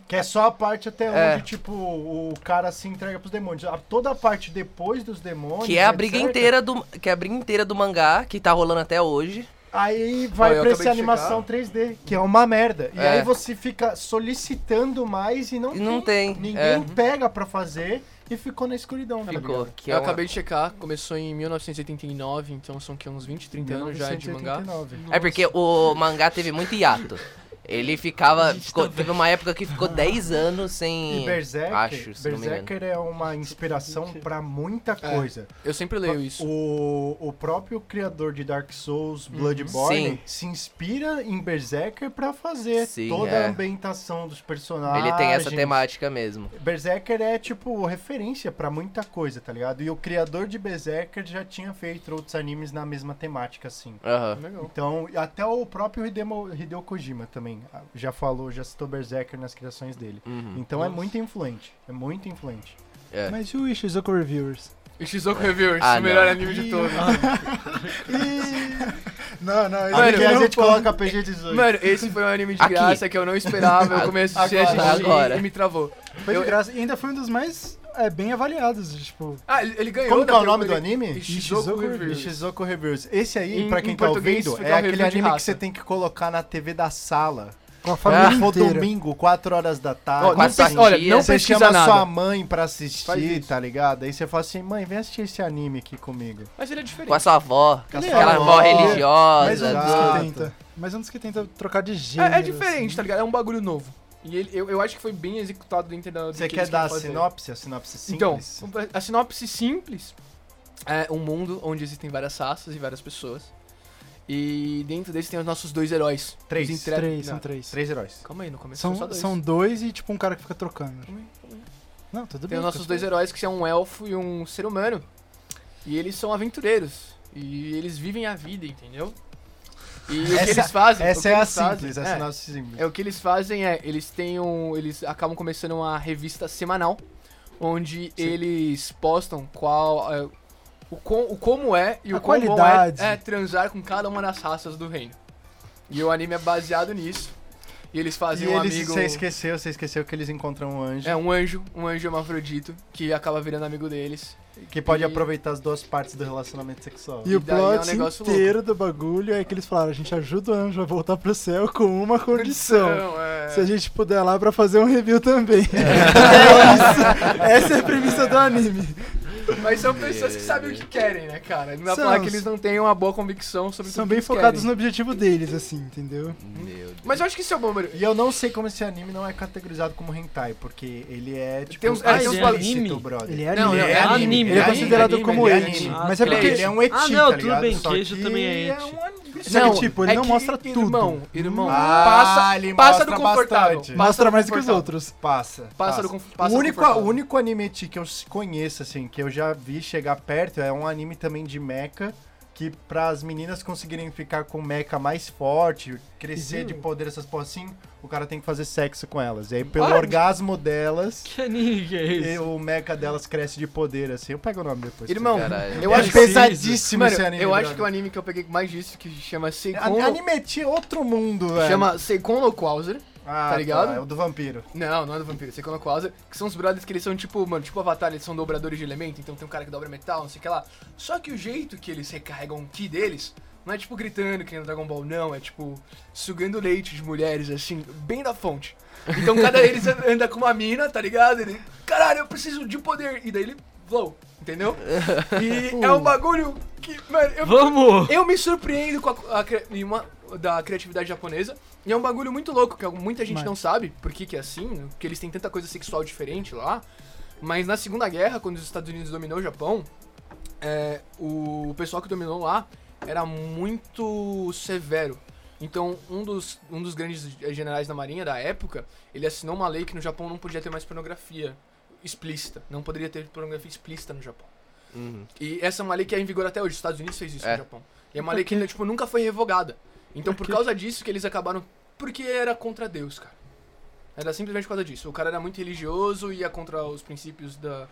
S3: Que é só a parte até
S2: É.
S3: onde, tipo, o cara se entrega pros demônios. A- Toda a parte depois dos demônios.
S2: Que é a
S3: etc.,
S2: briga inteira do. Que é a briga inteira do mangá, que tá rolando até hoje.
S3: Aí vai
S4: Ó, eu
S3: pra
S4: acabei
S3: essa
S4: de
S3: animação 3D, que é uma merda. E
S2: É.
S3: aí você fica solicitando mais e não,
S2: E não tem.
S3: Ninguém
S2: é,
S3: pega pra fazer e ficou na escuridão, tá
S2: ficou.
S3: ligado?
S2: Que
S4: Eu
S2: é uma-
S4: acabei de checar, começou em 1989, então são que uns 20, 30 anos já de mangá.
S3: 1989.
S2: É porque o mangá teve muito hiato. Ele ficava. ficou- teve uma época que ficou 10 anos sem.
S3: E Berserker,
S2: acho, se não me engano.
S3: Berserker é uma inspiração pra
S4: É.
S3: muita coisa.
S4: Eu sempre leio isso.
S3: O, o próprio criador de Dark Souls, Bloodborne,
S2: Uhum. Sim.
S3: se inspira em Berserker pra fazer
S2: Sim,
S3: toda
S2: é.
S3: a ambientação dos personagens.
S2: Ele tem essa temática mesmo.
S3: Berserker é, tipo, referência pra muita coisa, tá ligado? E o criador de Berserker já tinha feito outros animes na mesma temática, assim.
S2: Aham.
S3: Então, e até o próprio Hidemo- Hideo Kojima também ah, já falou, já citou Berserker nas criações dele.
S2: Uhum.
S3: Então é muito influente, é muito influente.
S5: Mas e o Ishizoku Reviewers?
S4: O Shizuko Reviewers,
S3: é
S2: Ah,
S4: o né? melhor
S2: não.
S4: anime de todos.
S5: Não, não,
S3: Mano,
S5: ele
S3: Aqui a gente coloca PG-18.
S4: Mano, esse foi um anime de
S2: Aqui.
S4: graça que eu não esperava. Eu comecei a assistir a
S2: Agora,
S4: assistir
S2: agora.
S4: e me travou.
S5: Foi
S4: Eu-
S5: de graça. E ainda foi um dos mais é, bem avaliados, tipo...
S4: Ah, ele, ele ganhou.
S3: Como que é
S4: da
S3: o nome do
S4: primeira-
S3: anime?
S4: Shizuko Reviewers.
S3: Shizuko Reverse. Esse aí,
S4: Em-
S3: pra quem
S4: em
S3: tá
S4: português,
S3: ouvindo,
S4: fica
S3: é
S4: um
S3: aquele
S4: review de
S3: anime que
S4: raça.
S3: você tem que colocar na TV da sala.
S4: Ah,
S5: Com a
S3: Se
S5: família
S3: for
S5: inteira.
S3: domingo, 4 horas da tarde.
S4: Ó, não
S2: Quase
S4: pe-
S2: assim,
S4: olha,
S2: dia.
S4: não
S3: você
S4: pesquisa
S3: chama
S4: nada.
S3: sua mãe pra
S4: Faz
S3: assistir,
S4: isso.
S3: tá ligado? Aí você fala assim, mãe, vem assistir esse anime aqui comigo.
S4: Mas ele é
S2: Com a
S4: diferente.
S2: sua avó.
S4: É,
S3: Com a sua
S2: Aquela avó
S3: avó.
S5: Mais um
S2: religiosa.
S5: dos que
S3: Exato.
S5: tenta. Mais um dos que tenta trocar de gênero. assim.
S4: É, é diferente, tá ligado? É um bagulho novo. E ele, eu, eu acho que foi bem executado dentro da. do
S3: Você
S4: que
S3: quer
S4: eles
S3: dar a
S4: querem fazer.
S3: sinopse? A sinopse
S4: Então,
S3: simples?
S4: a sinopse simples é um mundo onde existem várias raças e várias pessoas. E dentro desse tem os nossos dois heróis.
S3: Três.
S4: Os entre-
S5: Três,
S4: tá? Não,
S5: são três.
S3: Três heróis.
S4: Calma aí, no começo
S5: São,
S4: são só dois.
S5: são dois e tipo um cara que fica trocando. Não, tudo
S4: Tem
S5: bem.
S4: os nossos
S5: tá
S4: dois heróis que são um elfo e um ser humano. E eles são aventureiros. E eles vivem a vida, entendeu? E o que
S3: Essa-
S4: eles fazem. o
S3: Essa
S4: que
S3: é a
S4: eles
S3: simples,
S4: fazem,
S3: a
S4: é,
S3: sinopse simples.
S4: É o que eles fazem é, eles têm um, eles acabam começando uma revista semanal onde eles postam qual é, o, com, o como é e
S5: A
S4: o como bom é,
S5: qualidade.
S4: é transar com cada uma das raças do reino. E o anime é baseado nisso. E eles
S3: E
S4: fazem um
S3: eles,
S4: amigo
S3: você esqueceu, você esqueceu que eles encontram um anjo
S4: é um anjo, um anjo hermafrodito que acaba virando amigo deles.
S3: que pode
S4: e-
S3: aproveitar as duas partes do relacionamento sexual.
S5: E
S4: E
S5: o
S4: daí é um
S5: plot
S4: negócio
S5: inteiro do bagulho é que eles falaram: a gente ajuda o anjo a voltar pro céu com uma condição.
S4: é,
S5: Se a gente puder lá pra fazer um review também. Então, isso- Essa é a premissa do anime.
S4: Mas são pessoas que sabem o que querem, né, cara? Não dá pra
S5: São-
S4: falar que eles não têm uma boa convicção sobre
S5: São
S4: tudo que
S5: bem
S4: eles
S5: focados
S4: querem.
S5: no objetivo deles, assim, entendeu?
S4: Mas eu acho que isso é bom, mano.
S3: E eu não sei como esse anime não é categorizado como hentai, porque ele é tipo.
S4: Tem uns-
S1: Ah,
S4: tem
S1: ele
S4: uns
S1: é
S4: bagulho-
S1: anime?
S3: explícito, brother.
S5: Ele é
S4: Não,
S5: anime.
S4: não,
S5: Ele
S4: é anime,
S5: é
S4: é
S5: considerado
S1: anime,
S5: como
S1: ele é
S5: eti.
S1: anime.
S5: Mas
S1: Ah,
S5: é porque.
S1: tá.
S3: Ele é um eti,
S1: Ah, não,
S3: tá
S1: tudo
S3: ligado?
S1: bem,
S3: Só
S1: queijo
S3: que
S1: também é
S3: É
S1: eti.
S3: um anime.
S5: Não, tipo, ele não mostra tudo.
S4: é Irmão, irmão,
S3: Ah,
S4: passa,
S3: ele
S4: passa do
S3: mostra
S4: confortável.
S3: bastante.
S4: passa
S5: Mostra
S4: do
S5: mais do que os
S4: confortável.
S5: outros.
S3: Passa.
S4: Passa do
S3: passa.
S4: conf- passa
S3: o
S4: do
S3: único,
S4: confortável.
S3: o único anime eti que eu s- conheço, assim, que eu já vi chegar perto, é um anime também de mecha, que pras meninas conseguirem ficar com mecha mais forte, crescer de poder, essas porra assim, o cara tem que fazer sexo com elas. E aí, pelo
S1: What?
S3: orgasmo delas,
S1: Que anime que é
S3: e
S1: esse?
S3: o mecha delas cresce de poder, assim. Eu pego o nome depois.
S4: Irmão,
S2: Caralho.
S4: eu
S3: é
S4: acho que
S3: pesadíssimo
S4: Mano,
S3: esse anime.
S4: eu acho que o
S3: brother.
S4: anime que eu peguei mais disso, que chama Seikon,
S3: An- Anime eti é outro mundo, velho.
S4: chama Seikon no Quauser.
S3: Ah,
S4: tá ligado?
S3: é o do vampiro.
S4: Não, não é do vampiro, Seikon no Quauser, que são os brothers que eles são tipo, mano, tipo Avatar, eles são dobradores de elemento, então tem um cara que dobra metal, não sei o que lá. Só que o jeito que eles recarregam o ki deles não é tipo gritando que nem no Dragon Ball, não, é tipo sugando leite de mulheres, assim, bem da fonte. Então cada eles an- anda com uma mina, tá ligado? Ele, caralho, eu preciso de poder. E daí ele, flow, entendeu? E é um bagulho que, mano, eu
S1: Vamos!
S4: eu me surpreendo com a, a cri- e uma- da criatividade japonesa. E é um bagulho muito louco, que muita gente não sabe por que, que é assim, porque eles têm tanta coisa sexual diferente lá. Mas na Segunda Guerra, quando os Estados Unidos dominou o Japão, é, o pessoal que dominou lá era muito severo. Então, um dos, um dos grandes generais da marinha da época, ele assinou uma lei que no Japão não podia ter mais pornografia explícita. Não poderia ter pornografia explícita no Japão. E essa é uma lei que é em vigor até hoje. Os Estados Unidos fez isso
S2: É.
S4: no Japão. E é uma lei que tipo, nunca foi revogada. Então, por causa disso que eles acabaram... Porque era contra Deus, cara. Era simplesmente por causa disso. O cara era muito religioso, ia contra os princípios da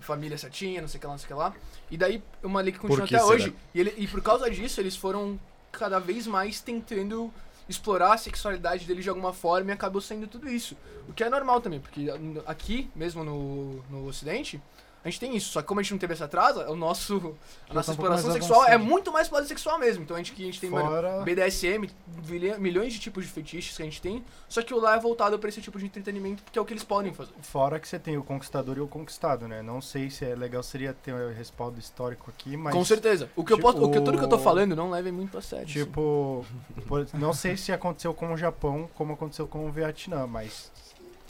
S4: família certinha, não sei o que lá, não sei o que lá. E daí, uma lei que continua
S6: Por que
S4: até
S6: será?
S4: hoje. E, ele- e por causa disso, eles foram cada vez mais tentando explorar a sexualidade dele de alguma forma e acabou saindo tudo isso. O que é normal também, porque aqui, mesmo no, no ocidente, a gente tem isso. Só que como a gente não teve essa atrasa, o
S3: tá
S4: nosso, a nossa
S5: um pouco
S4: exploração
S5: mais
S4: sexual é
S5: avançado.
S4: muito mais pro lado sexual mesmo. Então a gente, que a gente tem, mano,
S3: Fora.
S4: BDSM, vilha- milhões de tipos de fetiches que a gente tem, só que o lá é voltado pra esse tipo de entretenimento, que é o que eles podem fazer.
S3: Fora que você tem o conquistador e o conquistado, né? Não sei se é legal, seria ter um respaldo histórico aqui, mas.
S4: Com certeza. O que eu posso, o que, tudo que eu tô
S3: tipo-
S4: falando, não levem muito a sério. assim.
S3: Tipo, por- não sei se aconteceu com o Japão como aconteceu com o Vietnã, mas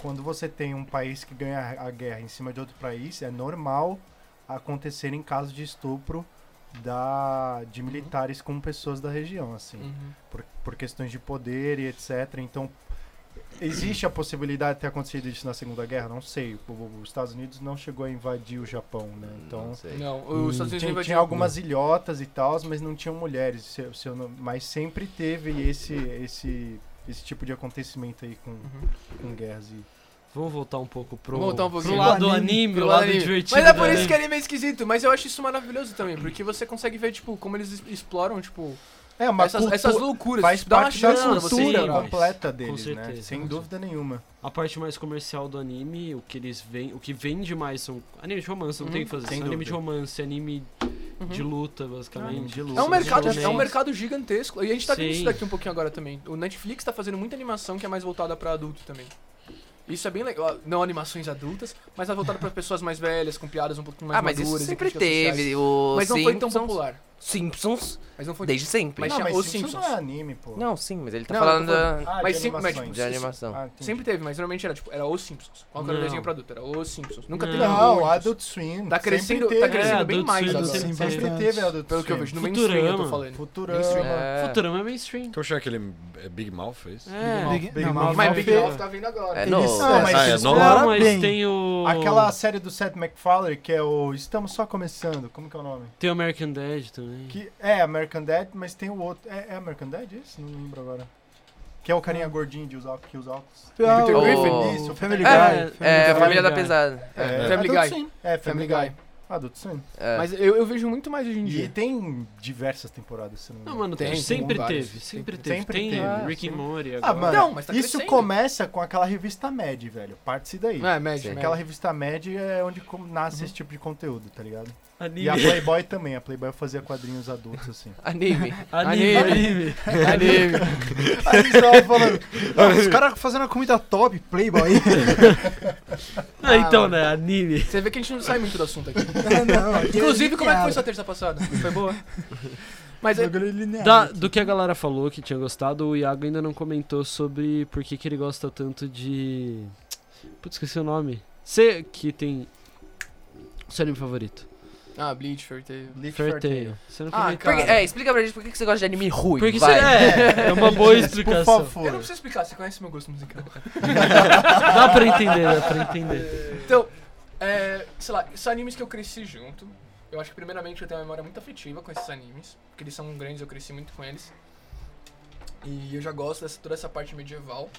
S3: quando você tem um país que ganha a guerra em cima de outro país, é normal acontecer em casos de estupro da, de militares com pessoas da região, assim
S4: Uhum.
S3: por, por questões de poder e etc. Então, existe a possibilidade de ter acontecido isso na Segunda Guerra? Não sei. O- o- Os Estados Unidos não chegou a invadir o Japão, né? Então,
S2: Não sei.
S4: Não, os Estados Unidos
S3: tinha,
S4: invadiram-
S3: tinha algumas ilhotas e tal, mas não tinham mulheres. se eu- se eu não- mas sempre teve esse, esse, esse tipo de acontecimento aí com,
S4: Uhum.
S3: com guerras e
S1: Vamos voltar um pouco pro,
S4: Vamos voltar um
S1: pro
S4: pouquinho.
S1: lado do
S5: Pro
S1: anime,
S4: Pro
S1: o
S4: lado
S1: lado
S4: anime.
S1: divertido.
S4: Mas é
S1: do
S4: por isso
S1: anime.
S4: que anime é esquisito, mas eu acho isso maravilhoso também, porque você consegue ver, tipo, como eles es- exploram, tipo,
S3: É, uma
S4: essas,
S3: cultu-
S4: essas loucuras.
S3: faz
S4: Isso dá uma
S3: parte da né?
S4: chance pra você.
S1: cultura,
S4: ir,
S1: mano.
S4: mano.
S3: completa
S1: Com
S3: deles, né?
S1: certeza,
S3: Sem
S1: com
S3: dúvida nenhuma.
S1: A parte mais comercial do anime, o que eles vêm, o que vende mais são anime de romance, não
S4: Uhum,
S1: tem o que fazer.
S3: sem
S1: São anime de
S3: dúvida.
S1: romance, anime de luta, basicamente.
S3: Anime de
S4: É
S3: luta.
S4: um, mercado, é um
S1: Sim.
S4: mercado gigantesco. E a gente tá vendo
S1: Sim.
S4: isso daqui um pouquinho agora também. O Netflix tá fazendo muita animação que é mais voltada pra adulto também. Isso é bem legal. Não animações adultas, mas é voltada pra pessoas mais velhas, com piadas um pouquinho mais
S2: Ah, mas isso
S4: maduras e
S2: sempre
S4: críticas é sociais.
S2: teve. O
S4: Mas não foi tão
S2: Simpsons-
S4: popular.
S2: Simpsons,
S4: Mas não foi
S2: desde sempre.
S4: Mas
S3: não,
S4: tinha
S3: mas
S4: Os
S3: isso
S4: Simpsons.
S3: não é anime, pô.
S2: Não, sim, mas ele tá
S4: Não, eu tô
S2: falando
S4: falando-
S2: da-
S3: Ah,
S4: mas
S3: de
S4: sim- mas, tipo,
S3: animações.
S2: de animação.
S3: Ah, entendi.
S4: Sempre teve, mas normalmente era tipo, era os Simpsons. Qual que era o
S1: Não.
S4: desenho pra adulto? Era os Simpsons. Nunca teve
S3: Não,
S4: muitos.
S3: Adult Swim.
S4: Tá crescendo,
S3: sempre
S4: tá
S3: teve.
S4: crescendo
S1: É,
S4: bem
S1: Adult
S4: mais
S1: Swim
S4: agora.
S1: sempre
S4: Sempre
S3: Sempre
S1: Bastante.
S3: teve Adult
S4: Pelo que eu
S3: Swim.
S4: vejo, né? no mainstream eu tô
S1: Futurama.
S4: falando.
S3: Futurama.
S2: É.
S1: Futurama é mainstream.
S6: Então achei aquele é, Big Mouth, é isso?
S1: É.
S5: Big-
S3: Big
S5: não,
S3: Mouth.
S4: Mas
S1: Não,
S4: Big
S1: filho.
S4: Mouth tá vindo agora.
S2: É
S5: Eles
S2: novo.
S5: são,
S3: mas
S6: Ah, é
S3: eles
S6: nova?
S1: Não,
S6: Fora
S5: exploraram
S1: mas
S5: bem.
S1: tem o.
S3: Aquela série do Seth MacFarlane, que é o Estamos Só Começando, como que é o nome?
S1: Tem o American Dad também.
S3: Que é American Dad, mas tem o outro. É, é American Dad esse? Não lembro agora. Que é o
S4: Hum.
S3: carinha gordinho de usar, que usa óculos.
S5: Ah,
S4: Peter
S5: o-
S4: Griffin?
S3: Isso,
S5: Family
S3: Family
S5: Guy.
S2: É,
S1: Family
S2: família da
S1: Guy.
S2: pesada.
S3: É,
S4: Family
S3: Family
S4: Guy.
S3: é Family
S4: Family Guy.
S3: Guy. Adult Swim.
S2: É.
S4: Mas eu, eu vejo muito mais hoje em
S3: E
S4: dia.
S3: tem diversas temporadas, se não me
S1: Não,
S3: engano.
S1: mano,
S4: Tem, tem
S1: sempre
S4: vários.
S1: teve, sempre teve.
S3: Sempre
S1: tem
S3: teve.
S1: ah, Rick and Morty agora.
S3: Ah, mano,
S4: Não, mas tá
S3: isso
S4: crescendo.
S3: começa com aquela revista Mad, velho. Parte-se daí.
S4: Ah, é médio,
S2: Sim.
S4: médio.
S3: Aquela revista Mad é onde com- nasce esse tipo de conteúdo, tá ligado? E a
S1: Anime.
S3: Playboy também. A Playboy fazia quadrinhos adultos, assim.
S2: Anime.
S1: Anime. Anime.
S4: Anime.
S3: Aí eles tava falando,
S5: Não, os caras fazendo a comida top, Playboy.
S1: Ah, então, né? Anime.
S4: Você vê que a gente não sai muito do assunto aqui.
S5: Não, aqui é
S4: Inclusive, como é que foi
S5: linear.
S4: sua terça passada? Foi boa? Mas é,
S5: Bagulho linear.
S1: Da- do que a galera falou que tinha gostado, o Iago ainda não comentou sobre por que, que ele gosta tanto de. Putz, esqueci o nome. Você que tem. O seu anime favorito?
S4: Ah, Bleach, Furtale.
S3: Leaf
S1: Fair
S3: Fair Tale.
S1: Tail. Você não
S4: Ah,
S1: comentou.
S2: Por que-
S4: Cara.
S2: é, explica pra gente por que que você gosta de anime ruim.
S1: Porque você
S2: vai.
S1: é, é uma boa
S3: Por
S1: explicação.
S4: Eu não
S3: favor.
S4: preciso explicar, você conhece meu gosto musical.
S1: Dá pra entender, dá pra entender.
S4: Então, é, sei lá, são animes que eu cresci junto. Eu acho que primeiramente eu tenho uma memória muito afetiva com esses animes, porque eles são grandes, eu cresci muito com eles. E eu já gosto dessa toda essa parte medieval.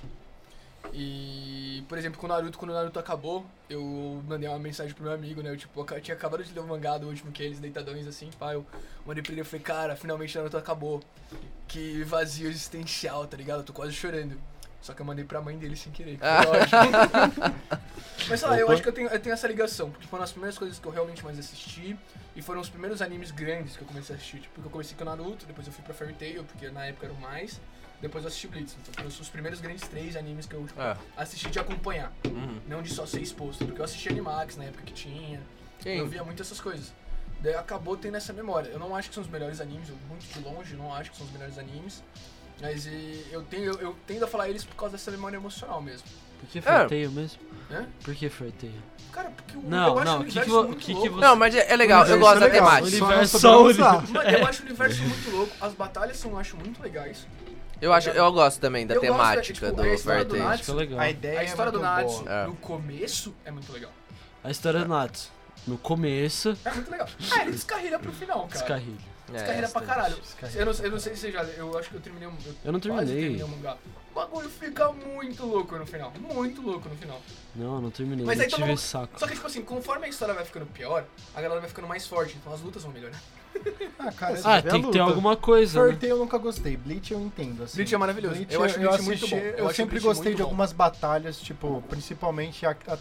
S4: E, por exemplo, com o Naruto, quando o Naruto acabou, eu mandei uma mensagem pro meu amigo, né? Eu, tipo, eu tinha acabado de ler o mangá do último que eles, deitadões, assim, pá. Eu mandei pra ele, eu falei, cara, finalmente o Naruto acabou. Que vazio existencial, tá ligado? Eu tô quase chorando. Só que eu mandei pra mãe dele sem querer, que foi ótimo. Mas, sei lá, eu acho que eu tenho, eu tenho essa ligação, porque foram as primeiras coisas que eu realmente mais assisti. E foram os primeiros animes grandes que eu comecei a assistir. Tipo, porque eu comecei com o Naruto, depois eu fui pra Fairy Tail, porque na época era o mais. Depois eu assisti Blitz. Então foram os primeiros grandes três animes que eu tipo,
S2: Ah,
S4: assisti de acompanhar.
S2: uhum.
S4: Não de só ser exposto. Porque eu assisti Animax na época que tinha. Eu
S2: Sim.
S4: via muito essas coisas. Daí acabou tendo essa memória. Eu não acho que são os melhores animes, eu muito de longe não acho que são os melhores animes. Mas e, eu, tenho, eu, eu tendo a falar eles por causa dessa memória emocional mesmo.
S1: Por que
S2: Fair
S1: Fair
S2: É.
S1: mesmo?
S4: Hã?
S1: Por que Fair Tail?
S4: Cara, porque o,
S1: Não,
S4: eu acho
S1: não,
S4: o
S1: que que
S4: universo
S1: vo-
S4: muito
S1: que que
S4: louco.
S1: vo-
S2: Não, mas é, é legal, eu
S3: Universo
S2: gosto
S3: é
S2: da
S3: legal.
S2: temática.
S1: Universo
S5: Só não soube
S1: Saúde.
S5: usar.
S4: Mano, eu acho o universo muito louco, as batalhas são, eu acho, muito legais.
S2: Eu, acho, eu gosto também da
S4: Eu gosto da-
S2: temática
S4: tipo,
S2: do
S4: a história
S2: Fair
S4: do
S2: Tail.
S4: Nazi-
S1: Acho que é legal.
S3: A ideia
S4: a história
S3: é
S4: do
S3: muito
S4: Natsu
S3: boa.
S2: É.
S4: no começo é muito legal.
S1: A história do Natsu. No começo,
S4: É muito legal. Ah, ele descarrilha pro final, cara.
S1: descarrilho.
S2: É,
S4: Descarrilha pra caralho.
S1: é, Descarrilha.
S4: Eu não, eu não sei se você já. Eu acho que eu terminei. um- Eu,
S1: Eu não
S4: quase terminei
S1: terminei.
S4: o mangá. O bagulho fica muito louco no final. Muito louco no final.
S1: Não, eu não terminei.
S4: Mas
S1: não
S4: aí todo
S1: tive
S4: mundo-
S1: saco.
S4: Só que, tipo assim, conforme a história vai ficando pior, a galera vai ficando mais forte, então as lutas vão melhorar.
S3: Ah, cara, você
S1: Ah,
S3: vê a
S1: tem que ter
S3: luta.
S1: alguma coisa,
S3: Fair
S1: né?
S3: Tail eu nunca gostei. Bleach eu entendo, assim.
S4: Bleach é maravilhoso.
S3: Bleach,
S4: eu acho Bleach muito
S3: assisti-
S4: bom.
S3: Eu,
S4: acho
S3: sempre
S4: Bleach
S3: gostei
S4: muito
S3: de
S4: bom.
S3: algumas batalhas, tipo, principalmente a- a-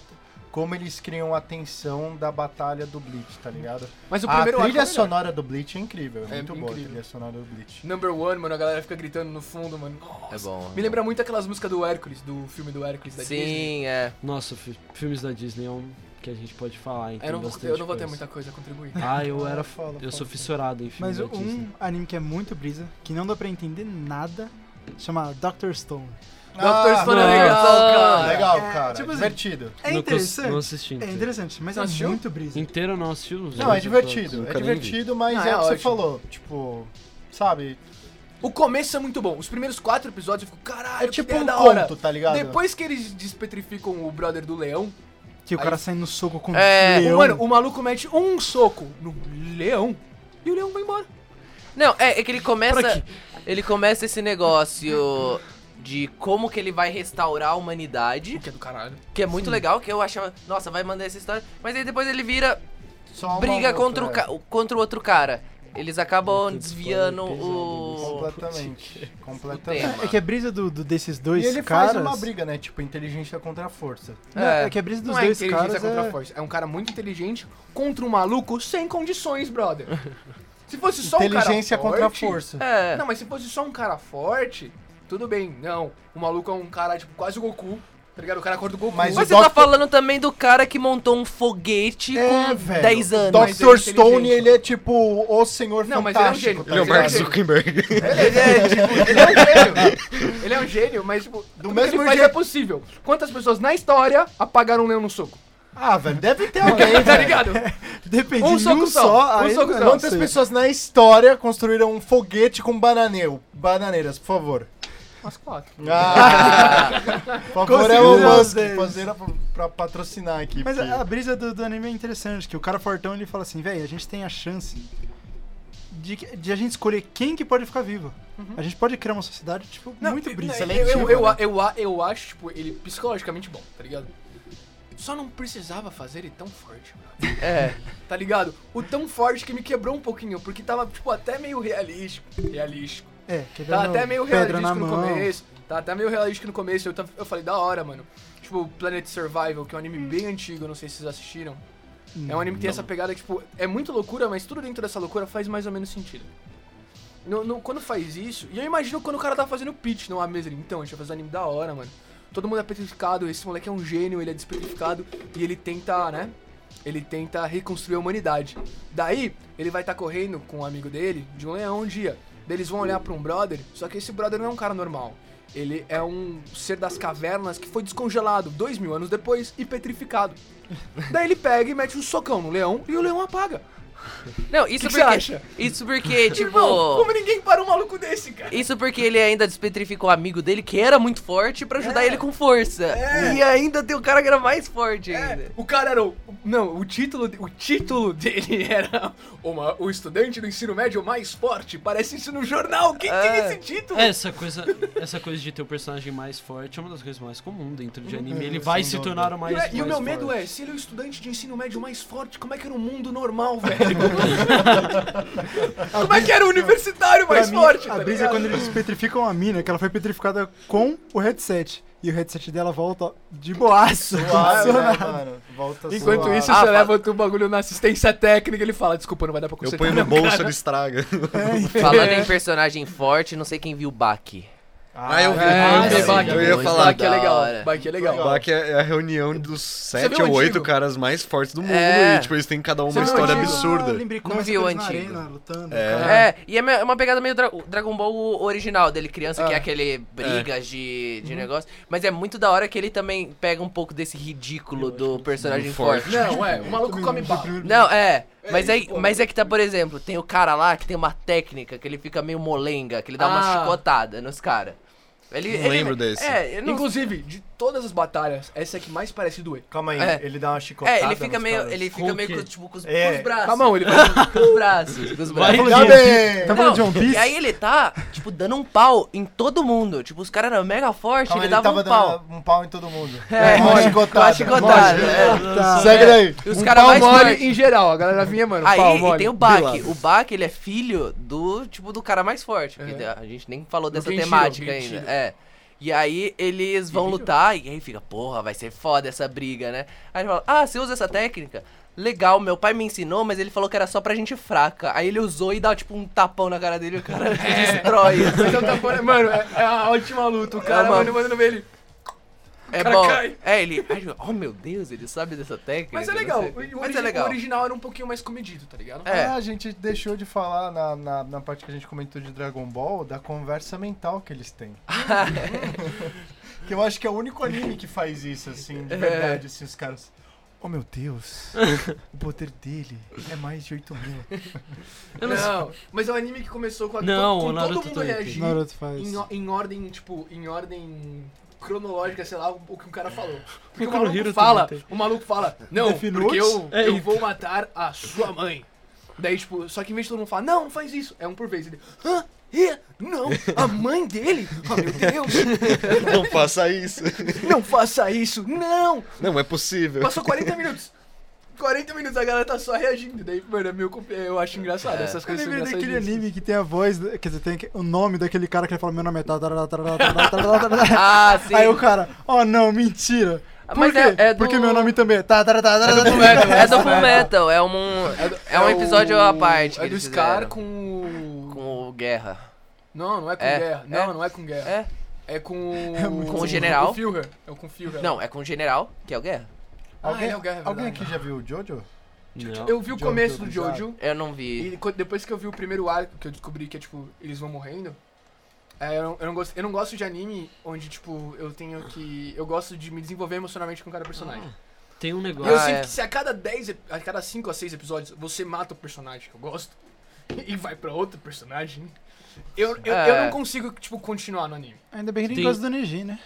S3: como eles criam a tensão da batalha do Bleach, tá ligado?
S4: Mas o
S3: a
S4: primeiro
S3: trilha
S4: arco é o melhor.
S3: sonora do Bleach é incrível, é,
S4: É
S3: muito boa a
S4: incrível.
S3: trilha sonora do Bleach.
S4: Number one, mano, a galera fica gritando no fundo, mano. Nossa.
S2: É bom.
S4: Me lembra muito aquelas músicas do Hércules, do filme do Hércules da Disney.
S2: Sim, é.
S1: Nossa, fi- filmes da Disney é um que a gente pode falar, então.
S4: Eu não, vou,
S1: bastante
S4: eu não vou ter
S1: coisa.
S4: muita coisa a contribuir.
S1: Ah, eu era. f-
S3: Fala,
S1: Eu
S3: fala.
S1: sou fissurado em filmes
S5: Mas
S1: da
S5: um
S1: Disney.
S5: anime que é muito brisa, que não dá pra entender nada, chama Doctor Stone.
S4: Dr.
S3: Ah,
S4: Stone é
S1: não.
S4: legal,
S3: Ah,
S4: cara.
S3: legal,
S5: É,
S3: cara.
S5: tipo assim,
S3: divertido.
S5: É
S1: Não cons-
S5: interessante.
S1: Não assisti.
S5: é
S1: inteiro.
S5: interessante, mas é
S4: assistiu?
S5: muito brisa.
S1: Inteiro eu não assisti. uns
S3: Não, é
S1: 20 episódios.
S3: divertido. É
S6: nunca nem vi.
S3: divertido, mas
S4: Ah,
S3: é,
S4: é
S3: o que você
S4: ótimo. É
S3: falou. Tipo, sabe? é
S4: O começo é muito bom. Os primeiros quatro episódios eu fico, caralho,
S3: É
S4: que
S3: tipo
S4: ideia
S3: um
S4: da hora.
S3: conto, tá ligado?
S4: Depois que eles despetrificam o brother do leão,
S5: Que o cara sai no soco com
S2: É,
S5: um leão.
S4: mano, o maluco mete um soco no leão e o leão vai embora.
S2: Não, é, é que ele começa. Ele começa esse negócio de como que ele vai restaurar a humanidade,
S4: Que é do caralho.
S2: que é muito legal, que eu achava, nossa, vai mandar essa história. Mas aí depois ele vira
S3: Só uma
S2: briga
S3: outra,
S2: contra o,
S3: é.
S2: ca- contra o outro cara. Eles acabam
S1: Puta,
S2: desviando
S1: spoiler
S2: o.
S3: Completamente.
S2: tema.
S3: Completamente.
S5: É que a brisa do, do- desses dois
S3: E ele
S5: caras.
S3: faz uma briga, né? Tipo, inteligência contra a força.
S5: Não,
S2: É.
S5: é. que a brisa dos
S4: Não é
S5: dois
S4: inteligência
S5: caras.
S4: contra
S5: é...
S4: a força. É um cara muito inteligente contra um maluco sem condições, brother. Se fosse só um cara
S3: inteligência contra a
S4: forte-
S3: força.
S2: É.
S4: Não, mas se fosse só um cara forte, tudo bem. Não, o maluco é um cara, tipo, quase o Goku. Tá ligado? O cara corta o Goku.
S3: Mas
S2: Mas você
S3: o
S2: tá
S3: Dr.
S2: falando também do cara que montou um foguete
S3: É,
S2: com
S3: velho.
S2: 10 anos.
S4: Mas ele é
S3: Dr. Stone,
S4: inteligente.
S3: ele é tipo o senhor
S4: Não, mas ele é um
S3: fantástico. tá
S4: gênio.
S6: Ele é o
S4: Mas ele é gênio.
S6: Mark Zuckerberg.
S4: Ele é, tipo, ele é um gênio. Ele é um gênio, mas, tipo, do
S3: mesmo
S4: mesmo que ele faz
S3: jeito-
S4: é possível. Quantas pessoas na história apagaram um leão no soco?
S3: Ah, velho, deve ter alguém,
S4: tá
S3: velho.
S4: ligado?
S5: Depende
S4: Um
S5: um
S4: soco
S5: um
S4: só, um
S5: só. aí
S4: soco
S5: eu
S4: só.
S5: não
S3: Quantas
S5: sei.
S3: pessoas na história construíram um foguete com bananeu? Bananeiras, por favor.
S4: Umas quatro.
S3: Ah, por favor, é o
S5: Conseguiram
S3: Musk
S5: dez.
S3: fazer a- pra patrocinar aqui.
S5: Mas
S3: porque-
S5: a, a brisa do, do anime é interessante, que o cara fortão ele fala assim, velho, a gente tem a chance de, que- de a gente escolher quem que pode ficar vivo.
S4: Uhum.
S5: A gente pode criar uma sociedade, tipo, muito brisa.
S4: eu, eu, eu, eu, eu acho, tipo, ele psicologicamente bom, tá ligado? Só não precisava fazer ele tão forte, brother.
S2: É.
S4: tá ligado? O tão forte que me quebrou um pouquinho, porque tava, tipo, até meio realístico. Realístico.
S5: É, quer ver
S4: Tá
S5: no-
S4: até meio
S5: pedra
S4: realístico
S5: na
S4: no
S5: mão.
S4: começo. Tá até meio realístico no começo. Eu, tava- eu falei, da hora, mano. Tipo, Planet Survival, que é um anime bem antigo, eu não sei se vocês assistiram. É um anime que tem essa pegada que, tipo, é muito loucura, mas tudo dentro dessa loucura faz mais ou menos sentido. No, no- quando faz isso, e eu imagino quando o cara tá fazendo pitch numa mesa ali, então, a gente vai fazer um anime da hora, mano. Todo mundo é petrificado, esse moleque é um gênio, ele é despetrificado e ele tenta, né? Ele tenta reconstruir a humanidade. Daí, ele vai estar correndo com um amigo dele, de um leão um dia. Daí eles vão olhar pra um brother, só que esse brother não é um cara normal. Ele é um ser das cavernas que foi descongelado dois mil anos depois e petrificado. Daí ele pega e mete um socão no leão e o leão apaga.
S2: Não, isso
S4: Que que
S2: porque.
S4: você acha?
S2: Isso porque, tipo.
S4: Irmão, como ninguém para um maluco desse, cara?
S2: Isso porque ele ainda despetrificou o amigo dele, que era muito forte, pra
S4: É.
S2: ajudar ele com força. E ainda tem o cara que era mais forte
S4: É,
S2: ainda.
S4: o cara era o. Não, o título, de- o título dele era uma, o estudante do ensino médio mais forte. Parece isso no jornal. Quem tem
S2: É.
S4: esse título?
S1: Essa coisa, essa coisa de ter o personagem mais forte é uma das coisas mais comuns dentro de anime. Ele vai se tornar o mais
S4: E, é- e o
S1: mais
S4: meu medo
S1: forte.
S4: é, se ele é o estudante de ensino médio mais forte, como é que era o mundo normal, velho? como é que era o universitário
S5: Pra
S4: mais
S5: mim,
S4: forte?
S5: A
S4: tá
S5: brisa é
S4: ligado?
S5: quando eles petrificam a mina, que ela foi petrificada com o headset. E o headset dela volta de boaço.
S3: Suave, né,
S6: é
S3: mano? Volta
S4: Enquanto
S3: suave.
S4: isso,
S2: Ah,
S4: você
S2: fa-
S4: leva outro bagulho na assistência técnica ele fala, desculpa, não vai dar pra
S6: Eu
S4: consertar.
S6: ponho no
S4: não,
S6: bolso,
S4: cara."
S6: ele estraga.
S2: Falando em personagem forte, não sei quem viu o Baki.
S6: Ah, eu vi.
S4: Ah,
S1: sim,
S4: é, Baki.
S6: eu ia
S2: Muito
S6: falar.
S4: Baki é legal.
S2: da hora.
S4: Baki é legal.
S6: O Baki é a reunião dos sete
S4: viu o
S6: ou oito
S4: antigo?
S6: caras mais fortes do mundo.
S2: É.
S6: E, tipo, eles têm cada uma
S5: Você
S6: uma história
S5: viu?
S6: absurda.
S5: Ah, lembrei,
S2: Não
S5: começa
S2: vi o
S5: com eles na
S2: antigo.
S5: arena, lutando, cara.
S2: É, e é me- é uma pegada meio dra- Dragon Ball o- original dele, criança,
S4: Ah.
S2: que é aquele brigas de,
S4: Uhum.
S2: de negócio. Mas é muito da hora que ele também pega um pouco desse ridículo do personagem
S6: do forte.
S2: forte.
S4: Não, é, o maluco come bala.
S2: Não, é. Mas
S4: isso,
S2: é,
S4: pô.
S2: mas é que tá, por exemplo, tem o cara lá que tem uma técnica que ele fica meio molenga, que ele dá uma
S4: Ah.
S2: chicotada nos caras. Ele,
S6: Não
S2: ele-
S6: lembro desse.
S2: É, eu não-
S4: Inclusive, de todas as batalhas, essa é que mais parece doer.
S3: Calma aí,
S2: É.
S3: ele dá uma chicotada.
S2: é, ele fica
S3: nos
S2: meio,
S3: caras.
S2: ele
S1: Com
S2: fica
S1: o
S2: meio
S1: quê?
S2: com, tipo, com os,
S3: É,
S2: com os braços.
S4: Calma, ele
S2: Com os braços, com os
S1: Vai,
S2: braços.
S1: Gil.
S5: Tá falando de One
S2: Não,
S5: Piece?
S2: e aí ele tá, tipo, dando um pau em todo mundo. Tipo, os caras eram mega fortes,
S3: Calma,
S2: ele dava
S3: ele, tava
S2: um pau.
S3: dando um pau em todo mundo.
S2: É,
S3: uma
S2: com a
S3: chicotada.
S2: chicotada. é.
S5: Tá.
S3: Segue daí.
S2: E os caras mais
S4: Um mole
S2: fortes.
S4: em geral, a galera vinha, mano. um
S2: Aí
S4: pau
S2: Ah, e
S4: mole.
S2: tem o Bak. O Bak, ele é filho do, tipo, do cara mais forte. porque
S4: É.
S2: A gente nem falou dessa
S4: Kenshiro,
S2: temática
S4: Kenshiro.
S2: ainda. É. E aí eles vão lutar e aí fica, porra, vai ser foda essa briga, né? Aí ele fala, ah, você usa essa técnica? Legal, meu pai me ensinou, mas ele falou que era só pra gente fraca. Aí ele usou e dá, tipo, um tapão na cara dele e o cara
S4: É.
S2: destrói. assim.
S4: Então tá fora- mano, é, é a ótima luta. O cara,
S2: É, mano.
S4: mano, mandando ver ele.
S2: É
S4: cara
S2: bom.
S4: cai.
S2: É, ele. Ai, oh meu Deus, ele sabe dessa técnica.
S4: Mas é
S2: não
S4: legal.
S2: sei o
S4: O,
S2: quê.
S4: o
S2: Mas
S4: origi-
S2: é legal.
S4: o original era um pouquinho mais comedido, tá ligado?
S2: É.
S3: Ah, a gente deixou de falar na, na, na parte que a gente comentou de Dragon Ball da conversa mental que eles têm. que eu acho que é o único anime que faz isso, assim,
S5: É.
S3: de verdade, assim, os caras. Oh meu Deus, o poder dele é mais de 8 mil.
S1: Eu não sei.
S4: Não, mas é um anime que começou com, a,
S1: Não,
S4: com
S1: o Naruto
S4: todo mundo
S1: Taipei.
S4: reagir
S5: Naruto faz.
S4: É. em, o- em ordem, tipo, em ordem cronológica, sei lá, o, o que o cara falou. Porque o
S1: Boku no Hero
S4: maluco fala,
S1: também
S4: o maluco fala, não,
S5: Death
S4: porque eu,
S1: É,
S4: eu
S1: e-
S4: vou matar a sua mãe. Daí, tipo, só que em vez de todo mundo falar, não, não faz isso, é um por vez. Ele, hã? Ê? Não, a mãe dele? Oh, meu Deus,
S6: Não faça isso.
S4: não faça isso, não!
S6: Não é possível.
S4: Passou 40 minutos. 40 minutos a galera tá só reagindo. Daí, mano, é meio compli- eu acho engraçado. Essas
S5: Eu
S4: coisas são
S5: lembrei daquele
S4: engraçadíssimas.
S5: anime que tem a voz, quer dizer, tem o nome daquele cara que ele fala, meu nome é tarará, tarará, tarará, tarará, tarará.
S2: Ah, sim.
S5: Aí o cara, oh não, mentira. Por
S2: Mas
S5: quê?
S2: é- é do-
S5: Porque meu nome também é tarará, tarará, tarará.
S2: É do Full Metal, é um, é um episódio à parte. que
S4: É do
S2: eles
S4: Scar
S2: fizeram.
S4: com o.
S2: com o Guerra.
S4: Não, não é com
S2: É,
S4: guerra. Não, não é com guerra.
S2: É?
S4: É, com.
S5: muito
S2: Com o bom. general?
S4: Com o Führer. É com o Führer.
S2: Não, é com o General, que é o Guerra.
S4: Ah,
S3: Alguém,
S4: é o Guerra, é
S3: alguém
S4: verdade.
S3: aqui já viu o Jojo?
S1: Não.
S4: tipo, Eu vi o
S3: Jojo
S4: começo do
S3: bizarro.
S4: Jojo.
S2: Eu não vi.
S4: E co- depois que eu vi o primeiro arco, que eu descobri que é tipo, eles vão morrendo. é, eu, não, eu, não gosto, eu não gosto de anime onde, tipo, eu tenho que. Eu gosto de me desenvolver emocionalmente com cada personagem.
S1: Tem um
S4: E eu
S1: negócio.
S2: Ah,
S4: sinto
S2: é.
S4: que se a cada 10, ep- a cada 5 a 6 episódios você mata o personagem que eu gosto e vai pra outro personagem, eu, eu, eu
S2: É.
S4: não consigo, tipo, continuar no anime.
S5: Ainda bem que ele
S1: Tem-
S5: gosta do Neji, né?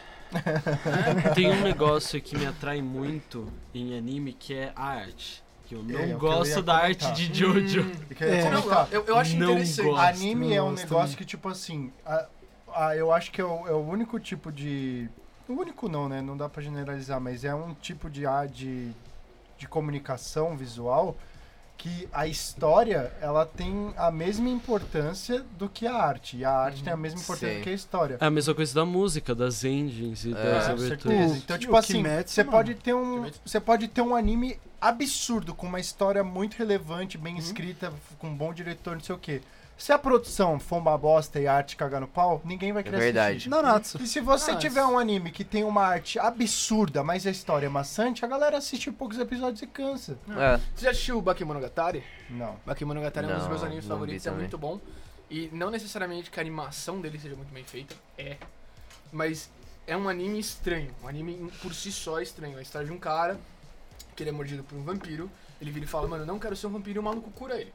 S1: Tem um negócio que me atrai muito em anime que é a arte. Que eu não
S3: É, é o que eu
S1: gosto
S3: ia
S1: da
S3: comentar.
S1: arte de Jojo.
S4: Hum.
S3: Eu queria
S5: É.
S4: Eu,
S3: comentar.
S4: não- eu, eu acho
S1: Não
S4: interessante.
S1: gosto.
S3: Anime é um
S1: gosto
S3: negócio
S1: também.
S3: que, tipo assim, a- a- eu acho que é o, é o único tipo de O único não, né? Não dá pra generalizar, mas é um tipo de, a- de, de comunicação visual que a história ela tem a mesma importância do que a arte. E a arte tem a mesma importância
S2: Sim.
S3: do que a história.
S1: É a mesma coisa da música, das endings e das
S3: É, Com
S1: aberturas.
S3: certeza.
S5: O-
S3: Então,
S5: o
S3: tipo assim,
S5: Kimetsu,
S3: você
S5: mano.
S3: pode ter um, você pode ter um anime absurdo com uma história muito relevante,
S4: Uhum.
S3: bem escrita, f- com um bom diretor, não sei o quê. Se a produção for uma bosta e a arte cagar no pau, ninguém
S1: É
S3: vai querer
S2: verdade.
S5: Nanatsu.
S3: assistir. E se
S4: Ah,
S3: você tiver um anime que tem uma arte absurda, mas a história é maçante, a galera assiste poucos episódios e cansa.
S2: É.
S4: Você já assistiu o Bakemonogatari?
S3: Não.
S4: Bakemonogatari é um dos
S2: Não,
S4: meus animes
S2: não
S4: favoritos,
S2: vi
S4: é
S2: também.
S4: muito bom. E não necessariamente que a animação dele seja muito bem feita, é. Mas é um anime estranho, um anime em- por si só estranho. É a história de um cara que ele é mordido por um vampiro, ele vira e fala, mano, eu não quero ser um vampiro e o maluco cura ele.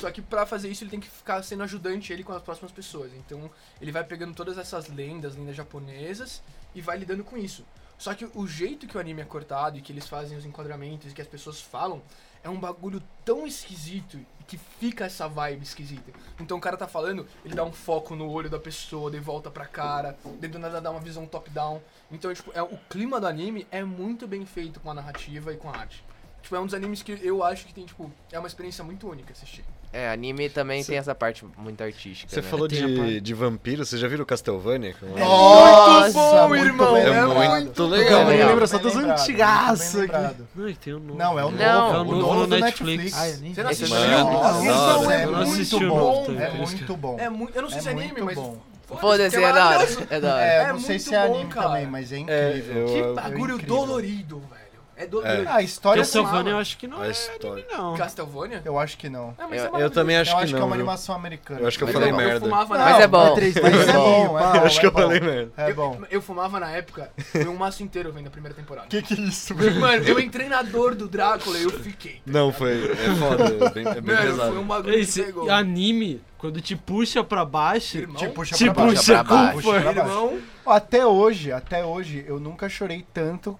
S4: Só que pra fazer isso ele tem que ficar sendo ajudante ele com as próximas pessoas. Então ele vai pegando todas essas lendas, lendas japonesas, e vai lidando com isso. Só que o jeito que o anime é cortado e que eles fazem os enquadramentos e que as pessoas falam é um bagulho tão esquisito que fica essa vibe esquisita. Então o cara tá falando, ele dá um foco no olho da pessoa, de volta pra cara, de do nada dá uma visão top-down. Então, tipo, é, o clima do anime é muito bem feito com a narrativa e com a arte. Tipo, é um dos animes que eu acho que tem, tipo, é uma experiência muito única assistir.
S2: É, anime também
S6: Cê-
S2: tem essa parte muito artística.
S6: Você
S2: né?
S6: falou
S1: Tem Japão.
S6: de, de vampiro, você já viram Castlevania?
S3: Nossa,
S4: bom,
S3: muito
S4: irmão,
S3: bem
S6: é
S3: lembrado.
S6: muito legal.
S2: legal.
S5: Ele
S2: Não,
S5: lembra só
S3: Bem
S5: dos
S3: lembrado,
S5: antigaço
S3: muito bem
S5: aqui.
S3: lembrado.
S1: Ai, tem o nome.
S3: Não, é o novo.
S2: Não.
S1: É o
S3: o
S1: novo no
S3: do
S1: Netflix.
S3: Netflix.
S5: Ah, eu nem- Ah,
S4: Você não
S2: Esse
S4: assistiu?
S6: mano,
S3: Nossa,
S6: da hora.
S3: é
S1: Eu não
S3: muito
S1: assisti
S3: bom.
S1: muito,
S3: É
S1: cara.
S3: muito bom.
S4: É muito, eu não sei
S3: É
S4: se é anime,
S3: muito
S4: mas
S3: bom.
S2: Foda-se, é da hora. É da hora.
S3: É,
S4: É
S3: não sei se
S4: muito
S3: é
S4: bom,
S3: anime
S4: cara.
S3: também, mas é
S6: É,
S3: incrível.
S4: Que
S6: eu,
S4: bagulho
S3: incrível.
S4: dolorido, velho. É dolorido.
S3: A história
S1: Castlevania eu acho que não
S6: a
S1: é
S6: história.
S1: não.
S4: Castlevania?
S3: Eu acho que não.
S4: Ah,
S2: Eu-
S4: mas
S2: eu
S4: é
S6: eu também acho
S3: eu
S6: que
S3: acho que, é
S6: Ah, não.
S3: uma
S6: viu?
S3: animação americana.
S6: Eu acho que eu
S4: Mas
S6: falei
S4: eu, eu
S6: merda.
S4: fumava na
S2: Mas é
S4: época.
S2: bom.
S3: Mas é bom, é bom.
S6: Acho que
S3: é
S6: eu falei
S3: bom.
S6: merda.
S3: É bom.
S4: Eu, eu fumava na época, foi um maço inteiro vendo a primeira temporada.
S3: Que que é isso, velho?
S4: Mano, eu entrei na dor do Drácula e eu fiquei.
S6: Não, foi. É foda, é bem, é bem
S4: Mano, foi
S6: pesado.
S4: um bagulho
S1: Esse
S4: que pegou.
S3: Tá
S1: anime, quando te puxa pra baixo,
S4: Irmão,
S3: Te Tipo, puxa
S1: te
S3: pra baixo.
S1: puxa
S2: pra baixo.
S1: com
S3: Puxa pra
S1: força.
S3: baixo.
S4: irmão,
S3: Até hoje, até hoje, eu nunca chorei tanto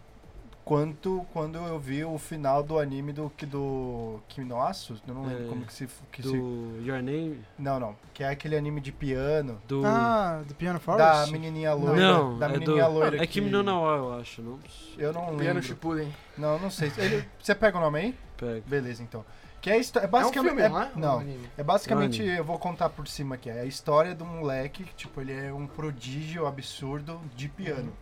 S3: quanto quando eu vi o final do anime do, que- do Kimi no Aço. Eu não lembro
S1: É,
S3: como que se... Que se-
S1: Do Your Name,
S3: Não, não. Que é aquele anime de piano.
S1: do...
S5: Ah, do Piano Forest?
S3: Da menininha loira.
S1: não,
S3: da
S1: é do...
S3: menininha loira.
S1: É Kimi no Nawa, eu acho, não
S3: Eu não
S4: piano
S3: lembro.
S4: Shippuden. É um
S3: Não, não sei. Ele- Você pega o nome aí?
S1: pega.
S3: Beleza, então. Que é a história. É
S4: É um
S3: basicamente.
S4: filme, não é?
S3: é- não.
S4: Um anime.
S3: É basicamente,
S1: É um
S3: eu vou contar por cima aqui, é a história do moleque, que, tipo, ele é um prodígio absurdo de piano.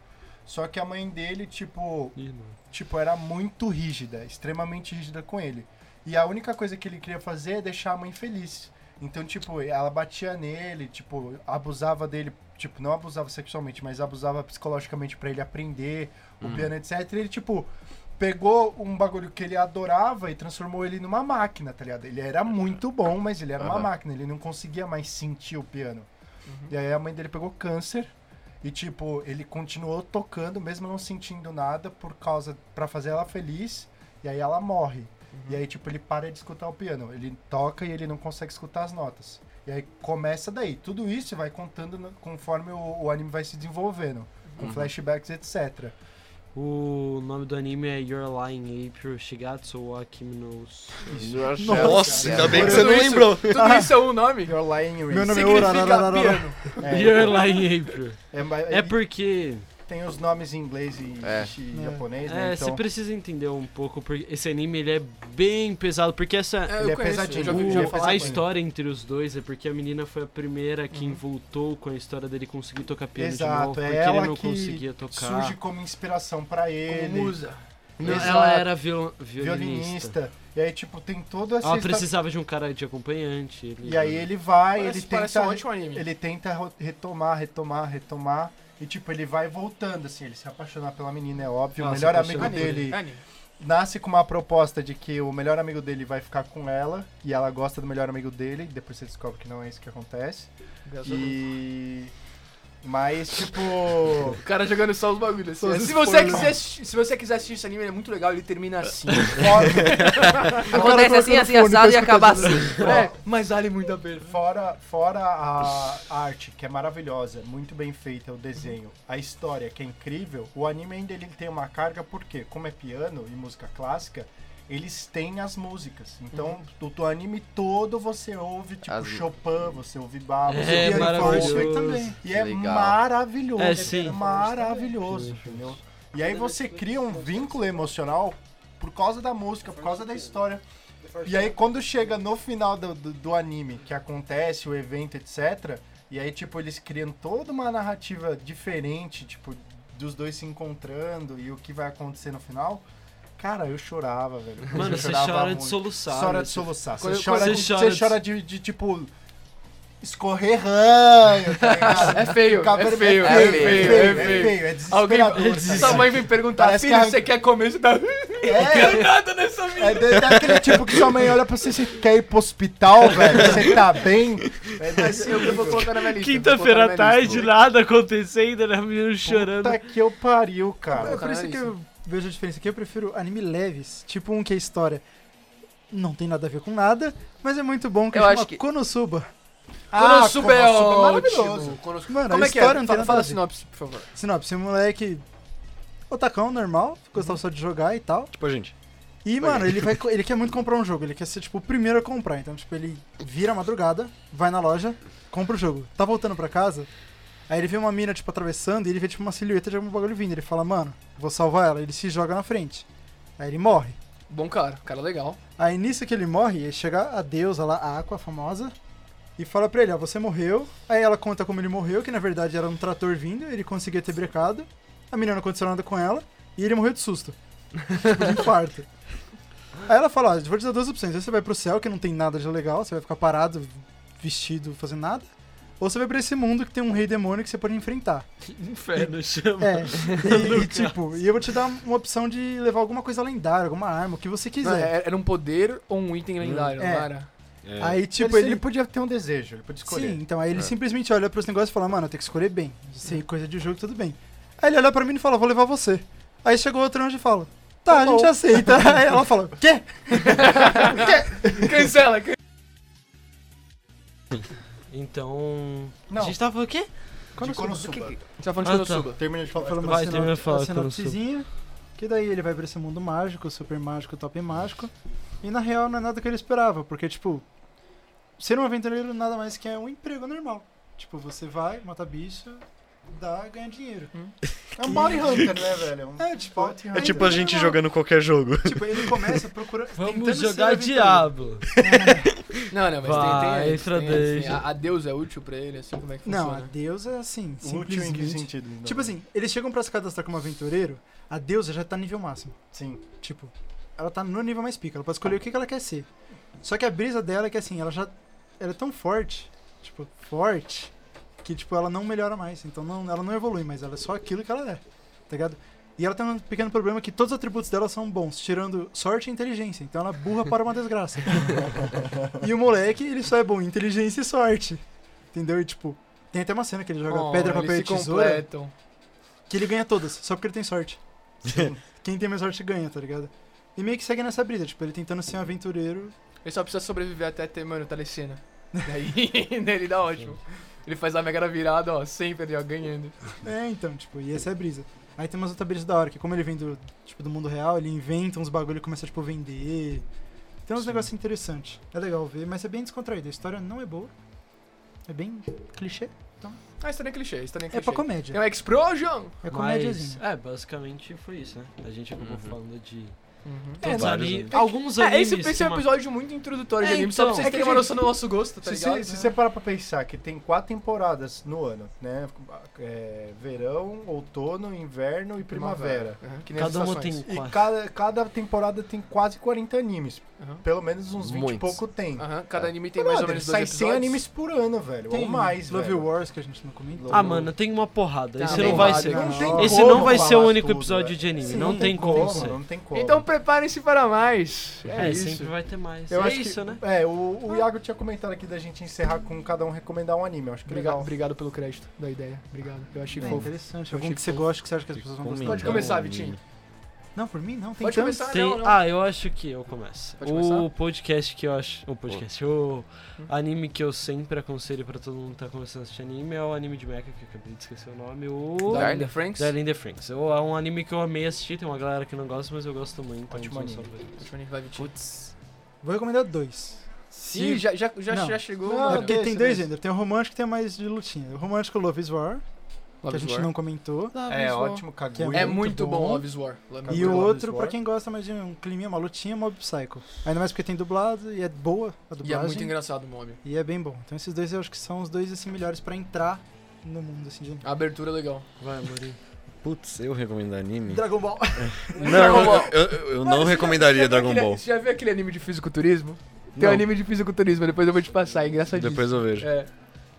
S3: Só que a mãe dele, tipo,
S1: Ih, não.
S3: tipo, era muito rígida, extremamente rígida com ele. E a única coisa que ele queria fazer é deixar a mãe feliz. Então, tipo, ela batia nele, tipo, abusava dele, tipo, não abusava sexualmente, mas abusava psicologicamente pra ele aprender o piano, etc. E ele, tipo, pegou um bagulho que ele adorava e transformou ele numa máquina, tá ligado? Ele era muito bom, mas ele era uma
S2: Aham.
S3: máquina, ele não conseguia mais sentir o piano. E aí a mãe dele pegou câncer e tipo, ele continuou tocando mesmo não sentindo nada por causa para fazer ela feliz, e aí ela morre. E aí tipo, ele para de escutar o piano, ele toca e ele não consegue escutar as notas. E aí começa daí. Tudo isso vai contando no- conforme o, o anime vai se desenvolvendo, com flashbacks, etc.
S1: O nome do anime é Your Lying April Shigatsu wa Kimi no...
S6: Nossa, ainda bem que
S4: Tudo
S6: você não
S4: isso-
S6: lembrou.
S4: Tudo
S3: Ah.
S4: isso é um nome?
S3: Your lying
S5: Meu nome é
S4: Significa
S5: Urarararara.
S4: piano.
S1: Your Lying April.
S3: é,
S1: É porque...
S3: tem os nomes em inglês e,
S2: É.
S3: e japonês, né?
S1: É, você
S3: Então,
S1: precisa entender um pouco, porque esse anime ele é bem pesado, porque essa...
S4: É,
S3: Ele é
S4: eu conheço,
S3: pesadinho.
S4: eu já ouvi já
S1: O-
S4: falar.
S1: a
S4: mas-
S1: história entre os dois é porque a menina foi a primeira que voltou com a história dele conseguir tocar piano de
S3: Uhum. Exato,
S1: novo,
S3: é
S1: porque
S3: ela
S1: ele não
S3: que
S1: conseguia tocar.
S3: surge como inspiração pra ele.
S4: Como musa.
S1: Não,
S3: Exato.
S1: ela era viol- violinista.
S3: violinista. E aí, tipo, tem toda essa.
S1: Ela
S3: histó-
S1: precisava de um cara de acompanhante. ele-
S3: E aí ele vai,
S4: Parece,
S3: ele
S4: parece
S3: tenta.
S4: um ótimo anime.
S3: Ele tenta ro- retomar, retomar, retomar. E tipo, ele vai voltando, assim, ele se apaixonar pela menina, é óbvio.
S1: Ah,
S3: o
S1: se
S3: melhor amigo
S1: apaixonar por
S3: dele
S4: É anime.
S3: nasce com uma proposta de que o melhor amigo dele vai ficar com ela, e ela gosta do melhor amigo dele, depois você descobre que não é isso que acontece. E. Mas, tipo.
S4: O cara jogando só os bagulhos.
S3: Só os
S4: assim. Se você,
S3: spoilers.
S4: quiser, assistir- se você quiser assistir esse anime, ele é muito legal, ele termina assim.
S3: fora-
S2: Acontece assim, assim, assado e acaba assim.
S4: é, mas vale muito a pena.
S3: Fora, fora a arte, que é maravilhosa, muito bem feita, o desenho, a história, que é incrível, o anime ainda ele tem uma carga, porque como é piano e música clássica, eles têm as músicas. Então, do teu anime todo você ouve, tipo,
S4: As-
S3: Chopin, você ouve Bach,
S1: É,
S3: você ouve Ian
S1: maravilhoso.
S3: Forster também. E
S4: Que
S3: é
S4: legal.
S3: maravilhoso.
S1: É, sim.
S3: Maravilhoso, entendeu? E aí você cria um vínculo emocional por causa da música, por causa da história. E aí quando chega no final do, do, do anime, que acontece o evento, etc. E aí, tipo, eles criam toda uma narrativa diferente, tipo, dos dois se encontrando e o que vai acontecer no final. Cara, eu chorava, velho.
S1: Mano,
S3: eu
S1: você
S3: chorava
S1: chora de
S3: muito.
S1: soluçar.
S3: Você chora
S1: né?
S3: de soluçar. Você
S1: Quando-
S3: chora,
S1: quando
S3: de,
S1: você chora
S3: você
S1: de-
S3: chora de, de, tipo, escorrer ranho, tá ligado?
S4: É feio,
S3: Ficar
S4: é
S3: vermelho.
S4: feio,
S3: é feio,
S4: é
S3: é
S4: feio.
S3: feio, é
S4: Alguém-
S3: desesperador. tá
S1: Sua
S4: Sua
S3: ligado?
S4: mãe vem perguntar,
S3: Parece
S4: filho,
S3: que a-
S4: você quer comer? Você tá...
S3: É,
S4: nada nessa vida.
S3: é da- daquele tipo que sua mãe olha pra você, você quer ir pro hospital, velho? Você tá bem? É desse
S4: Eu, eu vou
S3: nível.
S4: colocar na minha lista.
S1: Quinta-feira à
S4: vou colocar na minha lista.
S1: tarde, nada acontecendo, né? Menino chorando.
S3: Puta que eu pariu,
S5: É
S3: cara.
S5: por isso que eu vejo a diferença aqui. Eu prefiro anime leves, tipo um que é história. Não tem nada a ver com nada, mas é muito bom que
S2: Eu
S5: chama
S2: acho que-
S5: Konosuba.
S4: Konosuba é
S3: Konosuba
S4: ótimo. Konosuba-
S5: Mano,
S4: Como
S5: a
S4: é que é?
S5: história não
S4: Fala,
S5: tem nada
S4: fala
S5: a ver.
S4: sinopse, por favor.
S5: Sinopse, um moleque otacão, normal,
S4: Uhum.
S5: gostava só de jogar e tal.
S6: Tipo, gente.
S5: E, mano, ele, vai, ele quer muito comprar um jogo, ele quer ser, tipo, o primeiro a comprar. Então, tipo, ele vira a madrugada, vai na loja, compra o jogo. Tá voltando pra casa, aí ele vê uma mina, tipo, atravessando e ele vê, tipo, uma silhueta de algum bagulho vindo. Ele fala, mano, vou salvar ela. Ele se joga na frente. Aí ele morre.
S4: Bom cara, cara legal.
S5: Aí nisso que ele morre, aí chega a deusa lá, a Aqua, a famosa, e fala pra ele, ó, você morreu. Aí ela conta como ele morreu, que na verdade era um trator vindo, ele conseguia ter brecado, a menina não aconteceu nada com ela, e ele morreu de susto. tipo, de infarto. Aí ela fala, ó, vou te dar duas opções, ou você vai pro céu, que não tem nada de legal, você vai ficar parado, vestido, fazendo nada, ou você vai pra esse mundo que tem um rei demônio que você pode enfrentar.
S1: Inferno chama.
S5: É, e, e, tipo, e eu vou te dar uma opção de levar alguma coisa lendária, alguma arma, o que você
S4: Não,
S5: quiser.
S4: é- Era um poder ou um item lendário,
S5: É.
S4: não era?
S6: É,
S5: Aí, tipo,
S3: Tipo, ele,
S5: ele
S3: podia ter um desejo, ele podia escolher.
S5: Sim, então aí ele simplesmente olha pros negócios e fala, mano, eu tenho que escolher bem. Sei coisa de jogo, tudo bem. Aí ele olha pra mim e fala, vou levar você. Aí chegou outro anjo e fala, tá, a gente aceita. Aí ela fala, quê?
S4: Cancela, cancela.
S1: Então.
S3: Não.
S1: A gente tava falando o quê?
S3: De Konosuba.
S4: Você tá falando
S1: Ah,
S4: de
S1: tá.
S4: Konosuba.
S3: Termina de falar.
S5: Fala
S1: Vai, termina de falar,
S5: uma
S1: Konosuba.
S5: sinopsezinha, que daí ele vai pra esse mundo mágico, super mágico, top mágico. E na real não é nada que ele esperava, porque, tipo, ser um aventureiro nada mais que é um emprego normal. Tipo, você vai, mata bicho, dá, ganha dinheiro.
S3: É um body hunter, né, velho? É um-
S5: É, tipo,
S3: É tipo
S6: tipo a gente
S5: normal.
S6: jogando qualquer jogo.
S5: Tipo, ele começa procurando.
S1: Vamos
S5: tentando ser
S1: jogar
S5: aventureiro. É.
S1: Diablo.
S4: Não, não, mas tem,
S1: Vai,
S4: tem, antes, tem, antes, tem.
S1: Fradeja.
S4: A, a Deus é útil pra ele, assim, como é que
S5: Não, a
S4: funciona?
S5: deusa é assim,
S3: Útil em que
S5: simplesmente.
S3: sentido? né, Não.
S5: Tipo assim, eles chegam pra se cadastrar como aventureiro, a deusa já tá nível máximo.
S3: Sim.
S5: Tipo, ela tá no nível mais pica, ela pode escolher o que que ela quer ser. Só que a brisa dela é que assim, ela já. Ela é tão forte, tipo, forte, que tipo, ela não melhora mais. Então não, ela não evolui, mas ela é só aquilo que ela é. Tá ligado? E ela tem um pequeno problema que todos os atributos dela são bons, tirando sorte e inteligência. Então ela é burra para uma desgraça. e o moleque, ele só é bom em inteligência e sorte. Entendeu? E tipo, tem até uma cena que ele é. joga
S4: Oh,
S5: pedra,
S4: eles
S5: papel e
S4: se
S5: tesoura.
S4: completam.
S5: Que ele ganha todas, só porque ele tem sorte. Tipo, Quem tem mais sorte ganha, tá ligado? E meio que segue nessa brisa, tipo, ele tentando ser um aventureiro.
S4: Ele só precisa sobreviver até ter, mano, telecena. Daí nele dá ótimo. Ele faz a mega virada, ó, sempre ali, ó, ganhando.
S5: É, então, tipo, e essa é a brisa. Aí tem umas outras brisas da hora, que como ele vem do, tipo, do mundo real, ele inventa uns bagulho e começa, tipo, a vender. Tem uns negócios interessantes. É legal ver, mas é bem descontraído. A história não é boa. É bem clichê.
S4: Ah, isso nem clichê, isso nem clichê.
S5: É pra
S4: Tem
S5: comédia.
S4: o Explosion!
S5: É
S1: Mas,
S5: comédiazinha.
S1: é, basicamente foi isso, né? A gente acabou
S6: Uhum.
S1: falando de.
S4: Uhum.
S6: Tem
S1: Todos
S6: vários,
S1: ani-
S6: né?
S1: Alguns
S4: É,
S1: animes.
S4: esse, esse é um
S1: uma-
S4: episódio muito introdutório
S1: É,
S4: de anime, só pra
S1: então.
S4: vocês
S1: É
S4: terem uma noção do nosso gosto, tá
S3: se,
S4: ligado?
S3: você, se você parar pra pensar que tem quatro temporadas no ano, né? É, verão, outono, inverno e primavera.
S4: Aham.
S3: Que nem as
S1: Cada uma tem
S3: estações. E
S1: quatro.
S3: cada, cada temporada tem quase 40 animes.
S4: Aham.
S3: Pelo menos uns 20 e
S6: Muitos.
S3: pouco tem.
S4: Aham, Uhum. Cada anime Ah, tem
S3: Brother,
S4: mais ou menos dois
S3: sai 100
S4: episódios.
S3: animes por ano, velho. ou mais,
S5: Love
S3: velho.
S5: Wars, que a gente não comentou.
S1: Ah, mano, tem uma porrada.
S4: Tá,
S1: Esse
S4: tem
S1: não vai
S4: vários,
S1: ser.
S4: né?
S3: Não tem
S1: Esse
S3: como
S1: não vai ser o
S3: falar
S1: único
S3: tudo,
S1: episódio
S3: velho.
S1: de anime.
S5: Sim,
S1: não tem como ser.
S3: Não tem como.
S4: Então preparem-se para mais. É,
S1: É,
S4: isso.
S1: sempre vai ter mais.
S3: Eu
S1: é
S3: acho que-
S1: isso, né?
S3: É, o, o Iago tinha comentado aqui da gente encerrar com cada um recomendar um anime. Eu acho que
S4: Obrigado,
S3: legal.
S4: obrigado pelo crédito da ideia. Obrigado. Eu achei
S5: É
S4: fofo.
S5: interessante.
S4: Eu
S5: Algum
S4: achei
S6: Tipo,
S5: que você gosta que você acha que as pessoas vão gostar.
S4: Pode começar, Vitinho.
S3: Não, por mim não. Tem
S4: Tipo, Pode
S3: tantos.
S4: começar,
S1: Tem-
S4: não, não.
S1: Ah, eu acho que eu começo.
S4: Pode
S1: o
S4: começar?
S1: podcast que eu acho. O podcast. O anime que eu sempre aconselho pra todo mundo que tá começando a assistir anime é o anime de Mecha, que eu acabei de esquecer o nome. O.
S2: Darling the Franks?
S1: Da Linda Franks. Eu, é um anime que eu amei assistir, tem uma galera que não gosta, mas eu gosto muito. então
S3: Ótimo
S1: são só
S3: anime.
S1: favoritos.
S2: Putz.
S5: Vou recomendar dois.
S4: Sim, já, já, já,
S5: Não.
S4: já chegou.
S5: Não,
S4: mano.
S5: é porque tem dois ainda. Tem o romântico e tem mais de lutinha. O romântico Love is War, que a gente não comentou.
S3: É ótimo, Kaguya.
S5: É
S4: É muito bom,
S5: bom.
S4: Love's War. Tá. Love
S5: E
S4: is
S5: o
S4: War. é
S5: outro, pra quem gosta mais de um climinha, uma lutinha, Mob Psycho. Ainda mais porque tem dublado e é boa a
S4: E é
S5: dublagem.
S4: muito engraçado o mob.
S5: E é bem bom. Então esses dois eu acho que são os dois assim melhores pra entrar no mundo assim de anime.
S4: A abertura é legal.
S1: Vai, Amorim.
S6: Putz, eu recomendo anime?
S5: Dragon Ball.
S6: Não, eu, eu- eu não
S4: Mano, você já-
S6: recomendaria
S4: você já viu
S6: Dragon
S4: aquele-
S6: Ball.
S4: Você já viu aquele anime de fisiculturismo? Tem
S6: Não,
S4: um anime de fisiculturismo, depois eu vou te passar, é engraçadíssimo.
S6: Depois eu vejo.
S4: É.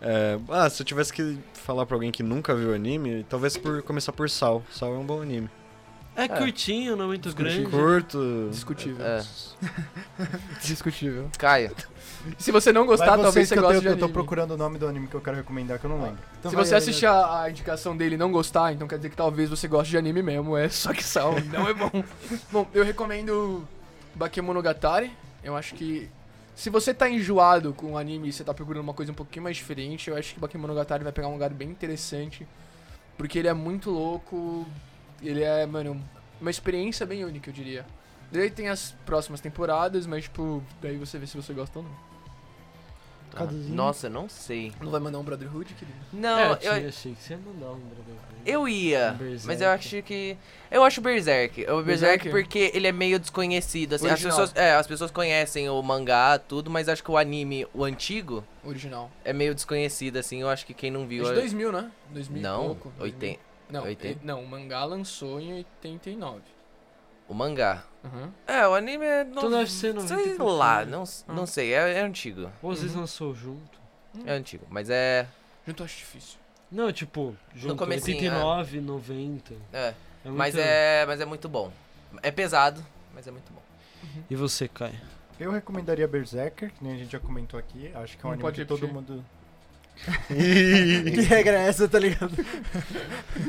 S6: É, ah, se eu tivesse que falar pra alguém que nunca viu anime, talvez por começar por Sal. Sal é um bom anime.
S1: É curtinho, não é muito grande.
S6: Curto.
S4: Discutível.
S2: É.
S4: Discutível.
S2: Caio.
S4: Se você não
S3: Vai
S4: gostar, talvez
S3: vocês
S4: você
S3: que eu,
S4: goste
S3: tenho,
S4: de
S3: que eu tô
S4: anime. Ah.
S3: procurando o nome do anime que eu quero recomendar, que eu não lembro.
S5: Então
S4: Se
S5: vai
S4: você
S5: aí,
S4: assistir a, a indicação dele e não gostar, então quer dizer que talvez você goste de anime mesmo, é só que sal, não é bom. Bom, eu recomendo Bakemonogatari. Eu acho que se você tá enjoado com anime e você tá procurando uma coisa um pouquinho mais diferente, eu acho que Bakemonogatari vai pegar um lugar bem interessante, porque ele é muito louco, ele é, mano, uma experiência bem única, eu diria. Daí tem as próximas temporadas, mas tipo, daí você vê se você gosta ou não.
S2: Ah, Nossa, não sei. tipo,
S4: Não vai mandar um Brotherhood, querido?
S2: Não,
S1: É, eu
S2: eu,
S1: tinha- achei que você ia mandar um Dragon Ball.
S2: eu ia.
S1: Berserk.
S2: Mas eu acho que. Eu acho Berserk. Eu Berserk,
S4: Berserk?
S2: porque ele é meio desconhecido. assim, as,
S4: Original.
S2: pessoas, é, as pessoas conhecem o mangá, tudo, mas acho que o anime, o antigo,
S4: Original.
S2: é meio desconhecido, assim. Eu acho que quem não
S4: É
S2: viu.
S4: de
S2: é-
S4: 2000, né? 2000 e
S2: não,
S4: pouco.
S2: 80.
S4: Não,
S2: 80?
S4: eh, não, o mangá lançou em 89.
S2: O mangá.
S4: Uhum.
S2: É, o anime é.
S1: Então
S2: no-
S1: deve ser 90 e
S2: sei
S1: pouquinho,
S2: lá,
S1: né?
S2: não, não sei. É, é antigo.
S1: Ou vocês lançou junto?
S2: É antigo. Mas é.
S4: Junto Hum, eu acho difícil.
S1: Não, tipo, junto.
S2: comecinho,
S1: 89, 90.
S2: É.
S1: É
S2: Mas
S1: muito-
S2: é, mas é muito bom. É pesado, mas é muito bom.
S1: E você, Caio?
S3: Eu recomendaria Berserker, que nem a gente já comentou aqui. Acho que é um
S4: Não
S3: anime
S4: pode
S3: que todo
S4: repetir.
S3: mundo.
S5: Que regra é essa, tá ligado?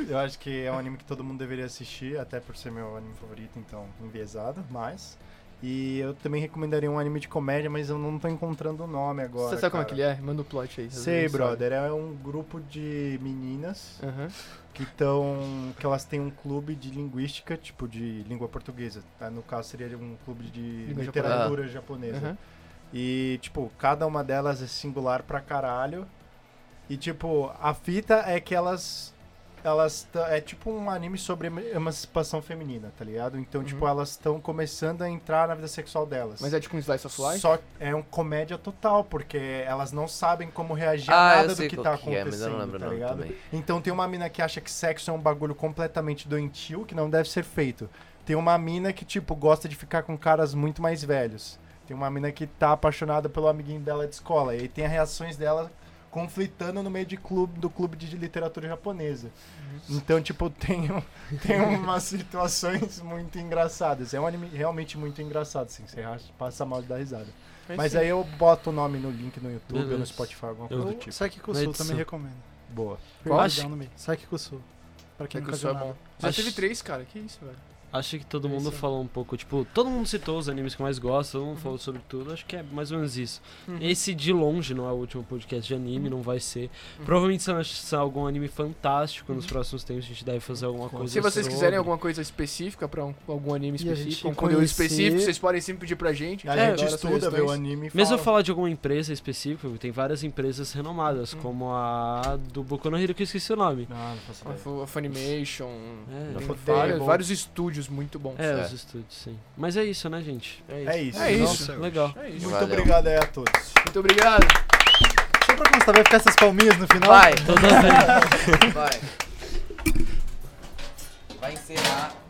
S3: Eu acho que é um anime que todo mundo deveria assistir, até por ser meu anime favorito, então enviesado, mas. E eu também recomendaria um anime de comédia, mas eu não tô encontrando o nome agora.
S4: Você sabe como é
S3: cara.
S4: que ele é? Manda o plot aí. vocês
S3: Sei,
S4: não sabem.
S3: brother. É um grupo de meninas
S4: Aham.
S3: que estão. que elas têm um clube de linguística, tipo de língua portuguesa. tá? No caso, seria um clube de
S4: Língua
S3: literatura japonesa.
S4: Aham.
S3: E, tipo, cada uma delas é singular pra caralho. E, tipo, a fita é que elas. Elas. t- É tipo um anime sobre ema- emancipação feminina, tá ligado? Então,
S4: Uhum.
S3: tipo, elas estão começando a entrar na vida sexual delas.
S4: Mas é tipo um slice of life?
S3: Só é uma comédia total, porque elas não sabem como reagir
S2: ah,
S3: a
S2: eu
S3: nada
S2: sei
S3: do que
S2: qual
S3: tá
S2: que é,
S3: acontecendo,
S2: mas eu não lembro
S3: tá
S2: o nome
S3: ligado?
S2: também.
S3: Então tem uma mina que acha que sexo é um bagulho completamente doentio, que não deve ser feito. Tem uma mina que, tipo, gosta de ficar com caras muito mais velhos. Tem uma mina que tá apaixonada pelo amiguinho dela de escola. E aí tem as reações dela conflitando no meio de clube, do clube de literatura japonesa. Então, tipo, tem, um- tem umas situações muito engraçadas. É um anime realmente muito engraçado, assim. Você acha- passa mal de dar risada.
S4: É
S3: Mas aí eu boto o nome no link no YouTube ou
S1: É Beleza.
S3: no Spotify, alguma
S1: Eu-
S3: coisa do tipo.
S5: Saki
S1: Na
S5: Kusu
S1: edição.
S5: também recomendo.
S3: Boa.
S4: Qual?
S5: Perdidão no meio. Saki Kusu. Pra quem
S4: que
S5: nunca
S4: o
S5: viu
S4: seu é
S5: nada.
S4: bom. Já
S1: Acho-
S4: teve três, cara. Que isso, velho.
S1: Acho que todo
S4: É
S1: mundo
S4: isso.
S1: falou um pouco, tipo, todo mundo citou os animes que mais gosta, todo mundo falou sobre tudo, acho que é mais ou menos isso.
S2: Hum.
S4: Uhum.
S1: Esse de longe não é o último podcast de anime, não vai ser.
S4: Uhum.
S1: Provavelmente se lançar algum anime fantástico nos próximos tempos, a gente deve fazer alguma coisa.
S4: Se vocês
S1: sobre.
S4: quiserem alguma coisa específica pra um- algum anime
S5: E a gente
S4: específico, um conteúdo
S5: conhecer-
S4: específico, vocês podem sempre pedir pra gente.
S1: É,
S3: A
S4: Eu adoro
S3: gente
S4: as
S3: estuda, vê
S4: sugestões.
S3: o anime e fala.
S1: Mesmo eu falar de alguma empresa específica, tem várias empresas renomadas,
S4: Uhum.
S1: como a do Boku no Hero, que eu esqueci o nome.
S3: Não, não faço
S4: A
S3: ideia.
S4: Fu- a Funimation.
S1: É,
S4: tem
S3: Fudeu,
S4: vários,
S3: bom.
S4: vários estúdios muito bons.
S1: É,
S2: É.
S1: os estúdios, sim. Mas é isso, né, gente?
S3: É isso.
S4: É isso.
S3: Nossa,
S1: Legal.
S4: É isso.
S3: Muito
S2: Valeu.
S3: obrigado aí a todos.
S4: Muito obrigado.
S5: Só pra constar, vai ficar essas palminhas no final?
S2: Vai,
S1: Toda vez.
S2: vai. Vai encerrar.